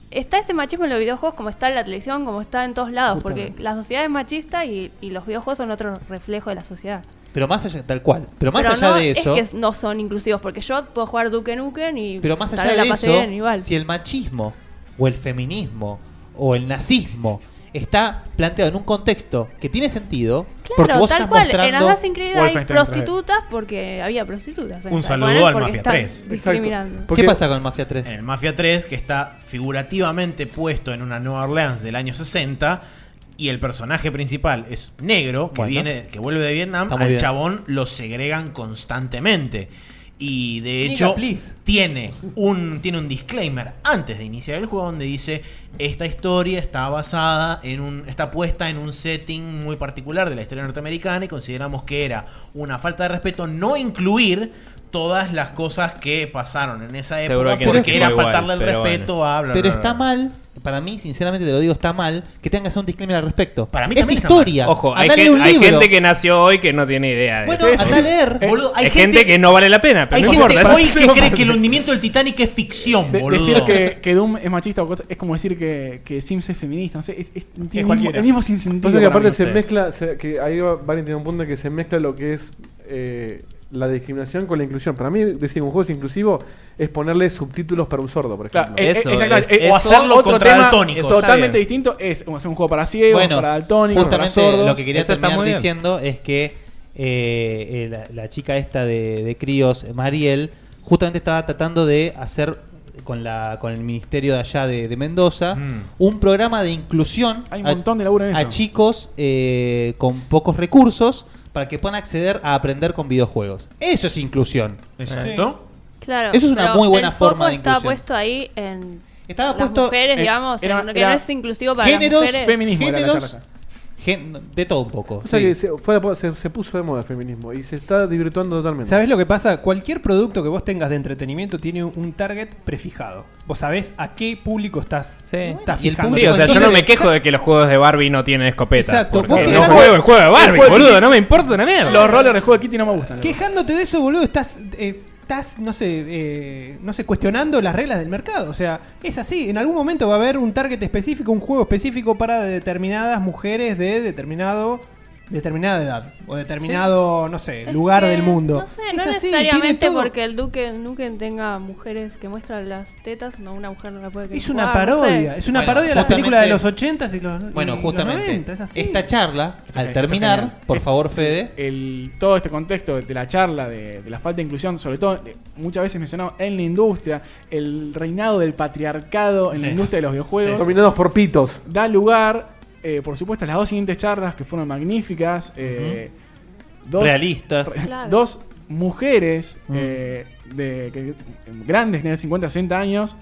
está ese machismo en los videojuegos como está en la televisión, como está en todos lados. Porque
Justamente.
la sociedad es machista y, y los videojuegos son otro reflejo de la sociedad.
Pero más allá, tal cual. Pero más allá
no
de eso,
es que no son inclusivos. Porque yo puedo jugar Duke Nukem y
pero más
tal
allá
vez
de
la pasé
eso,
bien igual.
si el machismo o el feminismo o el nazismo está planteado en un contexto que tiene sentido, porque
Claro,
vos
tal
estás
cual. En
mostrando
Assassin's Creed hay
Wolfenstein tres.
prostitutas porque había prostitutas. en
Un
Japón,
saludo al
porque
Mafia
están
3.
Discriminando.
¿Qué pasa con el Mafia 3?
En el Mafia 3, que está figurativamente puesto en una Nueva Orleans del año 60, y el personaje principal es negro, que,
Bueno.
viene, que vuelve de Vietnam,
Está muy
al
bien.
chabón lo segregan constantemente. Y de
Nigga,
hecho,
please.
tiene un, tiene un disclaimer antes de iniciar el juego donde dice: Esta historia está basada en un. está puesta en un setting muy particular de la historia norteamericana. Y consideramos que era una falta de respeto no incluir todas las cosas que pasaron en esa
Seguro
época
que no
porque
se
era
igual,
faltarle el
pero
respeto
bueno.
a bla, bla,
Pero
bla,
está
bla.
mal, para mí, sinceramente te lo digo, está mal que tengan que hacer un disclaimer al respecto. Para
mí
es
también está
historia.
Ojo, hay,
Andá a leer
gen-
un
hay
libro.
gente que nació hoy que no tiene idea de
Bueno,
eso.
andá a leer,
Eh,
boludo. Hay
hay gente,
gente-
que no vale la pena, pero
Hay
no
gente
importa.
hoy
es-
que cree que el hundimiento del Titanic es ficción,
De-
boludo.
decir que, que Doom es machista o cosa- es como decir que, que Sims es feminista. No sé, es, es- tiene el, mismo,
cualquiera.
el mismo sinsentido.
Pasa que
para
aparte
mí.
se mezcla, se- que ahí va Vani tiene un punto en que se mezcla lo que es eh, la discriminación con la inclusión. Para mí, decir un juego es inclusivo es ponerle subtítulos para un sordo, por
Claro,
ejemplo.
eh, eh, exactamente, eh, eso- otro tema es Totalmente distinto es o sea, un juego para ciegos,
Bueno,
para daltónicos, para
justamente
sordos.
lo que quería terminar diciendo es que eh, eh, la, la chica esta de, de críos, Mariel, justamente estaba tratando de hacer con la con el ministerio de allá de, de Mendoza un programa de inclusión
Mm. Hay un
a-
montón de laburo en
a
eso.
chicos eh, con pocos recursos para que puedan acceder a aprender con videojuegos. Eso es inclusión.
Exacto.
Claro,
Eso es una
pero
muy buena
el foco
forma de
estaba
inclusión.
puesto ahí en
Estaba
las
puesto-
mujeres,
Eh,
digamos, en
era-
lo que
era
no es inclusivo para
géneros,
las mujeres.
Feminismo era la
géneros,
charla.
gen- de todo un poco.
O sea
sí.
que se, fuera po- se- se puso de moda el feminismo y se está divirtuando totalmente.
¿Sabes lo que pasa? Cualquier producto que vos tengas de entretenimiento tiene un target prefijado. Vos sabés a qué público estás, estás
Sí,
fijando.
o sea, yo no me quejo de que los juegos de Barbie no tienen escopeta.
Exacto,
porque
vos
no
quejate-
juego el juego de
el
Barbie,
juego de
boludo,
Kitty.
no me importa una mierda.
Los rollers de juego de Kitty no me gustan.
Quejándote de eso, boludo, estás, eh, estás no sé, eh, no sé, cuestionando las reglas del mercado. O sea, es así. En algún momento va a haber un target específico, un juego específico para determinadas mujeres de determinado determinada edad o determinado, no sé, lugar
que,
del mundo.
No sé,
Es
no
así, tiene
necesariamente
todo.
porque el Duque Nukem tenga mujeres que muestran las tetas, no, una mujer no la puede
Es
jugar,
una
no
parodia,
sé.
es una
Bueno,
parodia de las
justamente-
películas de los 80s y los
Bueno,
y
justamente,
los 90, es así.
esta charla, al
Está
terminar,
genial.
por
Es-
favor, Fede,
El, todo este contexto de, de la charla, de, de la falta de inclusión, sobre todo eh, muchas veces mencionado en la industria, el reinado del patriarcado en la
Sí.
industria de los videojuegos.
Dominados por pitos.
da lugar, eh, por supuesto, a las dos siguientes charlas que fueron magníficas. eh,
Realistas. Mm.
re-
Claro.
Dos mujeres eh, de, que- grandes, de 50, 60 años,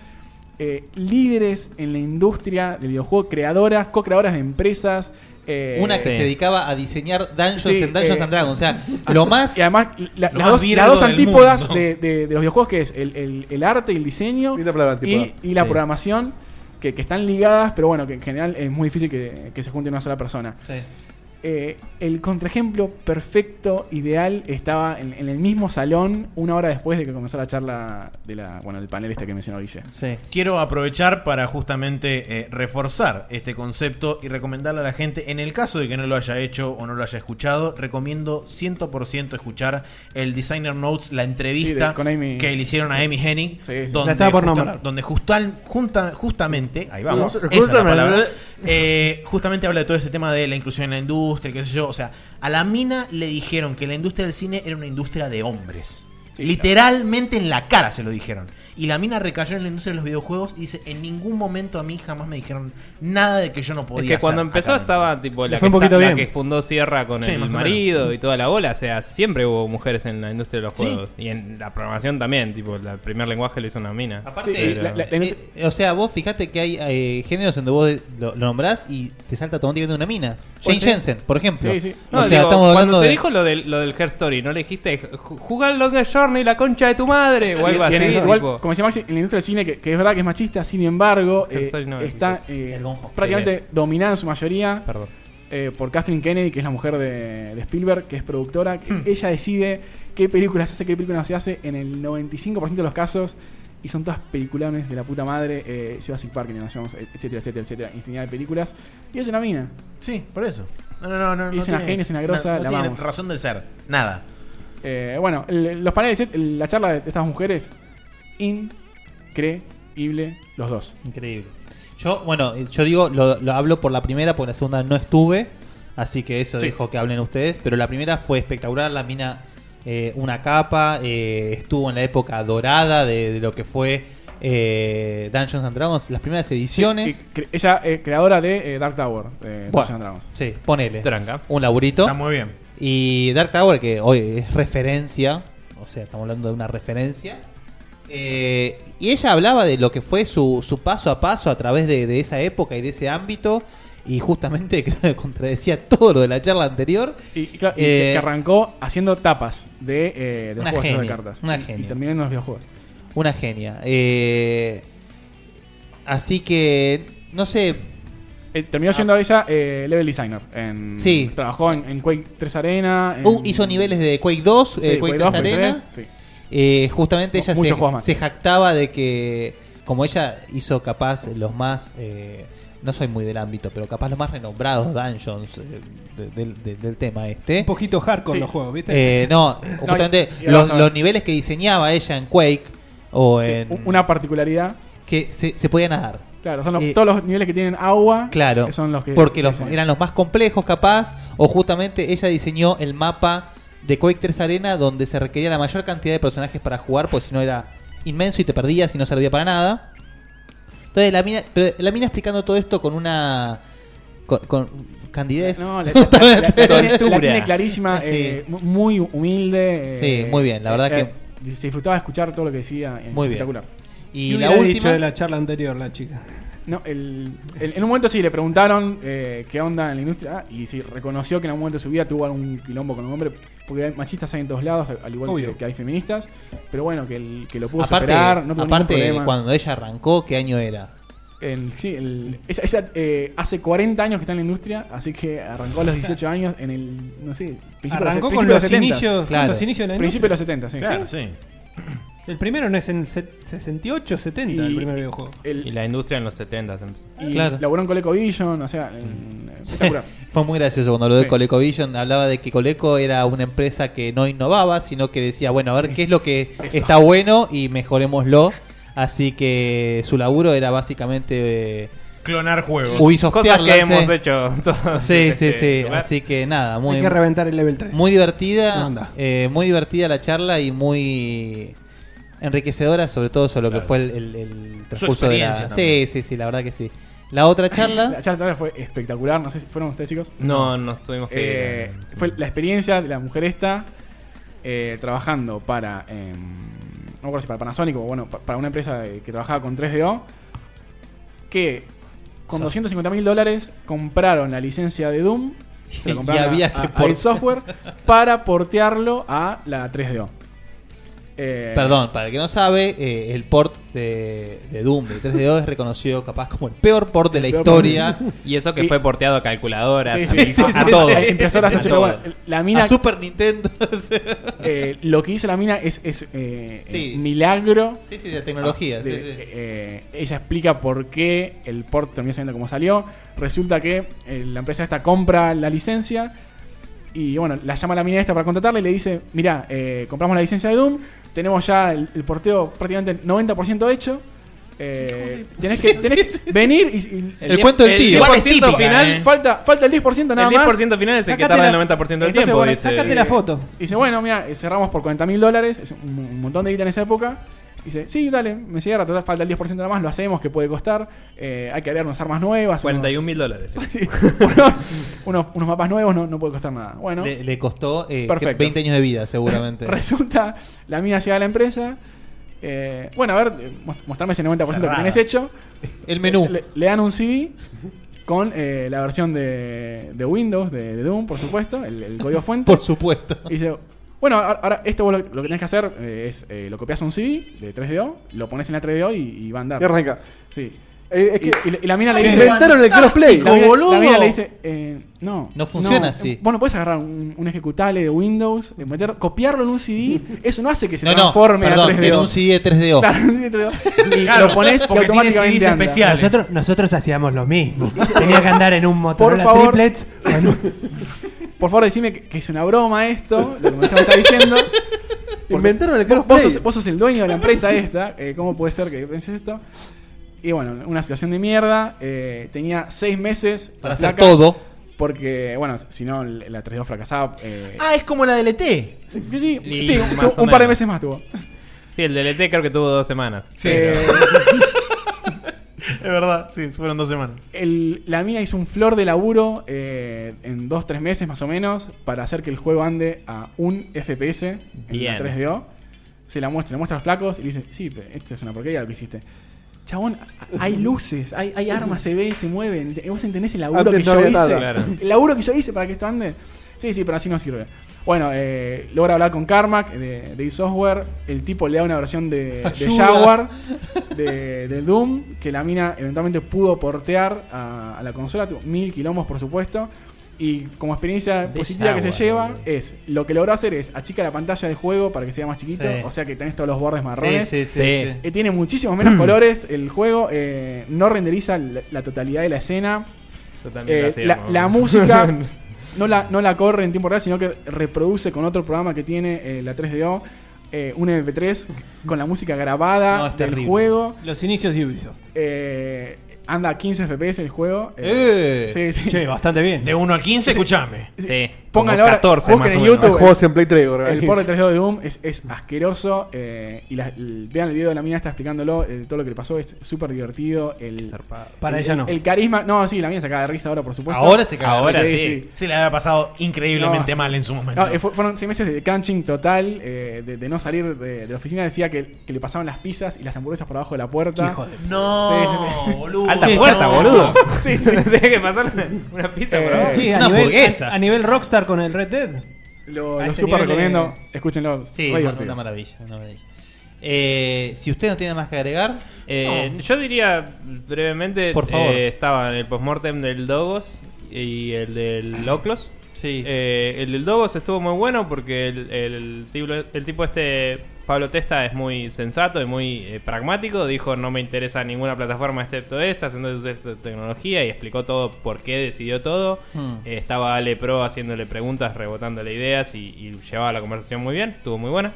eh, líderes en la industria del videojuego, creadoras, co-creadoras de empresas. eh,
Una que
sí.
se dedicaba a diseñar Dungeons
Sí,
and Dungeons
eh,
and Dragons. O sea, lo más.
Y además, la- las
lo más
dos,
virgo
las dos
del
antípodas
mundo.
de, de- de los videojuegos, que es el, el- el arte y el diseño y, y la
Sí.
programación, que, que están ligadas, pero bueno, que en general es muy difícil que, que se junte una sola persona. eh, el contraejemplo perfecto, ideal, estaba en, en el mismo salón una hora después de que comenzó la charla de la, bueno, del panelista que mencionó Guille.
Quiero aprovechar para justamente eh, reforzar este concepto y recomendarle a la gente, en el caso de que no lo haya hecho o no lo haya escuchado, recomiendo 100% escuchar el Designer Notes, la entrevista
Sí, de- con Amy-
que le hicieron a Amy Hennig,
La
donde,
estaba por
justa-
nombrar.
donde justan- junta- justamente, ahí vamos,
No,
esa es la
justamente.
palabra, eh, justamente habla de todo este tema de la inclusión en la industria, qué sé yo, o sea, a la mina le dijeron que la industria del cine era una industria de hombres. Literalmente en la cara se lo dijeron. Y la mina recayó en la industria de los videojuegos y dice, en ningún momento a mí jamás me dijeron nada de que yo no podía.
Es que cuando
hacer
empezó
acá
estaba
adentro".
tipo la, que, está- la que fundó Sierra con
Sí,
el
más o
marido y toda la bola. O sea, siempre hubo mujeres en la industria de los
Sí.
juegos. Y en la programación también, tipo, la- el primer lenguaje lo hizo una mina.
Aparte,
Pero-
la- la- la- eh, o sea, vos fijate que hay eh, géneros en donde vos de- lo, lo nombrás y te salta automáticamente una mina.
¿Oh,
Jane
Porque-
Jensen, por ejemplo.
Sí, sí.
o
No,
sea,
digo,
estamos hablando
cuando te
de.
dijo lo del, lo del Her Story, ¿no le dijiste "Ju- jugar al Long Journey la concha de tu madre? O algo
Y- y
así.
en el- igual,
tipo.
como decía Maxi, en la industria del cine, que, que es verdad que es machista, sin embargo, eh,
Estoy no,
está eh, prácticamente
Sí,
dominada en su mayoría
Perdón.
eh, por Kathleen Kennedy, que es la mujer de, de Spielberg, que es productora.
Hmm.
que Ella decide qué películas se hace, qué películas no se hace en el 95% de los casos. Y son todas peliculones de la puta madre, eh, Jurassic Park, Indiana Jones, etcétera, etcétera, etcétera, infinidad de películas. Y es una mina.
Sí, por eso. No, no, no, no.
Y es
no
una
tiene-
genia, es una
no-
grosa,
no
la
tiene
amamos.
razón de ser. Nada.
Eh, bueno, el- los paneles, el- la charla de estas mujeres, increíble, los dos.
Increíble. Yo, bueno, eh, yo digo, lo, lo hablo por la primera, porque la segunda no estuve. Así que eso
Sí.
dejo que hablen ustedes. Pero la primera fue espectacular. La mina, eh, una capa. eh, estuvo en la época dorada de, de lo que fue eh, Dungeons and Dragons. Las primeras ediciones.
Sí, y cre- ella es creadora de eh, Dark Tower, de
Bueno,
Dungeons and Dragons.
Sí, ponele.
Tranca.
Un laburito.
Está muy bien.
Y Dark Tower, que hoy es referencia. O sea, estamos hablando de una referencia. Eh, y ella hablaba de lo que fue su, su paso a paso a través de, de esa época y de ese ámbito. Y justamente creo que contradecía todo lo de la charla anterior.
Y, y claro, y que-
Eh,
que arrancó haciendo tapas de, eh, de los
Una
juegos esos de
genia,
cartas.
una
y,
genia.
y terminó en los videojuegos.
Una genia. Eh, así que, no sé.
terminó siendo ella eh, level designer. En,
Ah. Sí.
Trabajó en, en Quake 3 Arena. en-
Uh, hizo niveles de Quake 2,
Sí,
eh, Quake, 3
2,
Arena.
3, sí.
Eh, justamente ella
Muchos
se,
juegos más.
se jactaba de que, como ella hizo capaz los más, eh, no soy muy del ámbito, pero capaz los más renombrados dungeons eh, de- del- del- del tema este. Un
poquito hardcore los juegos, ¿viste?
Eh, no,
No,
justamente
y- y ahora
los,
vas a ver.
los niveles que diseñaba ella en Quake o en...
Una particularidad.
Que se, se podía nadar.
Claro, son los-
Eh,
todos los niveles que tienen agua.
Claro.
Son los que.
porque
sí,
los,
sí.
eran los más complejos, capaz. O justamente ella diseñó el mapa de Quake 3 Arena donde se requería la mayor cantidad de personajes para jugar, porque si no era inmenso y te perdías y no servía para nada. Entonces la mina, pero la mina explicando todo esto con una. con, con candidez.
No, la, la- la- la
Justamente.
tiene, la tiene clarísima,
Sí.
eh, mu- muy humilde. eh,
Sí, muy bien, la verdad que-
que. Se disfrutaba escuchar todo lo que decía. eh,
Muy bien.
Espectacular.
Y
la
la
última
última-
dicho de la charla anterior, la chica.
No, el- el- en un momento sí le preguntaron eh, qué onda en la industria y sí reconoció que en algún momento de su vida tuvo algún quilombo con un hombre, porque hay machistas hay en todos lados, al igual
Obvio.
que, que hay feministas, pero bueno, que, el- que lo pudo
Aparte,
superar, no tuvo ningún
aparte eh,
problema.
cuando ella arrancó, ¿qué año era?
El- sí, el- esa- esa, eh, hace 40 años que está en la industria, así que arrancó a los 18 años en el, no sé, principio
Arrancó
de
con
los,
los,
principio de los 70s.
inicios, con los inicios en la
Principio de los
industria.
70, Ah, sí.
El primero no es en el se- 68, 70, el
Y-
primer videojuego.
el-
Y la industria en los 70 se empezó.
Y
Claro. Mm.
laburó en ColecoVision, o sea, en- espectacular.
Fue muy gracioso cuando lo de
Sí.
ColecoVision hablaba de que Coleco era una empresa que no innovaba, sino que decía, bueno, a ver qué es lo que
Eso.
está bueno y mejorémoslo. Así que su laburo era básicamente eh,
Clonar juegos.
Ubisoftearla,
Cosas que
sí.
hemos hecho todos.
Sí, sí, sí.
Este,
Así que nada, muy
Hay que reventar el level 3.
muy divertida,
Anda.
eh, muy divertida la charla y muy enriquecedora sobre todo sobre lo que fue el, el- el transcurso de
experiencia
la. Sí,
también.
sí, sí, la verdad que sí. La otra charla
La charla fue espectacular, no sé si fueron ustedes chicos.
No, nos tuvimos que
Eh, fue la experiencia de la mujer esta eh, trabajando para. em, no me acuerdo si para Panasonic o bueno, pa- para una empresa de- que trabajaba con 3DO. Que con
Sa-
250 mil dólares compraron la licencia de Doom. Se la
Y
compraron a-
había que
a- a
por-
el software para portearlo a la 3DO. Eh,
Perdón, para el que no sabe, eh, el port de, de Doom de 3DO es reconocido capaz como el peor port de la
peor
historia.
port.
Y eso que fue porteado a calculadoras,
Sí,
a
sí,
mil-
sí,
a,
sí,
a
sí,
todo.
sí. Impresoras
A
HP,
todo.
bueno, la mina- A Super
Nintendo.
eh, lo que hizo la mina es, es, eh, eh, milagro.
Sí, sí, de tecnología,
De-
sí, sí.
eh, ella explica por qué el port termina saliendo como salió. Resulta que eh, la empresa esta compra la licencia. Y bueno, la llama la mina esta para contratarla y le dice: Mirá, eh, compramos la licencia de Doom. Tenemos ya el, el porteo prácticamente 90% hecho. eh, tenés que,
Sí,
tenés
sí,
que
sí, sí.
venir y, y-
El cuento del tío.
Igual es
10%
típica,
final,
eh. falta, falta el 10% nada
El
más.
10% final es el que
Sacate
tarda
la-
el 90% del
Entonces,
tiempo.
bueno,
dice-
sacate la foto. Dice, bueno, mira, eh, cerramos por 40 mil dólares, es un, un montón de guita en esa época. Dice, sí, dale, me cierra, total, falta el 10% nada más, lo hacemos, que puede costar. eh, hay que agregar unas armas nuevas.
41
unos-
mil dólares.
unos, unos, unos mapas nuevos, no, no puede costar nada. Bueno,
Le, le costó eh,
Perfecto.
20 años de vida, seguramente.
resulta, la mina llega a la empresa. eh, bueno, a ver, eh, mos- mostrame ese 90%
Cerrada.
que tenés hecho. Eh,
El menú.
Le, le dan un CD con eh, la versión de, de Windows, de, de Doom, por supuesto, el, el código fuente.
Por supuesto.
Y dice, bueno, ahora, ahora esto vos lo, lo que tenés que hacer eh, es eh, lo copias a un CD de 3DO, lo pones en la 3DO y, y va a andar.
Y arranca. Eh,
Sí.
es que-
y, y la- y la mina le
Se
dice.
inventaron el crossplay.
La mina,
¡Boludo!
la mina le dice, eh, no.
No funciona así.
eh, Vos no podés agarrar un, un ejecutable de Windows, eh, meter, copiarlo en un CD. Eso no hace que se
No, no,
transforme
perdón,
a 3DO.
en un CD de 3DO.
Claro, un CD de 3DO. Y
Claro,
lo pones y
porque tiene
automáticamente
CDs
anda.
especiales.
Nosotros, nosotros hacíamos lo mismo. Tenía que andar en un
Por
Motorola
favor,
Triplets. con un-
por favor, decime que, que es una broma esto, lo que me está diciendo. Porque
Inventaron el
vos, vos
crossplay.
sos, vos sos el dueño de la empresa esta, eh, ¿cómo puede ser que pienses esto? Y bueno, una situación de mierda. eh, tenía seis meses
Para
la
hacer
placa,
todo.
Porque, bueno, si no, la 3D fracasaba. eh,
Ah, es como la del ET.
sí, sí,
Y
sí, un,
más o
un par de
menos.
meses más tuvo.
Sí, el DLT creo que tuvo dos semanas.
Eh,
Pero-
Es verdad, sí, fueron dos semanas.
el- la mina hizo un flor de laburo eh, en 2-3 meses más o menos para hacer que el juego ande a un FPS
Bien.
en la 3DO. Se la muestra, le muestra a los flacos y le dice, sí, pero esto es una porquería lo que hiciste. Chabón, a- hay luces, hay, hay armas, se ve, se mueven. Ent- Vos entendés el laburo
Antes
que
no
yo
había
hice.
nada.
Claro.
El laburo que yo hice para que esto ande. Sí, sí, pero así no sirve. Bueno, eh, logra hablar con Carmack de, de id Software. El tipo le da una versión de, de
Ayuda.
Jaguar de, del Doom que la mina eventualmente pudo portear a, a la consola, tuvo mil quilombos por supuesto. Y como experiencia
De
positiva que se
Jaguar,
lleva es, lo que logró hacer es achicar la pantalla del juego para que sea más chiquito,
Sí.
o sea que tenés todos los bordes marrones.
Sí, sí, sí,
Sí.
sí.
Eh, tiene muchísimos menos colores el juego, eh, no renderiza la, la totalidad de la escena,
Eso también lo
Eh,
hacíamos.
la, la música no la, no la corre en tiempo real, sino que reproduce con otro programa que tiene eh, la 3DO. eh, un MP3 con la música grabada
No, es
del
terrible.
juego.
Los inicios de Ubisoft.
Eh, anda a 15 FPS el juego.
¡Eh!
Sí, sí.
Che, bastante bien.
De 1 a 15, escúchame.
Sí.
Pongan
como
ahora,
14
busquen
más
en
o
YouTube.
Hay
menos.
juegos en Play 3, bro.
El port de 3D de Doom es, es asqueroso. eh, y la- l- vean el video de la mina, está explicándolo. eh, todo lo que le pasó es súper divertido. El,
Para
el-
ella no.
El carisma. No, sí, la mina se caga de risa ahora, por
Pues
supuesto.
Ahora se caga.
Ahora sí.
Sí,
Se le había pasado increíblemente
No.
mal en su momento.
No, eh, fu- fueron seis meses de crunching total, eh, de, de no salir de, de la oficina. Decía que, que le pasaban las pizzas y las hamburguesas por abajo de la puerta.
Hijo de-
No,
Sí, sí,
boludo.
Alta
no.
puerta, boludo.
Sí, sí.
Tenés que pasar una, una pizza por
Eh,
abajo.
Sí, a,
Una
nivel,
hamburguesa.
a, a nivel Rockstar con el Red Dead.
Lo,
A
lo
ese
super
nivel,
recomiendo.
eh,
Escúchenlo.
Sí,
re
una-
divertido.
una maravilla, una maravilla. Eh, si usted no tiene más que agregar,
Eh, Yo diría brevemente:
Por favor.
eh, estaba en el postmortem del Dogos y el del Oclos.
sí.
Eh, el del Dogos estuvo muy bueno porque el, el tipo, el tipo este, Pablo Testa, es muy sensato y muy eh, pragmático. Dijo, no me interesa ninguna plataforma excepto estas, entonces esta es tecnología y explicó todo por qué decidió todo.
Hmm.
Eh, estaba Ale Pro haciéndole preguntas, rebotándole ideas y, y llevaba la conversación muy bien, estuvo muy buena.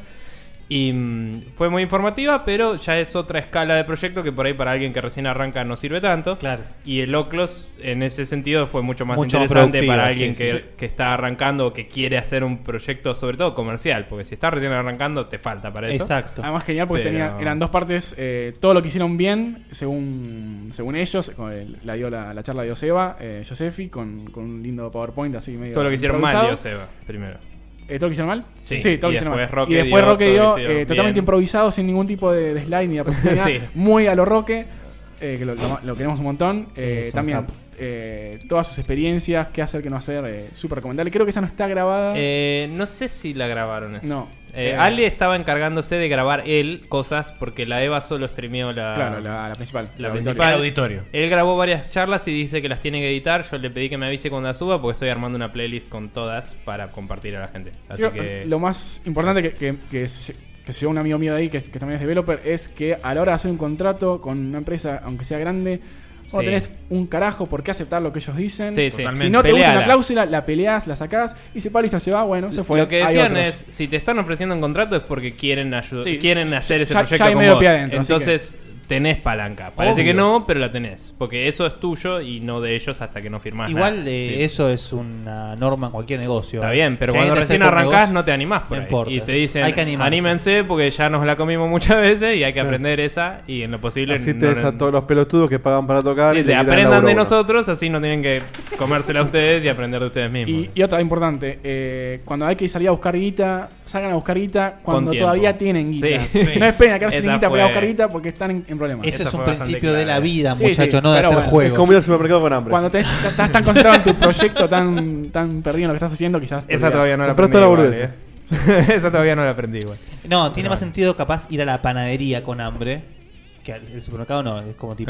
Y mm, fue muy informativa, pero ya es otra escala de proyecto que por ahí para alguien que recién arranca no sirve tanto.
Claro.
Y el Oclos en ese sentido fue mucho más
Mucho más
interesante
productivo,
para
sí,
alguien
sí,
que,
sí.
que está arrancando o que quiere hacer un proyecto, sobre todo comercial, porque si estás recién arrancando te falta para eso.
Exacto.
Además, genial porque
Pero-
tenía- eran dos partes. eh, todo lo que hicieron bien, según, según ellos, con el- la dio la, la charla de Joseba, eh, Josefi, con, con un lindo PowerPoint así medio.
Todo lo que hicieron mal,
improvisado.
dio Seba, primero.
Eh, ¿Todo lo que hicieron mal?
Sí.
todo lo
Y
que hicieron
después
mal.
Roque
y después
dio
Roque
todo lo
dio
que hicieron
eh, totalmente
bien.
improvisado, sin ningún tipo de, de slide ni de posibilidad.
Sí.
Muy a lo Roque, eh, que lo, lo- lo queremos un montón. Eh,
es un
también
capo.
eh, todas sus experiencias, qué hacer, qué no hacer, eh, súper recomendable. Creo que esa no está grabada.
Eh, no sé si la grabaron esa.
no,
Eh,
Eh.
Ale estaba encargándose de grabar él cosas porque la Eva solo streameó la.
Claro, la- la principal,
La
el
principal.
auditorio. El auditorio.
Él grabó varias charlas y dice que las tiene que editar. Yo le pedí que me avise cuando las suba porque estoy armando una playlist con todas para compartir a la gente. Así
Yo, eh,
que.
Lo más importante que, que, que se, que se llevó un amigo mío de ahí, que, que también es developer, es que a la hora de hacer un contrato con una empresa, aunque sea grande, no
Sí.
tenés un carajo por qué aceptar lo que ellos dicen.
Sí, sí. Totalmente.
Si no te gusta
Peleala.
una cláusula, la peleás, la sacás y se listo, se va, bueno, se fue.
Lo que
Hay
decían
otros.
es, si te están ofreciendo un contrato es porque quieren ayudar,
Sí,
quieren
ya-
hacer ese
ya- ya
proyecto
hay
con
medio
vos.
pie adentro, así
Entonces tenés palanca. Parece
Obvio.
que no, pero la tenés, porque eso es tuyo y no de ellos hasta que no firmás.
Igual
nada.
eh,
Sí.
eso es una norma en cualquier negocio.
Está bien, pero
Si
cuando
alguien te
recién
acerca un
arrancás
negocio,
no te animás
no
por ahí.
importa.
Y te dicen,
Hay que animarse.
anímense porque ya nos la comimos muchas veces y hay que aprender esa y en lo posible
Así
no-
te des a todos los pelotudos que pagan para tocar. y
Dice,
le quitan el
aprendan
laburo
de
a uno.
nosotros, así no tienen que comérsela a ustedes y aprender de ustedes mismos.
Y, y otra importante, eh, cuando hay que salir a buscar guita, salgan a buscar guita cuando
tiempo.
todavía tienen guita.
Sí. Sí.
No esperen a quedarse sin
Esa
guita para ir a
fue-
buscar guita porque están en, en problemas.
Ese Esa es un fue bastante principio de clara. la vida, muchacho, no de
pero
hacer juegos.
Es como ir al supermercado con hambre.
Cuando te- estás estás tan concentrado en tu proyecto, tan, tan perdido en lo que estás haciendo, quizás. te
Esa
olvidás.
todavía no la
Compraste
aprendí.
la
igual, eh. Esa todavía no la aprendí igual.
No, tiene más sentido capaz ir a la panadería con hambre que al el supermercado no, es como tipo...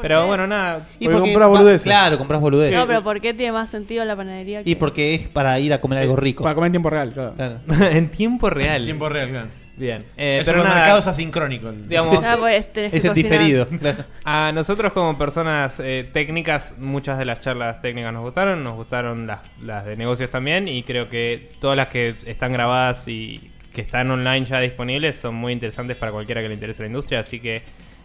Pero bueno, nada.
Y porque compras boludeces. Claro, compras boludeces.
No, pero ¿por qué tiene más sentido la panadería?
Eh, Y
que-
porque es para ir a comer algo rico.
Eh, Para comer en tiempo real, claro. Eh,
en tiempo real.
En tiempo real, claro.
Bien. Eh,
el
pero
supermercado
nada,
es asincrónico. el-
Digamos,
Ah, pues, tenés que Es en cocinar. diferido, claro.
A nosotros como personas eh, técnicas, muchas de las charlas técnicas nos gustaron, nos gustaron las, las de negocios también y creo que todas las que están grabadas y que están online ya disponibles son muy interesantes para cualquiera que le interese la industria, así que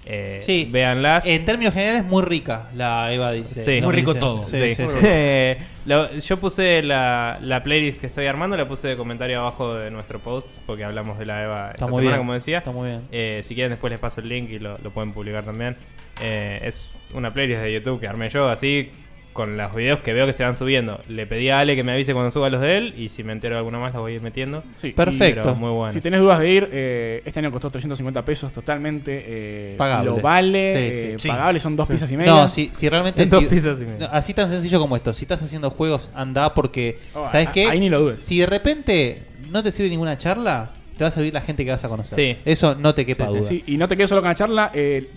eh,
Sí.
véanlas.
En términos generales, muy rica, la Eva dice.
Sí.
nos dice. Sí, sí, sí.
Eh, lo- yo puse la, la playlist que estoy armando, la puse de comentario abajo de nuestro post, porque hablamos de la EVA esta
muy
semana,
bien,
como decía.
está muy bien.
Eh, si quieren, después les paso el link y lo, lo pueden publicar también. Eh, es una playlist de YouTube que armé yo, así con los videos que veo que se van subiendo. Le pedí a Ale que me avise cuando suba los de él y si me entero de alguno más los voy a ir metiendo.
Sí,
Pero
y-
muy bueno.
Si tenés dudas de ir, eh, este año costó 350 pesos totalmente. eh,
Pagable.
Lo vale,
Sí, sí.
eh, pagable, son dos
Sí.
pizzas y media.
No, si, si realmente.
Dos
si-
pizzas y
no,
media.
así tan sencillo como esto. Si estás haciendo juegos, anda porque.
Oh,
¿Sabes
a-
qué?
ahí ni lo dudes.
Si de repente no te sirve ninguna charla, te va a servir la gente que vas a conocer.
Sí.
Eso no te quepa
Sí,
duda.
sí, y no te quedes solo con la charla. eh,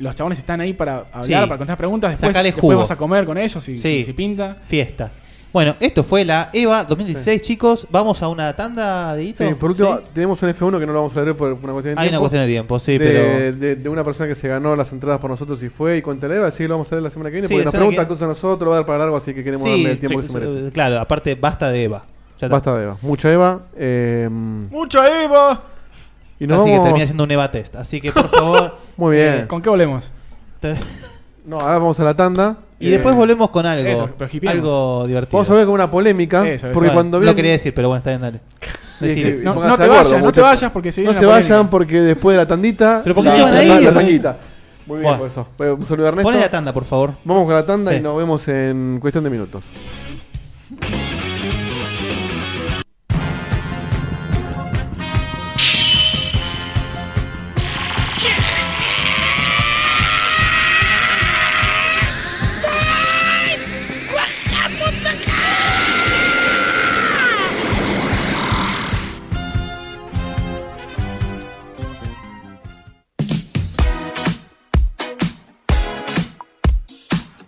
los chabones están ahí para hablar,
Sí.
para contestar preguntas. Después,
Sacale
después
jugo.
vas a comer con ellos si,
Sí.
si- si pinta.
Fiesta. Bueno, esto fue la EVA 2016, chicos. Vamos a una tanda de hito.
Sí, por último, tenemos un F1 que no lo vamos a leer por una cuestión de tiempo.
Hay una cuestión de tiempo, sí,
de,
pero-
De, de una persona que se ganó las entradas por nosotros y fue y con Televa, así que lo vamos a leer la semana que viene.
Sí, la
porque nos
semana
pregunta
que-
cosas a nosotros, va a dar para largo, así que queremos darle el tiempo que se merece.
claro, aparte basta de Eva. Ya está.
Basta de Eva. Mucha Eva. eh,
¡Mucha Eva!
y nos
así que
vamos-
termina siendo un Eva test. Así que por favor.
Muy bien.
eh,
¿Con qué volvemos?
No, ahora vamos a la tanda.
Y
Eh,
después volvemos con algo.
eso, pero hipeamos.
algo divertido.
Vamos a ver con una polémica. porque
Bueno,
cuando
Lo
viene-
quería decir, pero bueno, está bien, dale. Decí.
Sí, sí,
No-
pónganse
no te
de
vayas, no te
muchachos.
vayas, porque se
No
viene
se
la
vayan
polémica.
porque después de la tandita.
¿Pero por qué
la-
se van a
la-
ir?
la tanguita. Muy bien,
Bueno.
por eso. Bueno, un saludo a Ernesto.
Poné la tanda, por favor.
Vamos con la tanda
Sí.
y nos vemos en cuestión de minutos.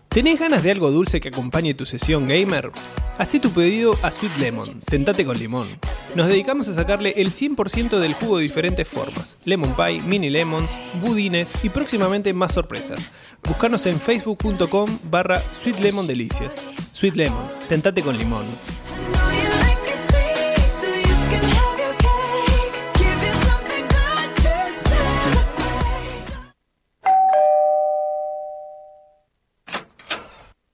¿Tenés ganas de algo dulce que acompañe tu sesión gamer? Hacé tu pedido a Sweet Lemon, tentate con limón. Nos dedicamos a sacarle el 100% del jugo de diferentes formas: lemon pie, mini lemons, budines y próximamente más sorpresas. Buscarnos en facebook.com barra Sweet Lemon Delicias. Sweet Lemon, tentate con limón.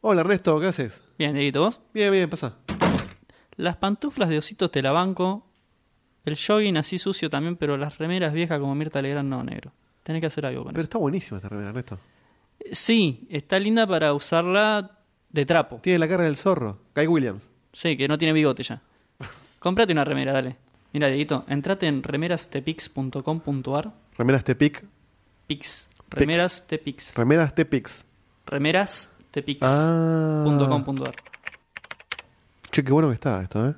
Hola, Ernesto, ¿qué haces?
Bien, Dieguito, ¿vos?
Bien, bien, pasa.
Las pantuflas de ositos te la banco. El jogging así sucio también, pero las remeras viejas como Mirta Legrand no, negro. Tenés que hacer algo con
Pero está buenísima esta remera, Ernesto.
eso. Eh, Sí, está linda para usarla de trapo.
Tiene la cara del zorro. Kai Williams.
Sí, que no tiene bigote ya. Comprate una remera, dale. Mira, Dieguito, entrate en remerastepix.com.ar.
Remeras
este
Tepic.
Pix. Remeras Tepix.
Remeras Tepix.
Remeras Tepix.
Ah.
punto com punto ar.
Che, qué bueno que está esto, ¿eh?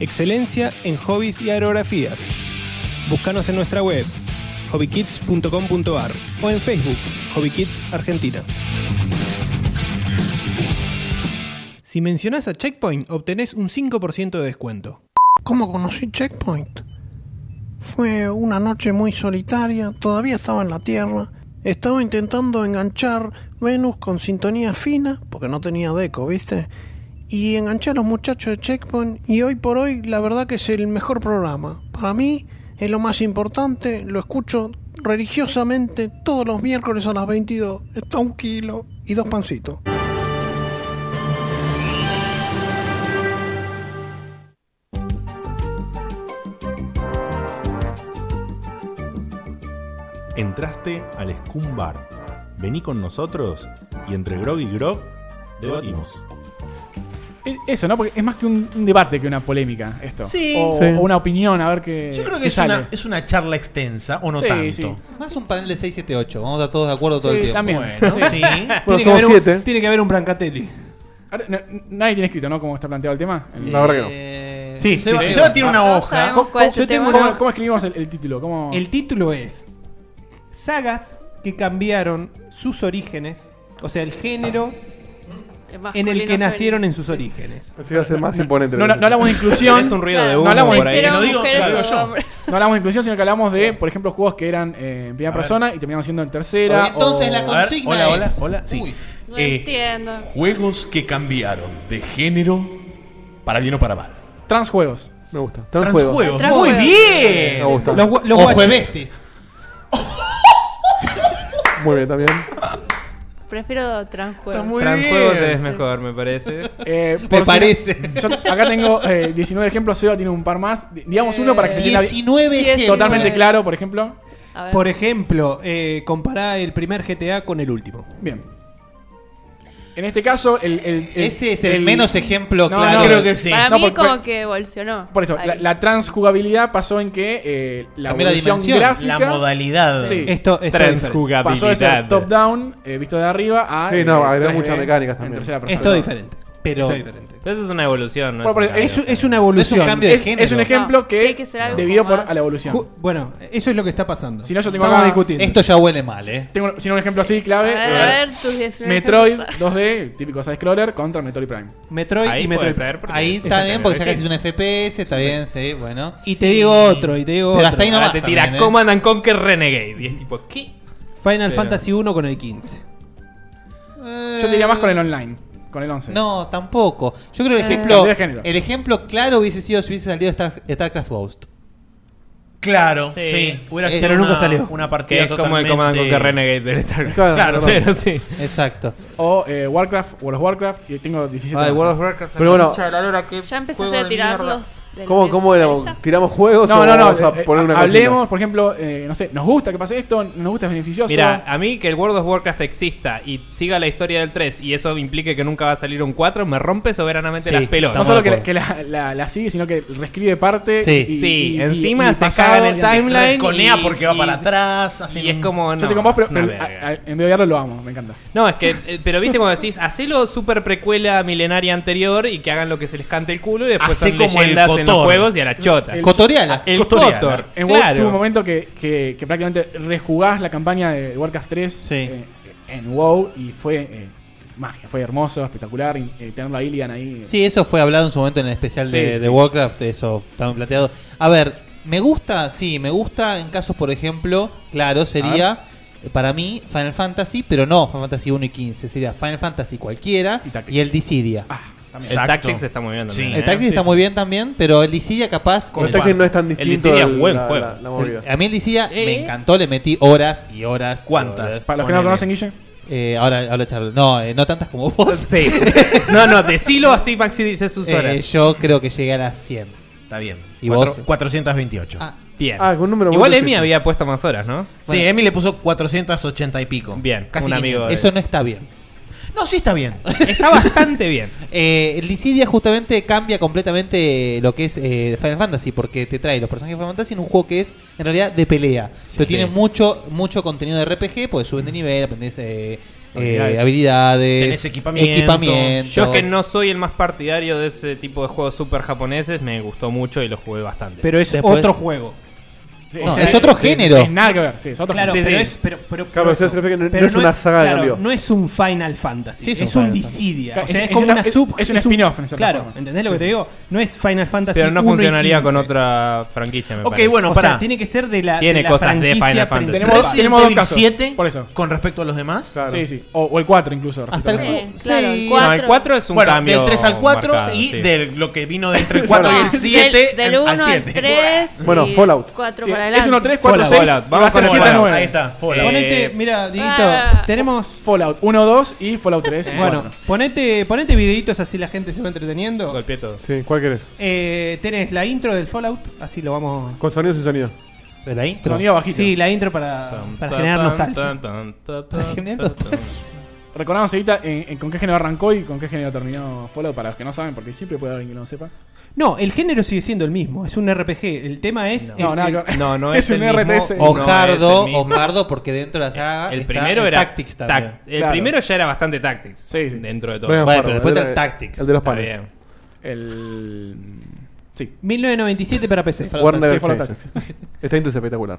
Excelencia en hobbies y aerografías. Búscanos en nuestra web hobbykids.com.ar o en Facebook Hobby Kids Argentina. Si mencionas a Checkpoint, obtenés un 5% de descuento.
¿Cómo conocí Checkpoint? Fue una noche muy solitaria, todavía estaba en la Tierra. Estaba intentando enganchar Venus con sintonía fina, porque no tenía deco, ¿viste? Y enganché a los muchachos de Checkpoint y hoy por hoy la verdad que es el mejor programa. Para mí es lo más importante, lo escucho religiosamente todos los miércoles a las 22. Está un kilo y dos pancitos.
Entraste al Scum Bar. Vení con nosotros y entre grog y grog debatimos.
E- Eso, ¿no? Porque es más que un, un debate que una polémica, esto.
Sí.
O,
Sí.
o una opinión, a ver qué.
Yo creo
qué
que es
sale.
una, es una charla extensa, o no
Sí,
tanto.
sí.
Más un panel de 6, 7, 8. Vamos a estar todos de acuerdo todo
Sí,
el tiempo.
también.
Bueno,
Sí.
sí.
Bueno,
Tiene que
somos
haber un-
siete.
Tiene que haber un Brancatelli.
Ahora, no- nadie tiene escrito, ¿no? ¿Cómo está planteado el tema? El-
La verdad que no. Sí,
Seba,
sí,
Seba
sí.
tiene una
No
hoja.
sabemos
¿Cómo,
cuál
cómo-
se
yo
te
tengo
va.
una- ¿Cómo escribimos el, el título? ¿Cómo-
El título es Sagas que cambiaron sus orígenes, o sea, el género en el que nacieron en sus orígenes.
Así va a ser más imponente.
No, no hablamos de inclusión.
Es un ruido de
no
humo
hablamos
por ahí.
de
Hicieron
digo,
mujeres
claro,
o
digo yo.
hombres.
No hablamos de inclusión, sino que hablamos de, por ejemplo, juegos que eran eh, en primera
ver.
persona y terminaban siendo en tercera.
Ok, entonces
o-
la A ver, consigna hola, hola, es- hola,
Sí.
No
Eh,
entiendo.
Juegos que cambiaron de género para bien o para mal.
Transjuegos.
Me gusta.
Transjuegos.
Transjuegos.
Muy bien.
Me gusta.
Los,
Los- los
o
guachos.
juevestis.
Muy bien, también.
Prefiero transjuegos.
Transjuegos es mejor, me parece.
Eh,
Me
por si-
parece.
yo acá tengo eh, 19 ejemplos, Seba tiene un par más. Di- Digamos uno para que se entienda bien.
19 ejemplos.
Totalmente claro, por ejemplo.
Por ejemplo, eh, compará el primer GTA con el último.
Bien.
Ah,
En este caso, el, el- el-
Ese es el menos ejemplo claro. Creo que sí.
Para
No,
mí
porque-
como que evolucionó.
Por eso,
Ahí.
la, la transjugabilidad pasó en que eh, la
Cambió la
evolución
dimensión,
gráfica.
la modalidad. Esto- esto es
transjugabilidad. Pasó de ser
diferente.
top-down, eh, visto de arriba, a.
Sí,
eh,
no, agrega
3D
muchas mecánicas
en
también.
tercera persona.
Esto es diferente. Pero,
Sí.
Pero eso es una evolución, ¿no?
Bueno, por
un
eso,
cambio.
es, es una evolución. Es- Es un ejemplo
No,
que,
tiene que ser Ah. algo
debido
como
por,
más-
a la evolución.
Ju- bueno, eso es lo que está pasando.
Si no, yo tengo
Estamos
acá-
discutiendo.
Esto ya
huele mal, ¿eh?
Tengo sino un ejemplo así clave.
A ver,
eh,
a ver tus 19
Metroid
ejemplos.
2D, típico side-scroller, contra Metroid Prime.
Metroid y Metroid.
Ahí está bien, porque ya casi es un FPS, está bien, sí, bueno.
Y te digo otro, y te digo
Pero
otro.
hasta ahí
Ahora
nomás.
Ah, te tira
también, ¿eh?
Command and Conquer Renegade. Y es tipo, ¿qué?
Final
Pero-
Fantasy 1 con el 15.
Yo te diría más con el online, con el 11.
No, tampoco. Yo creo que el
Eh,
ejemplo,
cambio de género.
el ejemplo claro hubiese sido si hubiese salido Star- StarCraft Ghost.
Claro, sí. Hubiera sido una, una partida
Que es como el
totalmente...
Command Conquer Renegade del Starcraft.
Claro,
Pero
sí.
sí.
Exacto.
O eh, Warcraft, World of Warcraft, que tengo 17
Ah, de
más.
World of Warcraft,
Pero
la
bueno,
concha de la lora, qué
Ya empezaste
juego
a
de
tirar
mierda.
los-
del-
¿Cómo,
del
cómo era? ¿Tiramos juegos
No,
o
no, no.
vamos a
eh,
poner una
hablemos, por ejemplo, eh, no sé, nos gusta que pase esto, nos gusta, es beneficioso.
Mira, a mí que el World of Warcraft exista y siga la historia del 3 y eso implique que nunca va a salir un 4, me rompe soberanamente las pelotas.
No solo que, la- que la, la- la sigue, sino que reescribe parte.
Sí.
y-
Sí,
y- y-
encima
y
se
pasado,
caga en el
y así,
timeline
reconea
y-
porque va para atrás.
y es como,
Yo
no,
estoy con vos, pero,
es una
pero a- a- en vez de odiarlo lo amo, me encanta.
No, es que, eh, pero viste cuando decís, hacelo super precuela milenaria anterior y que hagan lo que se les cante el culo y después
Hacé
son
como el
leyendas en los
Cotor.
juegos y a la chota.
El-
El
Cotoriana.
Cotor,
En WoW tuvo un
claro.
momento que, que- que prácticamente rejugás la campaña de Warcraft 3 eh, en WoW y fue eh, magia, fue hermoso, espectacular. y, eh, tenerlo a Ilian ahí.
Sí, eso fue hablado en su momento en el especial de,
Sí,
de Warcraft, eso estaba planteado. A ver, me gusta, sí, me gusta en casos, por ejemplo, claro, sería eh, para mí Final Fantasy, pero no Final Fantasy 1 y 15, sería Final Fantasy cualquiera y, el Dissidia.
también. El Exacto. Tactics está muy bien también, Sí. ¿eh?
El Tactics
Sí,
está
sí.
muy bien también, pero el Dissidia capaz...
Con El Tactics no es tan
El distinto Dissidia es al- buen la- juego. Eh. la- la movida.
El- a mí el Dissidia me encantó, le metí horas y horas.
¿Cuántas?
Para los que no lo conocen, Guille.
Eh, ahora, ahora Charlo. No, eh, no tantas como vos.
Sí. No, no, decilo así, Maxi dice sus
Eh,
horas.
yo creo que llegué a las 100.
Está bien.
¿Y
Cuatro-
vos?
428.
Bien.
Ah, algún número
Igual
bueno
Emi
que-
había puesto más horas, ¿no?
Sí, Emi le puso 480 y pico.
Bien,
casi
un amigo
500.
de-
Eso no está bien.
No, sí está bien.
Está bastante bien.
Eh, el Dissidia justamente cambia completamente lo que es eh, Final Fantasy, porque te trae los personajes de Final Fantasy en un juego que es en realidad de pelea. pero tiene mucho, mucho contenido de RPG, porque suben de nivel, aprendés eh,
Habilidades.
eh, habilidades,
Tenés
equipamiento.
equipamiento.
Yo que no soy el más partidario de ese tipo de juegos super japoneses, me gustó mucho y lo jugué bastante.
Pero es
Después-
otro juego.
Sí,
No, es otro género.
Es nada que ver, sí, es otro
Claro,
género.
pero
Sí,
es,
sí.
pero, pero,
Claro,
pero
pero
eso-
se refiere que no-
pero
no es una saga de
claro,
cambio.
no es un Final Fantasy,
Sí,
es, un Dissidia. O sea, es, como una sub.
es un spin-off en cierta
Claro,
forma.
¿entendés lo
Sí,
que te
sí.
digo? No es Final Fantasy.
Pero no
1 y
funcionaría con
15.
otra franquicia, me
Ok,
parece.
bueno, O sea, pará. tiene que ser de la-
Tiene
de la
cosas de
franquicia
Final Fantasy.
Tenemos,
Resident
tenemos dos
Evil
casos.
7
por eso.
con respecto a los demás.
Sí, sí. O, o el 4 incluso. respecto a los demás.
claro, el
No, el 4 es un
bueno,
cambio
del 3 al 4
marcado,
y
sí.
de lo que vino de entre el 4 y el 7
del, del 1
al
al
7.
3.
Bueno,
y
Fallout.
4
Sí,
para
es
adelante.
uno, tres, cuatro, Fallout. seis, Fallout. y va a
Vamos
ser
con
siete,
Fallout.
nueve.
Ahí está, Fallout.
Ponete, mira, Dieguito,
Ah.
tenemos. Eh,
Fallout 1, 2 y Fallout 3.
Bueno,
cuatro.
ponete, ponete videitos así la gente se va entreteniendo.
Sí, ¿cuál querés?
Eh, tenés la intro del Fallout, así lo vamos.
Con sonido sin sonido.
¿De la intro?
Sonido bajito. Sí, la intro para- para generar nostalgia.
Para generar
Recordamos ahorita en- en con qué género arrancó y con qué género terminó Fallout, para los que no saben, porque siempre puede haber alguien que no lo sepa.
No, el género sigue siendo el mismo, es un RPG. El tema es.
No,
el-
nada
el-
que ver. No, no es Es el un mismo, RTS. no
Ojardo,
es el mismo. Eh,
Ojardo, porque dentro de la saga
El
está
primero
el
era.
Tactics también.
tac- el primero ya era bastante Tactics. Dentro de todo.
Bueno, Bueno, pero después el de- está el Tactics. el de los
Está
panes.
bien.
El. Sí.
1997 para PC.
Warner
Sí, Fallout
Exchanges.
Tactics.
Está intro espectacular.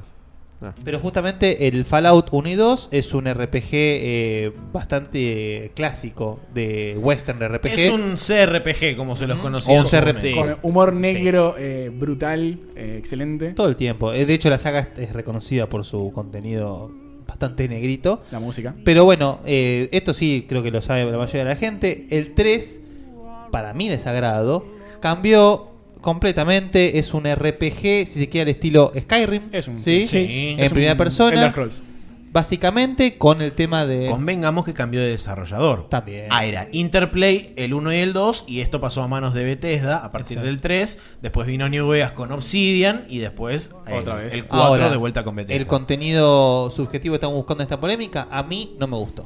Ah.
Pero justamente el Fallout 1 y 2 es un RPG eh, bastante eh, clásico de Western RPG.
Es un CRPG, como se los conocía.
O
en
un
su
CRPG.
momento.
Con humor negro, eh, brutal, eh, excelente.
Todo el tiempo. Eh, De hecho, la saga es reconocida por su contenido bastante negrito.
La música.
Pero bueno, eh, esto sí creo que lo sabe la mayoría de la gente. El 3, para mí desagrado, cambió completamente. Es un RPG, si se quiere, al estilo Skyrim.
Es un-
¿sí?
sí.
En
Es un
primera
Elder
persona.
Scrolls.
Básicamente con el tema de...
Convengamos que cambió de desarrollador.
También.
Ah, era Interplay, el 1 y el 2, y esto pasó a manos de Bethesda a partir
Exacto.
del 3. Después vino New Vegas con Obsidian, y después eh,
Otra vez.
el 4
Ahora,
de vuelta con Bethesda.
El contenido subjetivo que estamos buscando en esta polémica, a mí no me gustó.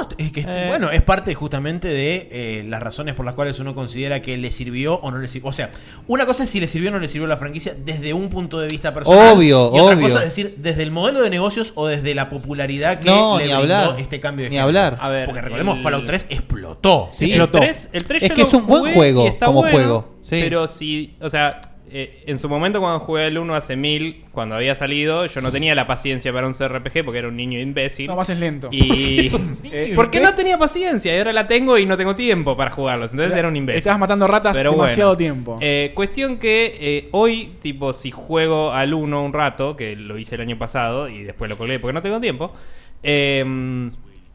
No, es que,
Eh.
bueno, es parte justamente de eh, las razones por las cuales uno considera que le sirvió o no le sirvió. O sea, una cosa es si le sirvió o no le sirvió la franquicia desde un punto de vista personal.
Obvio,
y otra
obvio.
cosa es decir, desde el modelo de negocios o desde la popularidad que
No,
le
ni
brindó
hablar,
este cambio de
ni
género.
hablar. A ver,
Porque recordemos,
el-
Fallout 3 explotó.
Sí,
el
explotó.
3, el 3
Es
yo
que
lo
es un buen
jugué
juego
y está
como
bueno,
juego, sí.
Pero si, o sea, eh, en su momento cuando jugué el 1 hace mil, cuando había salido, yo no tenía la paciencia para un CRPG porque era un niño imbécil.
No, más es lento.
Y eh, porque no tenía paciencia y ahora la tengo y no tengo tiempo para jugarlos. Entonces
Era-
era un imbécil.
estabas matando ratas
bueno.
demasiado tiempo.
Eh, cuestión que eh, hoy, tipo, si juego al 1 un rato, que lo hice el año pasado y después lo colgué porque no tengo tiempo, eh,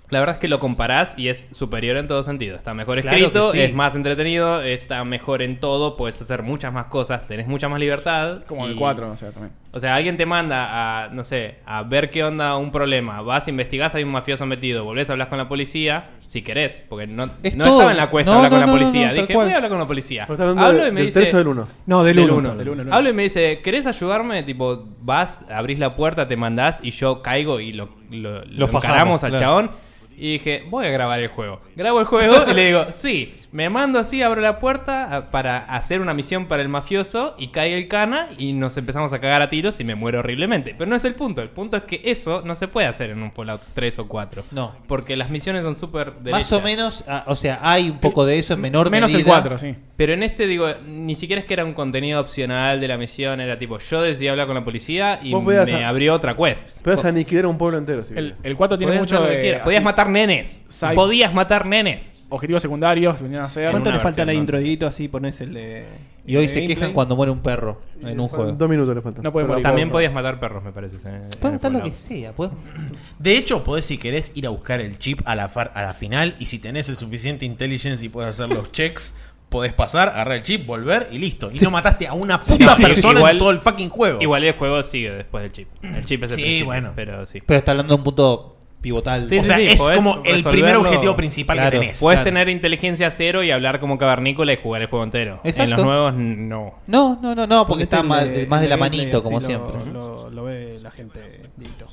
la verdad es que lo comparás y es superior en todo sentido. Está mejor
Claro
escrito,
que sí.
es más entretenido, está mejor en todo, puedes hacer muchas más cosas, tenés mucha más libertad.
Como
y-
el 4, o sea, también.
O sea, alguien te manda a, no sé, a ver qué onda un problema. Vas, investigás, hay un mafioso metido. Volvés, hablas con la policía, si querés. Porque no,
Es
no
todo.
estaba en la cuesta
No,
hablar
no,
con
no,
la
no, no,
policía.
tal
Dije,
cual.
voy a hablar con la policía.
Pero está hablando
Hablo
de-
y me
del
dice...
tres o del uno. No, del uno,
uno.
del uno, del uno.
Hablo y me dice, ¿querés ayudarme? Tipo, vas, abrís la puerta, te mandás y yo caigo y lo, lo, lo
fajamos,
encaramos al
claro.
chabón. Y dije, voy a grabar el juego. Grabo el juego y le digo, sí, me mando así, abro la puerta a- para hacer una misión para el mafioso y cae el cana y nos empezamos a cagar a tiros y me muero horriblemente. Pero no es el punto, el punto es que eso no se puede hacer en un Fallout 3 o 4.
No.
Porque las misiones son súper
Más o
derechas.
menos, ah, o sea, hay un poco de eso en menor medida.
Pero en este, digo, ni siquiera es que era un contenido opcional de la misión. Era tipo, yo decidí hablar con la policía y
Vos
me
podías a-
abrió otra quest.
Puedes aniquilar a un pueblo entero. Si
El, el 4 tiene
Podías
mucho
hacer lo que
de-
quieras.
así-
Podías matar nenes.
Side-
Podías matar nenes.
Objetivos secundarios venían a ser.
¿Cuánto le falta la
intro?
introito así? Pones el de.
Y hoy
el de
se
gameplay?
quejan cuando muere un perro en un juego.
Dos minutos le faltan.
No puede
Pero
morir.
También podías matar perros, me parece. en- en el
Pueden matar lo
Fallout.
que sea. pueden-
De hecho, podés, si querés, ir a buscar el chip a la, far- a la final. Y si tenés el suficiente intelligence y puedes hacer los checks, podés pasar, agarrar el chip, volver y listo. Y no mataste a una
Sí,
puta
sí,
persona
igual-
en todo el fucking juego.
Igual el juego sigue después del chip. El chip es el
Sí,
principio,
bueno.
Pero sí.
Pero está hablando de un punto pivotal.
Sí,
O
sí,
sea,
sí,
es
podés
como el
resolverlo.
primer objetivo principal que
Claro,
tenés.
Podés
Claro.
tener inteligencia cero y hablar como cavernícola y jugar el juego entero. En
Exacto.
los nuevos, no.
No, no, no, no, porque
Ponete
está
el
más, más de
el
la
gameplay,
manito,
así
como
lo-
siempre.
Lo, lo ve la gente, Dito.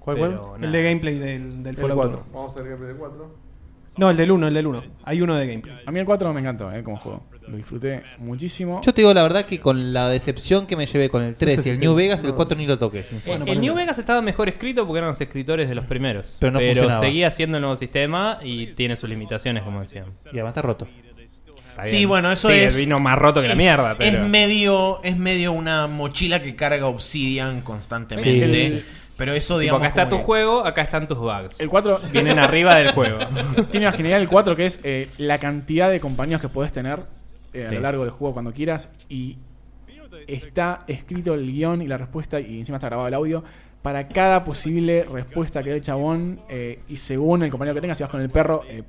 ¿Cuál,
Pero
cuál?
El de gameplay del, del
El
Fallout
cuatro.
1.
Vamos a hacer gameplay de 4.
No, el del 1, el del 1. Hay uno de gameplay.
A mí el 4 me encantó, eh, como juego. Lo disfruté muchísimo.
Yo te digo la verdad que con la decepción que me llevé con el 3
No sé
y el
si
New
te-
Vegas, el
no.
4 ni lo toqué.
Eh,
sinceramente.
el New Vegas estaba mejor escrito porque eran los escritores de los primeros.
Pero no funcionaba.
seguía siendo el nuevo sistema y tiene sus limitaciones, como decían.
Y además está roto.
Sí, bueno, eso
Sí,
es.
Vino más roto que la
es-
mierda, pero.
Es medio, es medio una mochila que carga Obsidian constantemente.
Sí.
Pero eso,
Tipo,
digamos.
acá está
como
tu
que-
juego, acá están tus bugs.
El 4
Vienen arriba del juego.
Tiene una genial el 4 que es eh, la cantidad de compañeros que podés tener eh, a
Sí.
lo largo del juego cuando quieras. Y está escrito el guión y la respuesta, y encima está grabado el audio, para cada posible respuesta que dé el chabón. eh, y según el compañero que tengas, si vas con el perro, eh,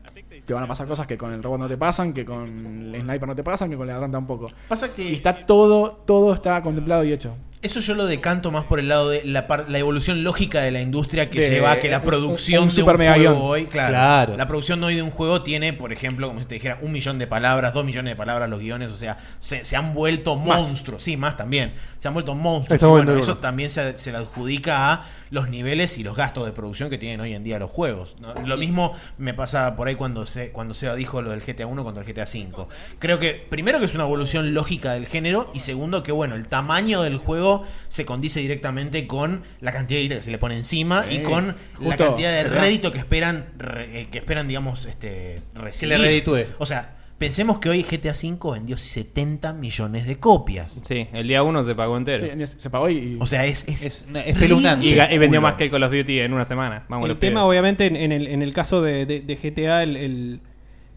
te van a pasar cosas que con el robot no te pasan, que con el sniper no te pasan, que con el ladrón tampoco.
Pasa que.
Y está todo, todo está contemplado y hecho.
Eso yo lo decanto más por el lado de la, par- la evolución lógica de la industria que
De-
lleva a que la
un-
producción
un
de
super
un
mega
juego
guión.
hoy, claro,
Claro.
la producción hoy de un juego tiene, por ejemplo, como si te dijera un millón de palabras, dos millones de palabras los guiones, o sea, se, se han vuelto
Más.
monstruos, sí, más también, se han vuelto monstruos.
Está
Y
bueno,
bueno,
bueno.
eso también se, se le adjudica a los niveles y los gastos de producción que tienen hoy en día los juegos. ¿no? Lo mismo me pasa por ahí cuando se cuando Seba dijo lo del GTA 1 contra el GTA 5. Creo que primero que es una evolución lógica del género y segundo que bueno, el tamaño del juego se condice directamente con la cantidad de guita que se le pone encima y
Sí.
con la
Justo,
cantidad de
¿verdad?
rédito que esperan re- eh, que esperan digamos este recibir.
reditúe.
O sea, pensemos que hoy GTA 5 vendió 70 millones de copias.
Sí, el día uno se pagó entero.
Sí, se pagó y.
O sea, es, es,
Y, ga- y vendió
ridículo.
más que el Call of Duty en una semana. Vamos,
el
los
tema,
pibes.
obviamente, en, en el, en el caso de, de- de GTA, el, el-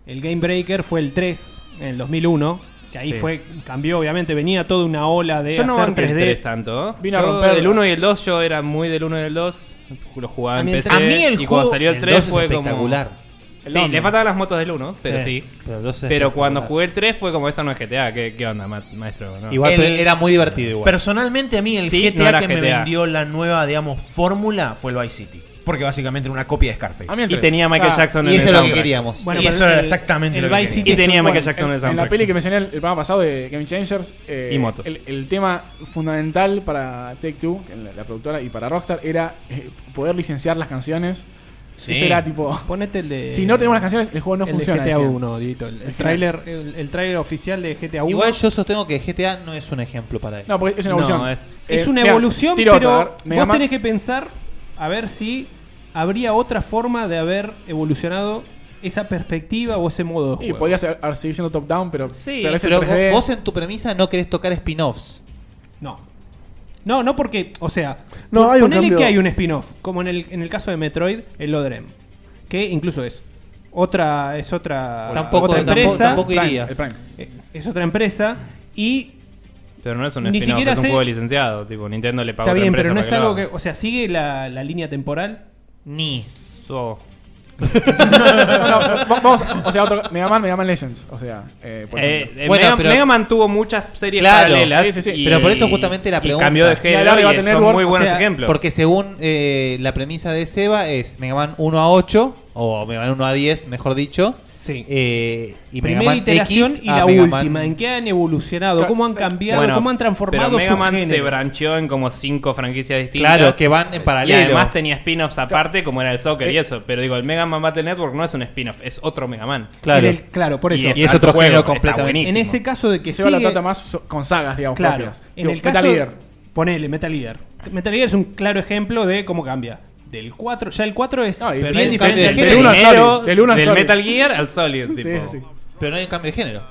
el Game Breaker fue el 3 en el 2001. Que ahí
Sí.
fue, cambió, obviamente, venía toda una ola de
Yo no
hacer
banqué el
3D.
3 tanto.
Vino
Yo
a romper.
El 1 y el 2, yo era muy del 1 y el 2. Lo jugaba
A
en
mí el
PC.
tres- a mí el
y
juego-
cuando salió el
el
3
dos es
fue
espectacular.
como.
El
Sí,
dos,
le
¿no?
faltaban las motos del 1, pero
Eh,
sí.
pero el
Pero,
dos es
cuando
espectacular.
jugué el 3 fue como esto no es GTA. ¿Qué, qué onda, ma- maestro? No.
Igual
El-
pero era muy divertido igual.
Personalmente a mí el
Sí, no
GTA
era
que me
GTA.
vendió la nueva, digamos, fórmula fue el Vice City. Porque básicamente era una copia de Scarface.
Ah,
A mí el Y tres. tenía Michael Jackson
y
en
eso
el
es lo que
soundtrack.
queríamos.
Bueno,
y
pero
eso
el-
era exactamente
el
lo que
Vice City
queríamos.
tenía
Bueno,
Michael Jackson en el
En la
soundtrack.
peli que mencioné el, el programa pasado de Game Changers. eh,
Y motos.
El, el tema fundamental para Take Two, que la, la productora, y para Rockstar era eh, poder licenciar las canciones.
Sí.
Eso era tipo.
Ponete el de.
Si no tenemos las canciones, el juego no
el
funciona.
De GTA
decían.
1, Dito. El, el
Al final.
tráiler el, el tráiler oficial de GTA 1.
Igual yo sostengo que GTA no es un ejemplo para él.
No, porque es una evolución.
es,
Eh,
una
mira,
evolución,
tiro
pero
otra, a ver, Mega
vos
Man-
tenés que pensar a ver si habría otra forma de haber evolucionado esa perspectiva o ese modo de
Y
juego.
podría ser- seguir siendo top-down, pero. pero es el
pero
3D.
vos en tu premisa no querés tocar spin-offs.
No. No, no porque, o sea,
No,
pon-
hay un
ponele
cambio.
que hay un spin-off, como en el, en el caso de Metroid, el Lodrem, que incluso es otra es otra,
Tampoco-
otra
tampoco-
empresa,
tampoco iría. El
Prime.
Eh, es otra empresa y
Pero no es un
Ni
spin-off,
siquiera
es un
sé-
juego licenciado. Tipo, Nintendo le pagó
está
a otra
bien, pero no
empresa
es
para
algo
que
que, o sea, sigue la, la línea temporal
ni
lo haga. So,
No, no, va- vamos, o sea, otro, Mega Man, Mega Man Legends. O sea, eh, por
Eh,
ejemplo.
eh, Mega, Mega Man tuvo muchas series
Claro.
paralelas.
Sí, sí, sí.
y-
pero por eso justamente la
y
pregunta.
cambió de género y, son muy buenos
O sea,
ejemplos.
Porque según eh, la premisa de Seba es Mega Man 1 a 8, o Mega Man 1 a 10, mejor dicho.
Sí.
Eh, y Mega
Primera
Man
iteración
X
y
a
la
Mega Man-
última. ¿En qué han evolucionado? ¿Cómo han cambiado?
Bueno,
¿Cómo han transformado
Pero Mega
su
Man se
género?
brancheó en como cinco franquicias distintas.
Claro, que van en paralelo.
Y además tenía spin-offs aparte, como era el soccer
Eh.
y eso. Pero digo, el Mega Man Battle Network no es un spin-off, es otro Mega Man.
Claro.
En el- claro, por eso.
Y es, otro juego, completamente.
En ese caso de que
Seba la
sigue-
trata más so- con sagas, digamos,
Claro.
propias.
En
Digo,
el
Metal
caso,
Gear.
Ponele Metal Gear. Metal Gear es un claro ejemplo de cómo cambia. Del 4, ya el 4 es
y
bien
hay un
diferente
cambio de
al
género.
primero.
Del uno al
Primero,
Solid, del uno al
del
Solid.
Metal Gear al Solid.
Sí,
tipo.
sí.
Pero no hay un cambio de género.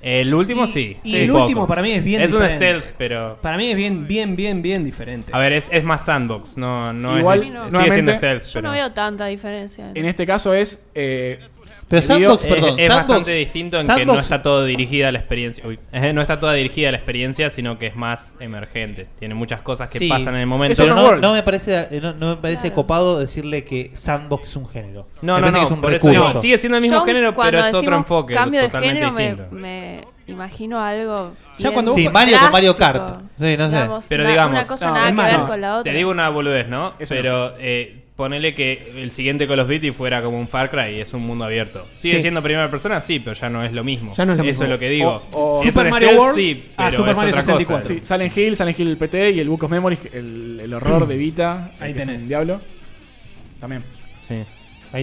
El último sí.
Y
sí,
el
poco.
último para mí es bien
Es un
diferente.
stealth, pero.
Para mí es bien, bien, bien, bien diferente.
A ver, es, es más sandbox. No, no
Este. Igual,
es. Sigue siendo
nuevamente,
stealth.
Yo
pero-
no veo tanta diferencia.
En este caso es. eh,
Pero
el
Sandbox,
video-
perdón,
es
Sandbox-
bastante distinto en que no
Sandbox-
está todo dirigida a la experiencia. Uy, eh, no está toda dirigida a la experiencia, sino que es más emergente. Tiene muchas cosas que
Sí,
pasan en el momento.
Pero no, no me parece, eh, no, no me parece copado decirle que Sandbox es un género.
No,
Me
no,
parece que
no,
es un
por eso
recurso.
digo, sigue siendo el mismo
Yo,
género,
cuando
pero es otro
decimos
enfoque
cambio de
totalmente
género, me-
distinto.
Me, imagino algo.
Ya
bien
cuando vos- Sí, Mario con Mario
drástico.
Kart. Sí, no sé.
Digamos,
Pero
na-
digamos,
Una cosa nada que ver con la otra.
te digo una boludez, ¿no? Pero eh, ponele que el siguiente Call of Duty fuera como un Far Cry y es un mundo abierto. Sigue
Sí.
siendo primera persona, sí, pero ya no es lo mismo.
Ya no es lo
Eso
mismo.
es lo que digo.
O- o-
Es
Super
un
Mario
stealth,
World
sí,
a
pero
Super
es
Mario
otra cosa.
64. Sí, Silent Hill, Silent Hill PT y el Book of Memories, el, el horror de Vita.
Ahí
que es
tenés.
un diablo. También.
Sí.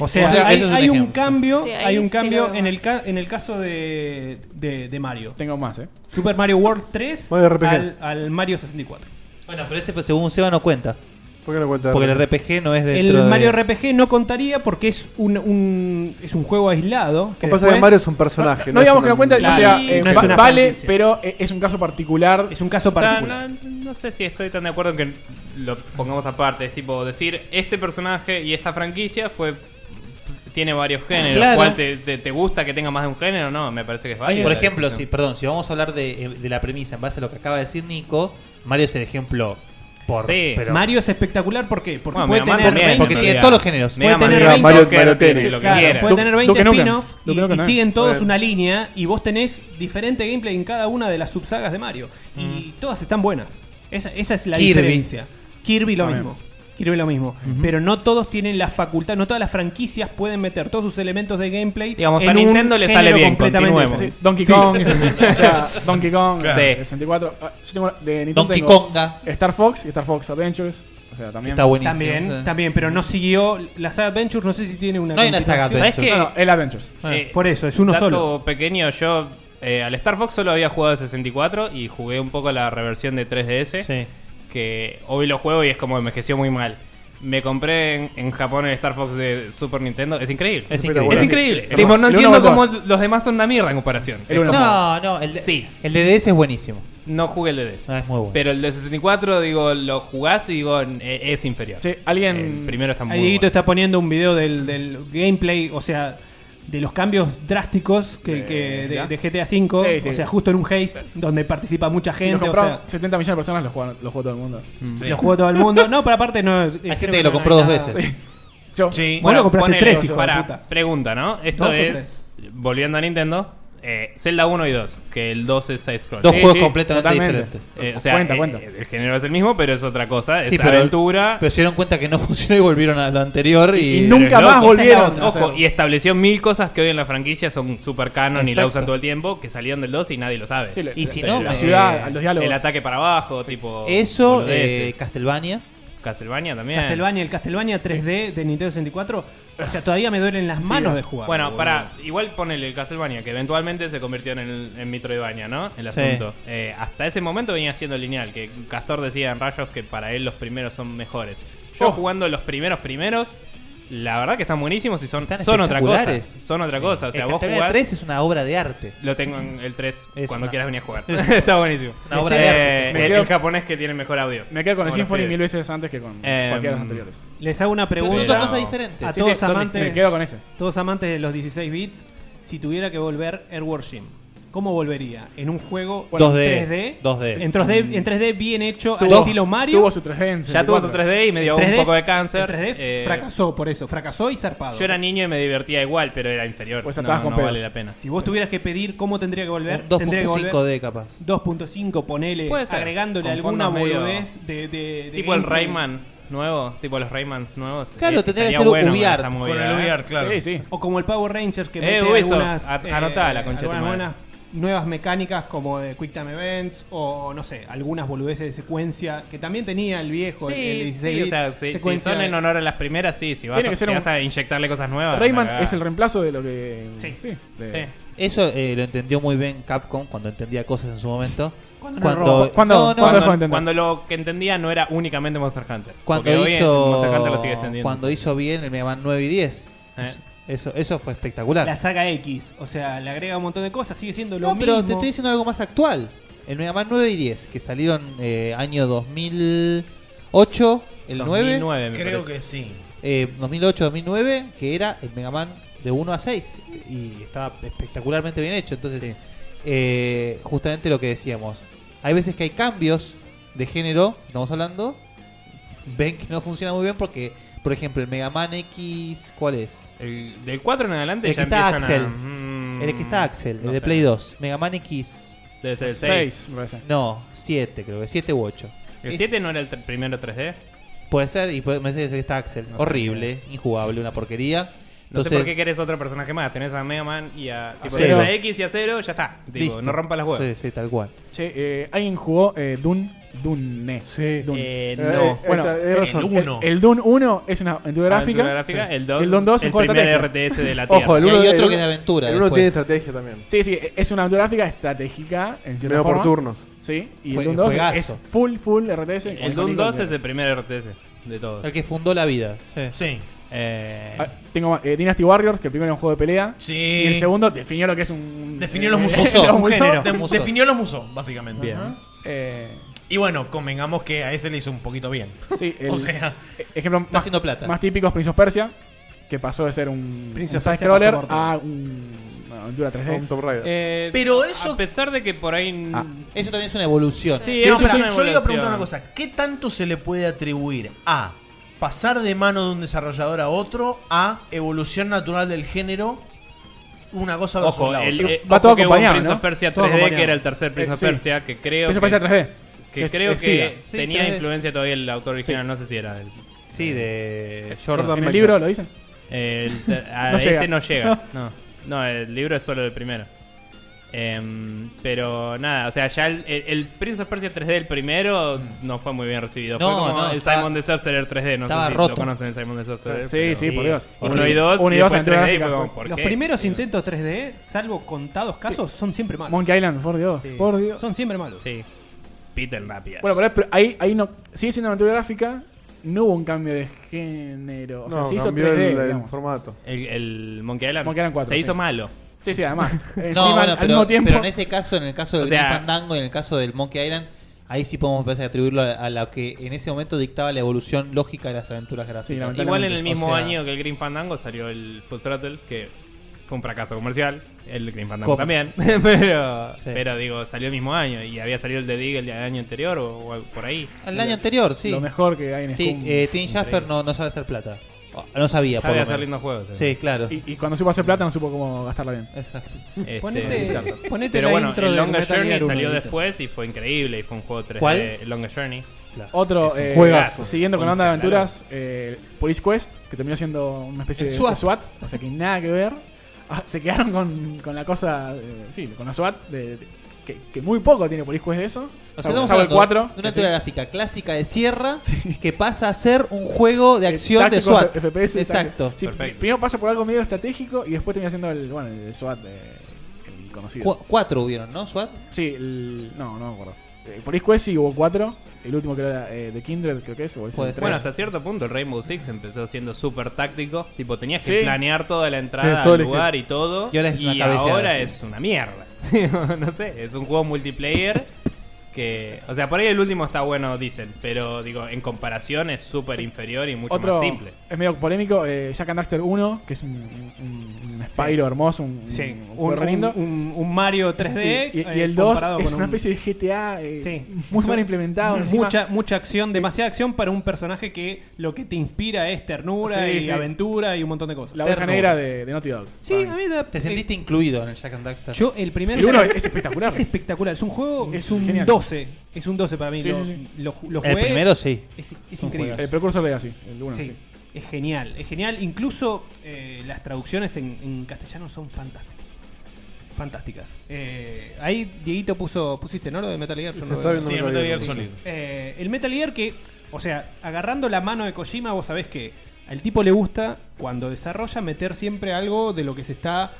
O sea, hay, hay un cambio,
Sí, ahí
hay
sí
un
lo
cambio
veo
en el ca- en el caso de, de, de Mario.
Tengo más, eh.
Super Mario World 3
Mario RPG.
al, al Mario 64.
Bueno, pero ese pues, según Seba no cuenta.
¿Por qué no cuenta?
Porque el RPG no es
El
dentro de...
Mario RPG no contaría porque es un, un- es un juego aislado.
Lo que pasa es que Mario es un personaje.
No digamos que no cuenta, o sea, eh, va- vale, eh,
pero
es un caso particular.
Es un caso
O sea,
particular.
no, no sé si estoy tan de acuerdo en que lo pongamos aparte. Es tipo decir, este personaje y esta franquicia fue tiene varios géneros.
Claro.
¿Cuál te, te- te gusta que tenga más de un género? No, me parece que es válido.
Por
la
ejemplo, si,
discusión.
perdón, si vamos a hablar de, eh, de la premisa en base a lo que acaba de decir Nico, Mario es el ejemplo por... pero-
Mario es espectacular, ¿por qué? Porque
Bueno,
puede
Mega Man
tener
también,
20
porque tiene todos los géneros.
Puede
Mega Man,
tener
Mega
20
Man, Mario Tennis, lo que
claro,
quiera.
puede tener
Duke
20
Nukem.
spin-offs y,
Duke Nukem,
y
eh.
siguen todos
Bueno.
una línea y vos tenés diferente gameplay en cada una de las subsagas de Mario.
Mm.
Y todas están buenas. Esa, esa es la
Kirby.
diferencia. Kirby lo
También.
mismo. Kirby lo mismo. Pero no todos tienen la facultad, no todas las franquicias pueden meter todos sus elementos de gameplay.
Digamos,
en
a
un
Nintendo le sale
género
bien,
completamente
continuemos.
diferente.
Sí, Donkey
Sí.
Kong, o sea, Donkey Kong,
Claro.
eh, 64. Ah, Yo tengo de Nintendo
Donkey
tengo
Konga.
Star Fox y Star Fox Adventures. O sea, también.
También, también, pero no siguió. La saga Adventures no sé si tiene una.
No hay una saga
continuación.
Adventures. Ah. No, no, el Adventures.
Ah.
Eh,
Por eso, es uno
dato
solo.
pequeño, yo eh, al Star Fox solo había jugado el 64 y jugué un poco la reversión de 3DS. Que hoy lo juego y es como envejeció muy mal. Me compré en, en Japón el Star Fox de Super Nintendo. Es increíble.
Es increíble.
Es increíble.
Sí.
Tipo, no
El uno
entiendo
o el
cómo
dos.
los demás son una mierda en comparación.
El uno.
Es como-
No, no, el de-
sí.
El DDS es buenísimo.
No jugué el de DS.
Ah, es muy bueno.
Pero el de 64, digo, lo jugás y digo, eh, es inferior.
alguien.
El primero está muy
Ahí Dieguito está poniendo un video del, del gameplay, o sea, de los cambios drásticos que, que de,
¿ya?
de GTA V,
Sí, sí.
o sea, justo en un haste donde participa mucha
Si lo
gente, o
compraron
sea, Mm.
70 millones de personas, lo jugó, lo jugó todo el mundo.
lo jugó todo el mundo. No, pero aparte no. Hay
gente que lo compró dos veces. Yo.
Vos lo compraste
ponele,
tres, hijo de
pará,
puta.
Pregunta, ¿no? Esto
¿Dos o
es, volviendo a Nintendo, eh, Zelda 1 y 2, que el 2 es Side Scroll.
Dos Sí, juegos sí, completamente totalmente. diferentes.
Eh, o sea,
Cuenta,
eh,
cuenta.
el género es el mismo, pero es otra cosa.
Sí,
es
pero,
aventura.
pero se dieron cuenta que no funcionó y volvieron a lo anterior. Y,
Pero loco, ojo, y estableció mil cosas que hoy en la franquicia son super canon y la
Exacto.
usan todo el tiempo, que salieron del 2 y nadie lo sabe.
Sí, lo- Y si no,
eh,
la ciudad, los diálogos.
El ataque para abajo, tipo.
Eso,
boludeces.
eh, Castlevania.
Castlevania también.
Castlevania, el Castlevania 3D de Nintendo 64, o sea, todavía me duelen las manos de jugar.
Bueno,
boludo.
para igual ponele el Castlevania, que eventualmente se convirtió en, el, en Metroidvania, ¿no? El
Sí.
asunto. Eh, hasta ese momento venía siendo lineal, que Castor decía en Rayos que para él los primeros son mejores. Yo
Oh.
jugando los primeros primeros, la verdad que están buenísimos y son, son otra cosa.
espectaculares.
Son otra
Sí.
cosa. O sea,
El
vos
Castlevania
jugás...
3 es una obra de arte.
Lo tengo en el 3
Es
cuando
una-
quieras venir a jugar. Está buenísimo.
Una obra de
Eh,
arte,
el,
sí.
el japonés que tiene mejor audio.
Me quedo con el
Como los
Symphony
pibes.
mil veces antes que con
Eh,
cualquiera de los anteriores.
Les hago una
Pero
pregunta
son dos cosas diferentes.
a
Sí,
todos
sí, son
amantes.
diferentes. Me quedo con ese.
Todos amantes de los 16 bits, si tuviera que volver Airworld Jim, ¿Cómo volvería? En un juego
2D,
en 3D.
2D.
En
Mm.
3D, en 3D bien hecho, al
Tuvo-
estilo Mario.
tuvo su 3D en Ya tuvo su 64. 3D y me dio un poco de cáncer.
el 3D
Eh,
fracasó por eso, fracasó y zarpado.
Yo era niño y me divertía igual, pero era inferior.
Pues
no,
atabas con
no
pedos.
vale la pena.
Si vos tuvieras que pedir cómo tendría que volver,
Un 2.5D
tendría que volver-
capaz.
2.5, ponele,
Puede ser.
agregándole
Con
alguna
fondos medio-
boludez de, de- de
Tipo el
gameplay.
Rayman nuevo, tipo los Raymans nuevos.
Claro,
Eh,
tendría que
estaría
ser
bueno
UBR,
esa
con el
movida, ¿eh?
UBR, claro.
Sí, sí.
O como el Power Rangers que
Eh,
mete
Ubisoft,
algunas, eh,
a- anotala, concha de
algunas
tu madre.
buenas nuevas mecánicas como de Quick Time Events o no sé, algunas boludeces de secuencia que también tenía el viejo, el-
Sí,
el 16
sí, o
bits,
sea, si- si,
secuencia
son en
de-
honor a las primeras, sí. Si vas,
Tiene
a,
que ser
si
un-
vas a inyectarle cosas nuevas. una
Rayman
cagada.
es el reemplazo de lo que. Sí, de-
Eso eh, lo entendió muy bien Capcom cuando entendía cosas en su momento.
Cuando-
no, no,
cuando- cuando lo que entendía no era únicamente Monster Hunter. Porque
cuando
hoy en Monster Hunter lo sigue
hizo
extendiendo.
cuando hizo bien el Mega Man 9 y 10.
Eh.
Eso, eso fue espectacular.
la saga X, o sea, le agrega un montón de cosas, sigue siendo lo
No, pero te
mismo.
estoy diciendo algo más actual. El Mega Man 9 y 10, que salieron eh, año 2008, el
2009
9.
me Creo parece. que sí.
Eh, 2008-2009, que era el Mega Man de 1 a 6. Y estaba espectacularmente bien hecho. Entonces, eh, justamente lo que decíamos. Hay veces que hay cambios de género, estamos hablando, ven que no funciona muy bien porque, por ejemplo, el Mega Man X, ¿cuál es?
El, del 4 en adelante
El
ya
que está
empiezan a-
Axel.
mm,
el que está Axel, el
no
de
sé.
Play 2. Mega Man X.
Debe ser el Seis, seis. me parece.
No, 7, creo que 7 u 8.
¿El 7 no era el tr- primero 3D?
Puede ser, y puede, me parece que está Axel.
No sé.
Horrible, injugable, una porquería.
No
Entonces,
sé por qué querés otro personaje más. Tenés a Mega Man y a. Tipo,
Cero.
tenés a X y a 0, ya está. Tipo,
listo.
no rompa las huevas.
Sí, sí, tal cual.
Che, eh, alguien jugó eh, Dune. Dune. Sí. Dune.
Eh, no. Eh,
Bueno,
esta-
el,
tenés razón.
uno. El, Dune 1 es una aventura gráfica.
Aventura gráfica, el dos-
el Dune 2 es
el
un juego de
primer
estrategia.
RTS de la Ojo, Tierra. el
uno
uno- Y hay otro el que es de uno- aventura
El
el
1
uno después.
tiene
tiene
estrategia también. Sí, sí. Es una aventura gráfica estratégica. En cierta
Medio por
forma.
turnos.
Sí. Y
Jue-
el Dune 2
juegazo.
es full, full RTS.
El Doom 2 es el primer RTS de todos.
El que fundó la vida. Sí.
Eh,
Ah, Tengo más, eh, Dynasty Warriors, que el primero era un juego de pelea.
Sí.
Y el segundo definió lo que es
Mm.
un.
Definió los
eh,
musos.
un género.
De- Definió los musos, básicamente.
Bien.
Ajá. y bueno, convengamos que a ese le hizo un poquito bien.
Sí, el-
o sea,
e- ejemplo más,
haciendo plata.
más típicos Prince of Persia, que pasó de ser un,
Prince
un
of Persia
side-scroller
pasó por todo.
a un, una aventura 3D.
Un Tomb Raider.
eh,
Pero eso-
A pesar de que por ahí.
Ah, Eso también es una evolución.
Sí,
Sí,
eso
no,
es
pará,
una
yo le iba a preguntar
evolución.
una cosa. ¿Qué tanto se le puede atribuir a pasar de mano de un desarrollador a otro a evolución natural del género? Una cosa versus
Ojo,
la otra.
el, eh, ojo que hubo un Prince of Persia 3D, que era el tercer Prince of Persia, que creo.
Eh, Prince of
que-
Persia 3D,
Que,
que es-
creo
es
que
SIDA. Sí,
tenía
3D.
influencia todavía el autor original, no sé si era. El,
sí, de
Jordan ¿En el Baker. libro lo dicen?
a
No
ese
llega.
no llega. No. No, el libro es solo del primero. Em, pero nada, o sea, ya el, el- el Prince of Persia 3D, el primero, no fue muy bien recibido. fue
Mm. No,
como
no,
el
estaba-
Simon the Sorcerer 3D, no sé
estaba
si
roto.
lo conocen el Simon the Sorcerer.
Sí,
pero-
sí, por Dios.
Uno y dos,
Uno y
y
dos,
después 3D,
aventura
y fue como,
gráfica,
¿por
Los
qué?
primeros intentos 3D, salvo contados casos, son siempre malos.
Monkey Island, por Dios.
Sí.
Por Dios.
Son siempre malos.
Sí. Peter Napier.
Eh, Bueno, pero, pero ahí, ahí no. Sigue siendo una aventura gráfica, no hubo un cambio de género. O sea,
No,
se hizo
cambió
3D.
el- el
digamos.
formato.
El, el Monkey Island.
Monkey Island 4,
Se hizo
sí.
malo.
Sí, sí, además.
No,
Encima,
bueno,
al
pero,
mismo tiempo.
pero en ese caso, en el caso del
O sea-
Grim Fandango y en el caso del Monkey Island, ahí sí podemos empezar a atribuirlo a, a lo que en ese momento dictaba la evolución lógica de las aventuras gráficas.
Igual en el mismo
O sea,
año que el Green Fandango salió el Full Throttle, que fue un fracaso comercial. El Green Fandango
¿Cómo?
también.
Sí.
pero,
Sí.
pero digo, salió el mismo año y había salido el de Dig el año anterior o, o por ahí.
Al año anterior, sí.
Lo mejor que hay en
Ti-
Scum.
eh, Tim Schafer no, no sabe hacer plata. O- No sabía,
Sabe
por lo
hacer
menos.
lindos juegos, eh.
Sí, claro.
Y, y cuando supo hacer plata, no supo cómo gastarla bien.
Exacto.
Este,
Ponete- ponete
pero
la
bueno,
intro
el
del
Longest
Metal
Journey
Gear uno,
salió
Dieguito.
después y fue increíble y fue un juego 3D.
¿Cuál?
El Longest Journey.
Otro
Es un
eh,
juegazo.
siguiendo con la onda de
Claro.
aventuras, eh, Police Quest, que terminó siendo una especie
El
de
SWAT.
SWAT. o sea que nada que ver. Ah, se quedaron con, con la cosa, eh, sí, con la SWAT, de- de- que, que muy poco tiene Police Quest de eso.
O sea,
Salvo-
estamos
salvo el
hablando
4.
de una
que sí.
aventura gráfica clásica de sierra que pasa a ser un juego de
Eh,
acción de
Táctico,
SWAT.
FPS,
Exacto.
tal. Sí, pri- primero pasa por algo medio estratégico y después termina siendo el, bueno, el SWAT, eh, el conocido.
Cu- cuatro hubieron, ¿no? SWAT.
Sí, el- no, no me acuerdo. Eh, Police Quest sí hubo cuatro. El último que era eh, de Kindred, creo que es. O es el tres.
Bueno, hasta cierto punto el Rainbow Six empezó siendo súper táctico. Tipo, tenías que
Sí.
planear toda la entrada
Sí, todo
al
el
lugar y
eje-
todo.
Y ahora es una cabeceada.
ahora es una mierda. no sé, es un juego multiplayer que. O sea, por ahí el último está bueno, dicen, pero digo, en comparación es súper inferior y mucho
Otro
más simple.
es medio polémico, eh, Jack and Daxter 1, que es un, un, un Spyro hermoso, un,
Sí,
un
un,
juego lindo.
un- un- un Mario 3D.
Sí, y- y
eh,
el 2
comparado
es
con
una
un-
especie de GTA eh,
Sí.
muy mal implementado. encima.
Mucha, mucha acción, demasiada acción para un personaje que lo que te inspira es ternura
Sí,
y
sí.
aventura y un montón de cosas.
La oveja
Ternura.
negra de, de Naughty Dog.
Sí, a mí da-
Te sentiste incluido en el
Ah,
Jack and Daxter.
Yo, el primer.
El uno
Jack-
es espectacular.
Es espectacular. Es un juego. Es,
Es
un
genial.
12. Es un 12 para mí.
Sí,
lo,
sí, sí.
lo ju- lo
El
jugué.
primero sí.
Es, es
Un
increíble.
juegazo. El precursor de así, el uno, sí.
Es genial. Es genial. Incluso eh, las traducciones en, en castellano son fantásticas. Fantásticas. Eh, ahí Dieguito puso, pusiste, ¿no? Lo de Metal Gear. yo
Se
no lo
está
veo.
viendo Sí, Metal Metal Gear Gear Solid. Solid.
Eh, el Metal Gear que, o sea, agarrando la mano de Kojima, vos sabés que al tipo le gusta, cuando desarrolla, meter siempre algo de lo que se está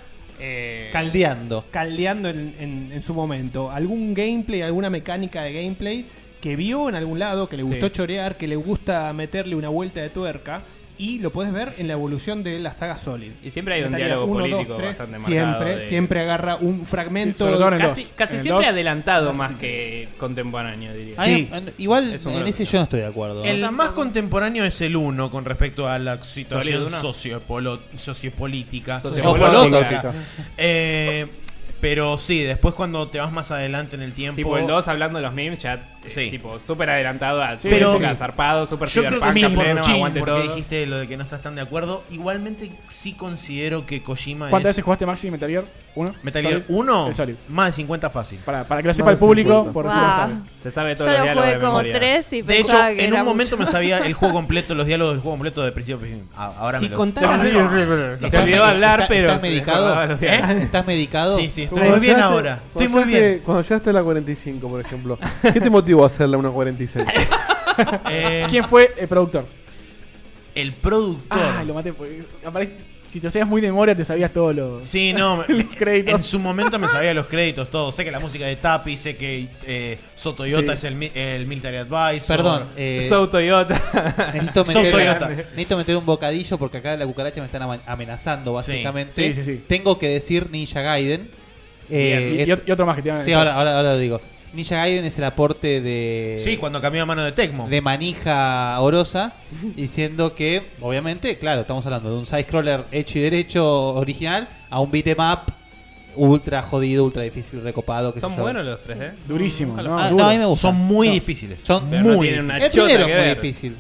eh,
Caldeando.
Caldeando en, en- en su momento. Algún gameplay, alguna mecánica de gameplay que vio en algún lado, que le
Sí.
gustó chorear, que le gusta meterle una vuelta de tuerca. Y lo podés ver en la evolución de la saga Solid.
Y siempre hay un
Metal Gear
diálogo
1,
político
3,
bastante
Siempre,
marcado de-
siempre agarra un fragmento.
casi casi siempre adelantado más que contemporáneo, diría.
Ah,
Ay, Igual
Es un
en
gran-
ese yo no estoy de acuerdo.
El más contemporáneo es el 1 con respecto a la
Sólido,
situación
¿no?
sociopolo- sociopolítica.
Sociopolítica.
Sociopolítica. Eh, pero sí, después cuando te vas más adelante en el tiempo.
Tipo el 2 hablando de los memes, ya es tipo súper adelantado, así,
Pero-
súper zarpado, súper
Yo creo que
cyberpunk,
sí,
a pleno,
por chin,
aguante
porque
todo.
dijiste lo de que no estás tan de acuerdo. Igualmente sí considero que Kojima
¿Cuántas
es...
veces Eh, jugaste Maxi Metal Gear? ¿Uno?
Metal Gear
Solid.
1,
El Solid.
más de 50 fácil.
Para, para que lo sepa el público, por si no lo sabe.
Se sabe
Yo lo jugué como tres y
De hecho,
pensaba que
en
era
un momento
mucho.
me sabía el juego completo, los diálogos del juego completo de principio a fin. A- Ahora
Si
me los...
contaras- Se
olvidó hablar, pero
¿Estás
se
medicado?
acordaba los
¿Eh?
¿Eh? ¿Estás medicado?
Sí, sí, estoy
Ay,
muy bien
ya-
ahora.
Cuando
Estoy muy
llegaste-
bien.
Cuando llegaste a la 45, por ejemplo, ¿qué te motivó a hacerla una 46?
Eh,
¿Quién fue el productor?
El productor.
Ah, lo maté. pues, aparece- Si te hacías muy de memoria, te sabías todo lo.
Sí, no, me-
Los créditos.
en su momento me sabía los créditos, todo. Sé que la música de Tapi, sé que eh,
Sí.
Sotoyota es el, mi- el Military Advisor.
Perdón. eh,
So Toyota.
Necesito
Son
meter,
Toyota.
necesito meter un bocadillo porque acá la cucaracha me están ama- amenazando, básicamente.
Sí, sí, sí.
Tengo que decir Ninja Gaiden. Eh,
Bien, y- y
et-
ot- y otro más que te van a
Sí,
echar.
ahora, ahora, ahora lo digo. Ninja Gaiden es el aporte de.
Sí, cuando cambió a mano de Tecmo.
de manija orosa, diciendo que, obviamente, claro, estamos hablando de un side-scroller hecho y derecho original a un beat'em up ultra jodido, ultra difícil, recopado. qué sé
Son
este yo.
buenos los tres, ¿eh?
Durísimo.
Ojalá.
¿no?
Ah,
Duro.
no, a mí me gustan.
Son muy
No.
difíciles.
Son
Pero no
muy
tienen una
difíciles. El
chota
primero
que
es muy
ver.
difícil.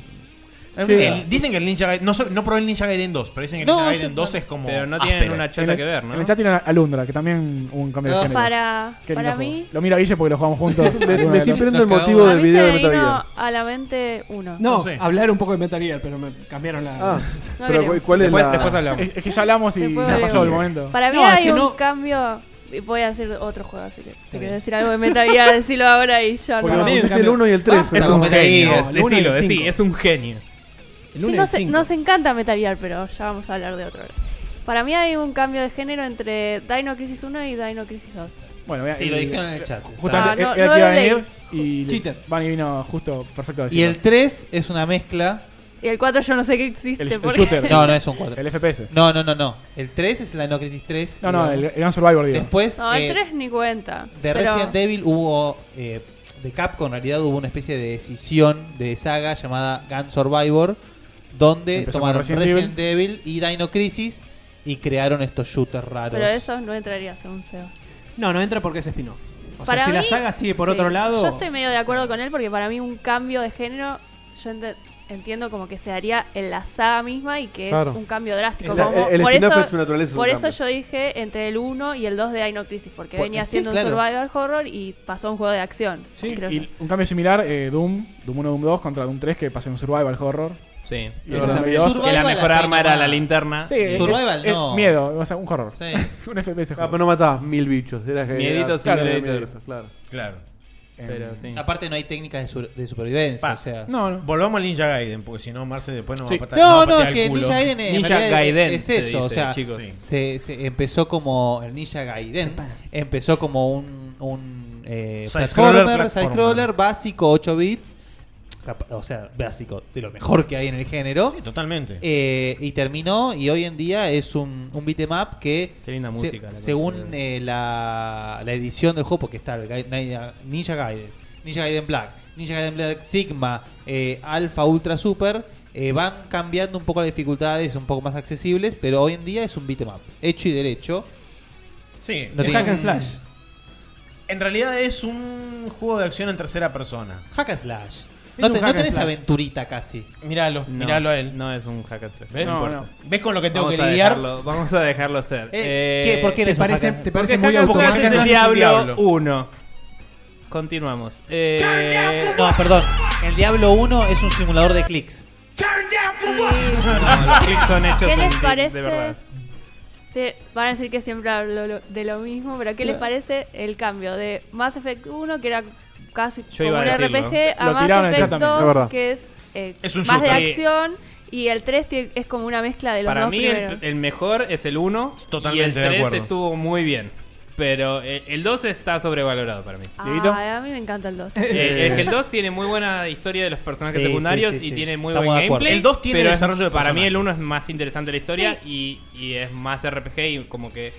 El-
Sí.
el- dicen que el Ninja Gaiden. No, sé- no probé el Ninja Gaiden 2, pero dicen que el
No,
Ninja
sí,
Gaiden 2 es como.
Pero no tienen
áspero.
una
En
chota
el-
que ver, ¿no?
En el chat tiene a Alundra, que también hubo un cambio de
Ah.
género.
Eh, Para,
Qué lindo
para
juego.
mí,
Lo mira Guille porque lo jugamos juntos.
me, me estoy perdiendo el
Nos
motivo
a
del
mí se
video de
me
Metal Gear.
vino a la mente uno.
No,
No sé.
hablar un poco de Metal Gear, pero me cambiaron la. Eh,
Ah,
No
pero
queremos.
¿cuál es
Después,
la...?
después hablamos.
Es, es que ya hablamos y
Después
ya pasó el
veremos.
momento.
Para mí
No, es
hay
que
un
no-
cambio. y Voy a hacer otro juego, así que si quieres decir algo de Metal Gear, decilo ahora y yo
Porque
armamos.
medio
confundiste
en
el
cambio-
1 y el 3.
Es un genio.
el
No,
uno y el
decilo, decí,
cinco.
es un genio.
El
Sí,
uno y el
nos,
cinco.
nos encanta Metal Gear, pero ya vamos a hablar de otro. Para mí hay un cambio de género entre Dino Crisis 1 y Dino Crisis 2.
Bueno, vea,
Sí,
y-
lo dijeron en el chat.
Ah,
Justamente
no,
era
no
que iba a
lo leí.
venir y
Cheater.
Van y vino justo perfecto a
Y
decirlo.
el 3 es una mezcla.
Y el 4 yo no sé qué existe.
El- el
porque-
shooter.
No, no es un 4.
El FPS.
No, no, no, no. El 3 es la No Crisis 3.
No, no,
digamos.
el, el Gun Survivor, digo.
Después
No, el
eh,
3 ni cuenta.
de
pero-
Resident Evil hubo. eh, de Capcom, en realidad, hubo una especie de decisión de saga llamada Gun Survivor. Donde
Empezó con
tomaron
Resident
Resident, Evil y Dino Crisis y crearon estos shooters raros.
Pero eso no entraría según SEO.
No, no entra porque es spin-off. O
Para
sea, si la
mí,
saga sigue por
sí.
otro lado.
Yo estoy medio de acuerdo con él porque para mí un cambio de género, yo ente- entiendo como que se haría en la saga misma y que es
Claro.
un cambio drástico.
O sea,
como-
el el
por
spin-off
eso,
es su naturaleza. es un
por eso
cambio.
yo dije entre el 1 y el 2 de Dino Crisis, porque
Por-
venía
sí,
siendo
claro.
un survival horror y pasó a un juego de acción.
Sí,
creo
y
yo.
un cambio similar, eh, Doom, Doom 1, Doom 2 contra Doom 3, que pasé un Survival Horror.
Sí.
Y el Survival
que
la
la mejor arma
tiene
era la
más.
linterna.
Sí, eh,
Survival,
eh,
no.
Miedo, o sea, un horror.
Sí.
un FPS
Ah,
horror.
pero no matabas mil bichos. Era
Miedito sin
claro, era
miedito.
miedito, claro.
Claro.
Eh,
Pero sí.
Aparte, no hay técnicas de, su- de supervivencia.
Pa.
O sea.
No, no.
Volvamos al Ninja Gaiden, porque si no, Marce después nos
Sí.
va a patar.
No,
nos va a
no,
patear
es
el
que
culo.
Ninja Gaiden, en
Ninja
realidad es-
Gaiden,
es
se
eso, o
dice,
sea,
chicos.
Sí.
se, se empezó como el Ninja Gaiden, empezó como un, un eh,
Side-scroller,
platformer,
platformer.
side-scroller básico, 8 bits, cap- o sea, básico, de lo mejor que hay en el género,
Sí, totalmente.
eh, y terminó, y hoy en día es un, un beat'em up que,
Qué linda
se-
música, la
según
concha de-
eh, la, la edición del juego, porque está el Gai- Ninja Ninja Gaiden, Ninja Gaiden Black, Ninja Gaiden Black Sigma, eh, Alpha Ultra Super, eh, van cambiando un poco las dificultades, un poco más accesibles, pero hoy en día es un beat'em up, hecho y derecho.
Sí,
No
es
tiene-
un- En realidad es un juego de acción en tercera persona.
Hack and slash. No, te- no tenés aventurita casi.
Miralo,
No,
miralo a él.
No es un hack and slash.
¿Ves?
No, no.
¿Ves con lo que tengo
Vamos
que
a
lidiar?
dejarlo- vamos a dejarlo ser. Eh,
Eh, ¿qué? ¿Por qué
¿te
eres un
parece-
hacker?
¿Te parece
Porque
muy
hack and slash
automático?
es el
Diablo Uh,
Diablo.
1. Continuamos. Eh,
No, perdón. El Diablo 1 es un simulador de clics.
no, los clics son hechos
¿Qué
en-
les
de-
parece?
de verdad.
Se- van a decir que siempre hablo lo- de lo mismo, pero ¿qué les parece el cambio de Mass Effect 1, que era casi
Yo
como
iba a
un
decirlo.
RPG, a
Lo
Mass
tiraron en el chat
Effect
también,
2,
es verdad.
que es, eh,
Es un
más de
shooter.
acción, y el 3 tie- es como una mezcla de los
Para
dos
mí
primeros.
el, el mejor es el 1 y el
Totalmente de
3
acuerdo.
estuvo muy bien. Pero el, el 2 está sobrevalorado para mí.
Ah, Ay, a mí me encanta el 2.
Eh, es que el 2 tiene muy buena historia de los personajes
Sí,
secundarios
sí, sí,
y
sí.
tiene muy
Estamos de
buen
acuerdo.
gameplay.
El 2 tiene
pero es-
desarrollo de
Para mí
personaje.
el 1 es más interesante la historia y, y es más RPG y como que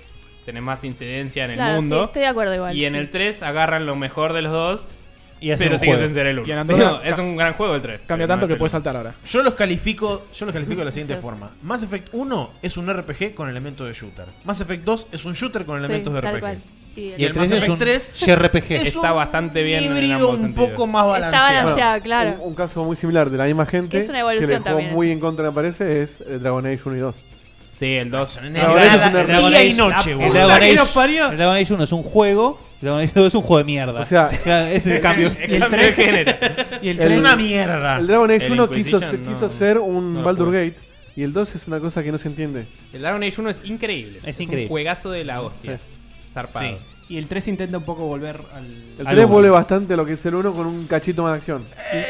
tenés más incidencia en el
Claro, sí,
mundo.
estoy de acuerdo igual,
Y en
sí.
el 3 agarran lo mejor de los dos.
Y hacen
pero
un
sigue
juego.
sin ser el 1.
Y en Andorra-
es un gran juego el 3. pero
Cambia tanto
es
que
el
puedes
uno.
saltar
ahora.
Yo los califico, yo los califico de la siguiente forma. Mass Effect 1 es un RPG con elementos de shooter. Mass Effect 2 es un shooter
Sí,
con elementos de
tal
RPG.
cual. Y el-
Y el Mass Effect 3 es
Está
un
bastante bien. en
híbrido
ambos
un
sentidos.
poco más balanceado.
balanceado, claro.
Un, un caso muy similar de la misma gente
Es una evolución
que le jugó
también,
muy
sí.
en contra, me parece, es eh, Dragon Age 1 y 2.
Sí, el 2.
Ah,
El
Dragon Age es una- Dragon Age- la- el Dragon Age- el Dragon Age 1 es un juego, el Dragon Age 2 es un juego de mierda.
O sea,
es el cambio.
El- El Dragon Age
El
1 quiso,
Inquisition
se-
no-
quiso ser un
no lo
Baldur
jugué.
Gate y el 2 es una cosa que no se entiende.
El Dragon Age 1 es increíble.
Es increíble.
Un juegazo de la hostia. Zarpado.
Y el 3 intenta un poco volver al.
El
al
3
uno.
vuelve bastante a lo que es el 1 con un cachito más de acción.
Eh,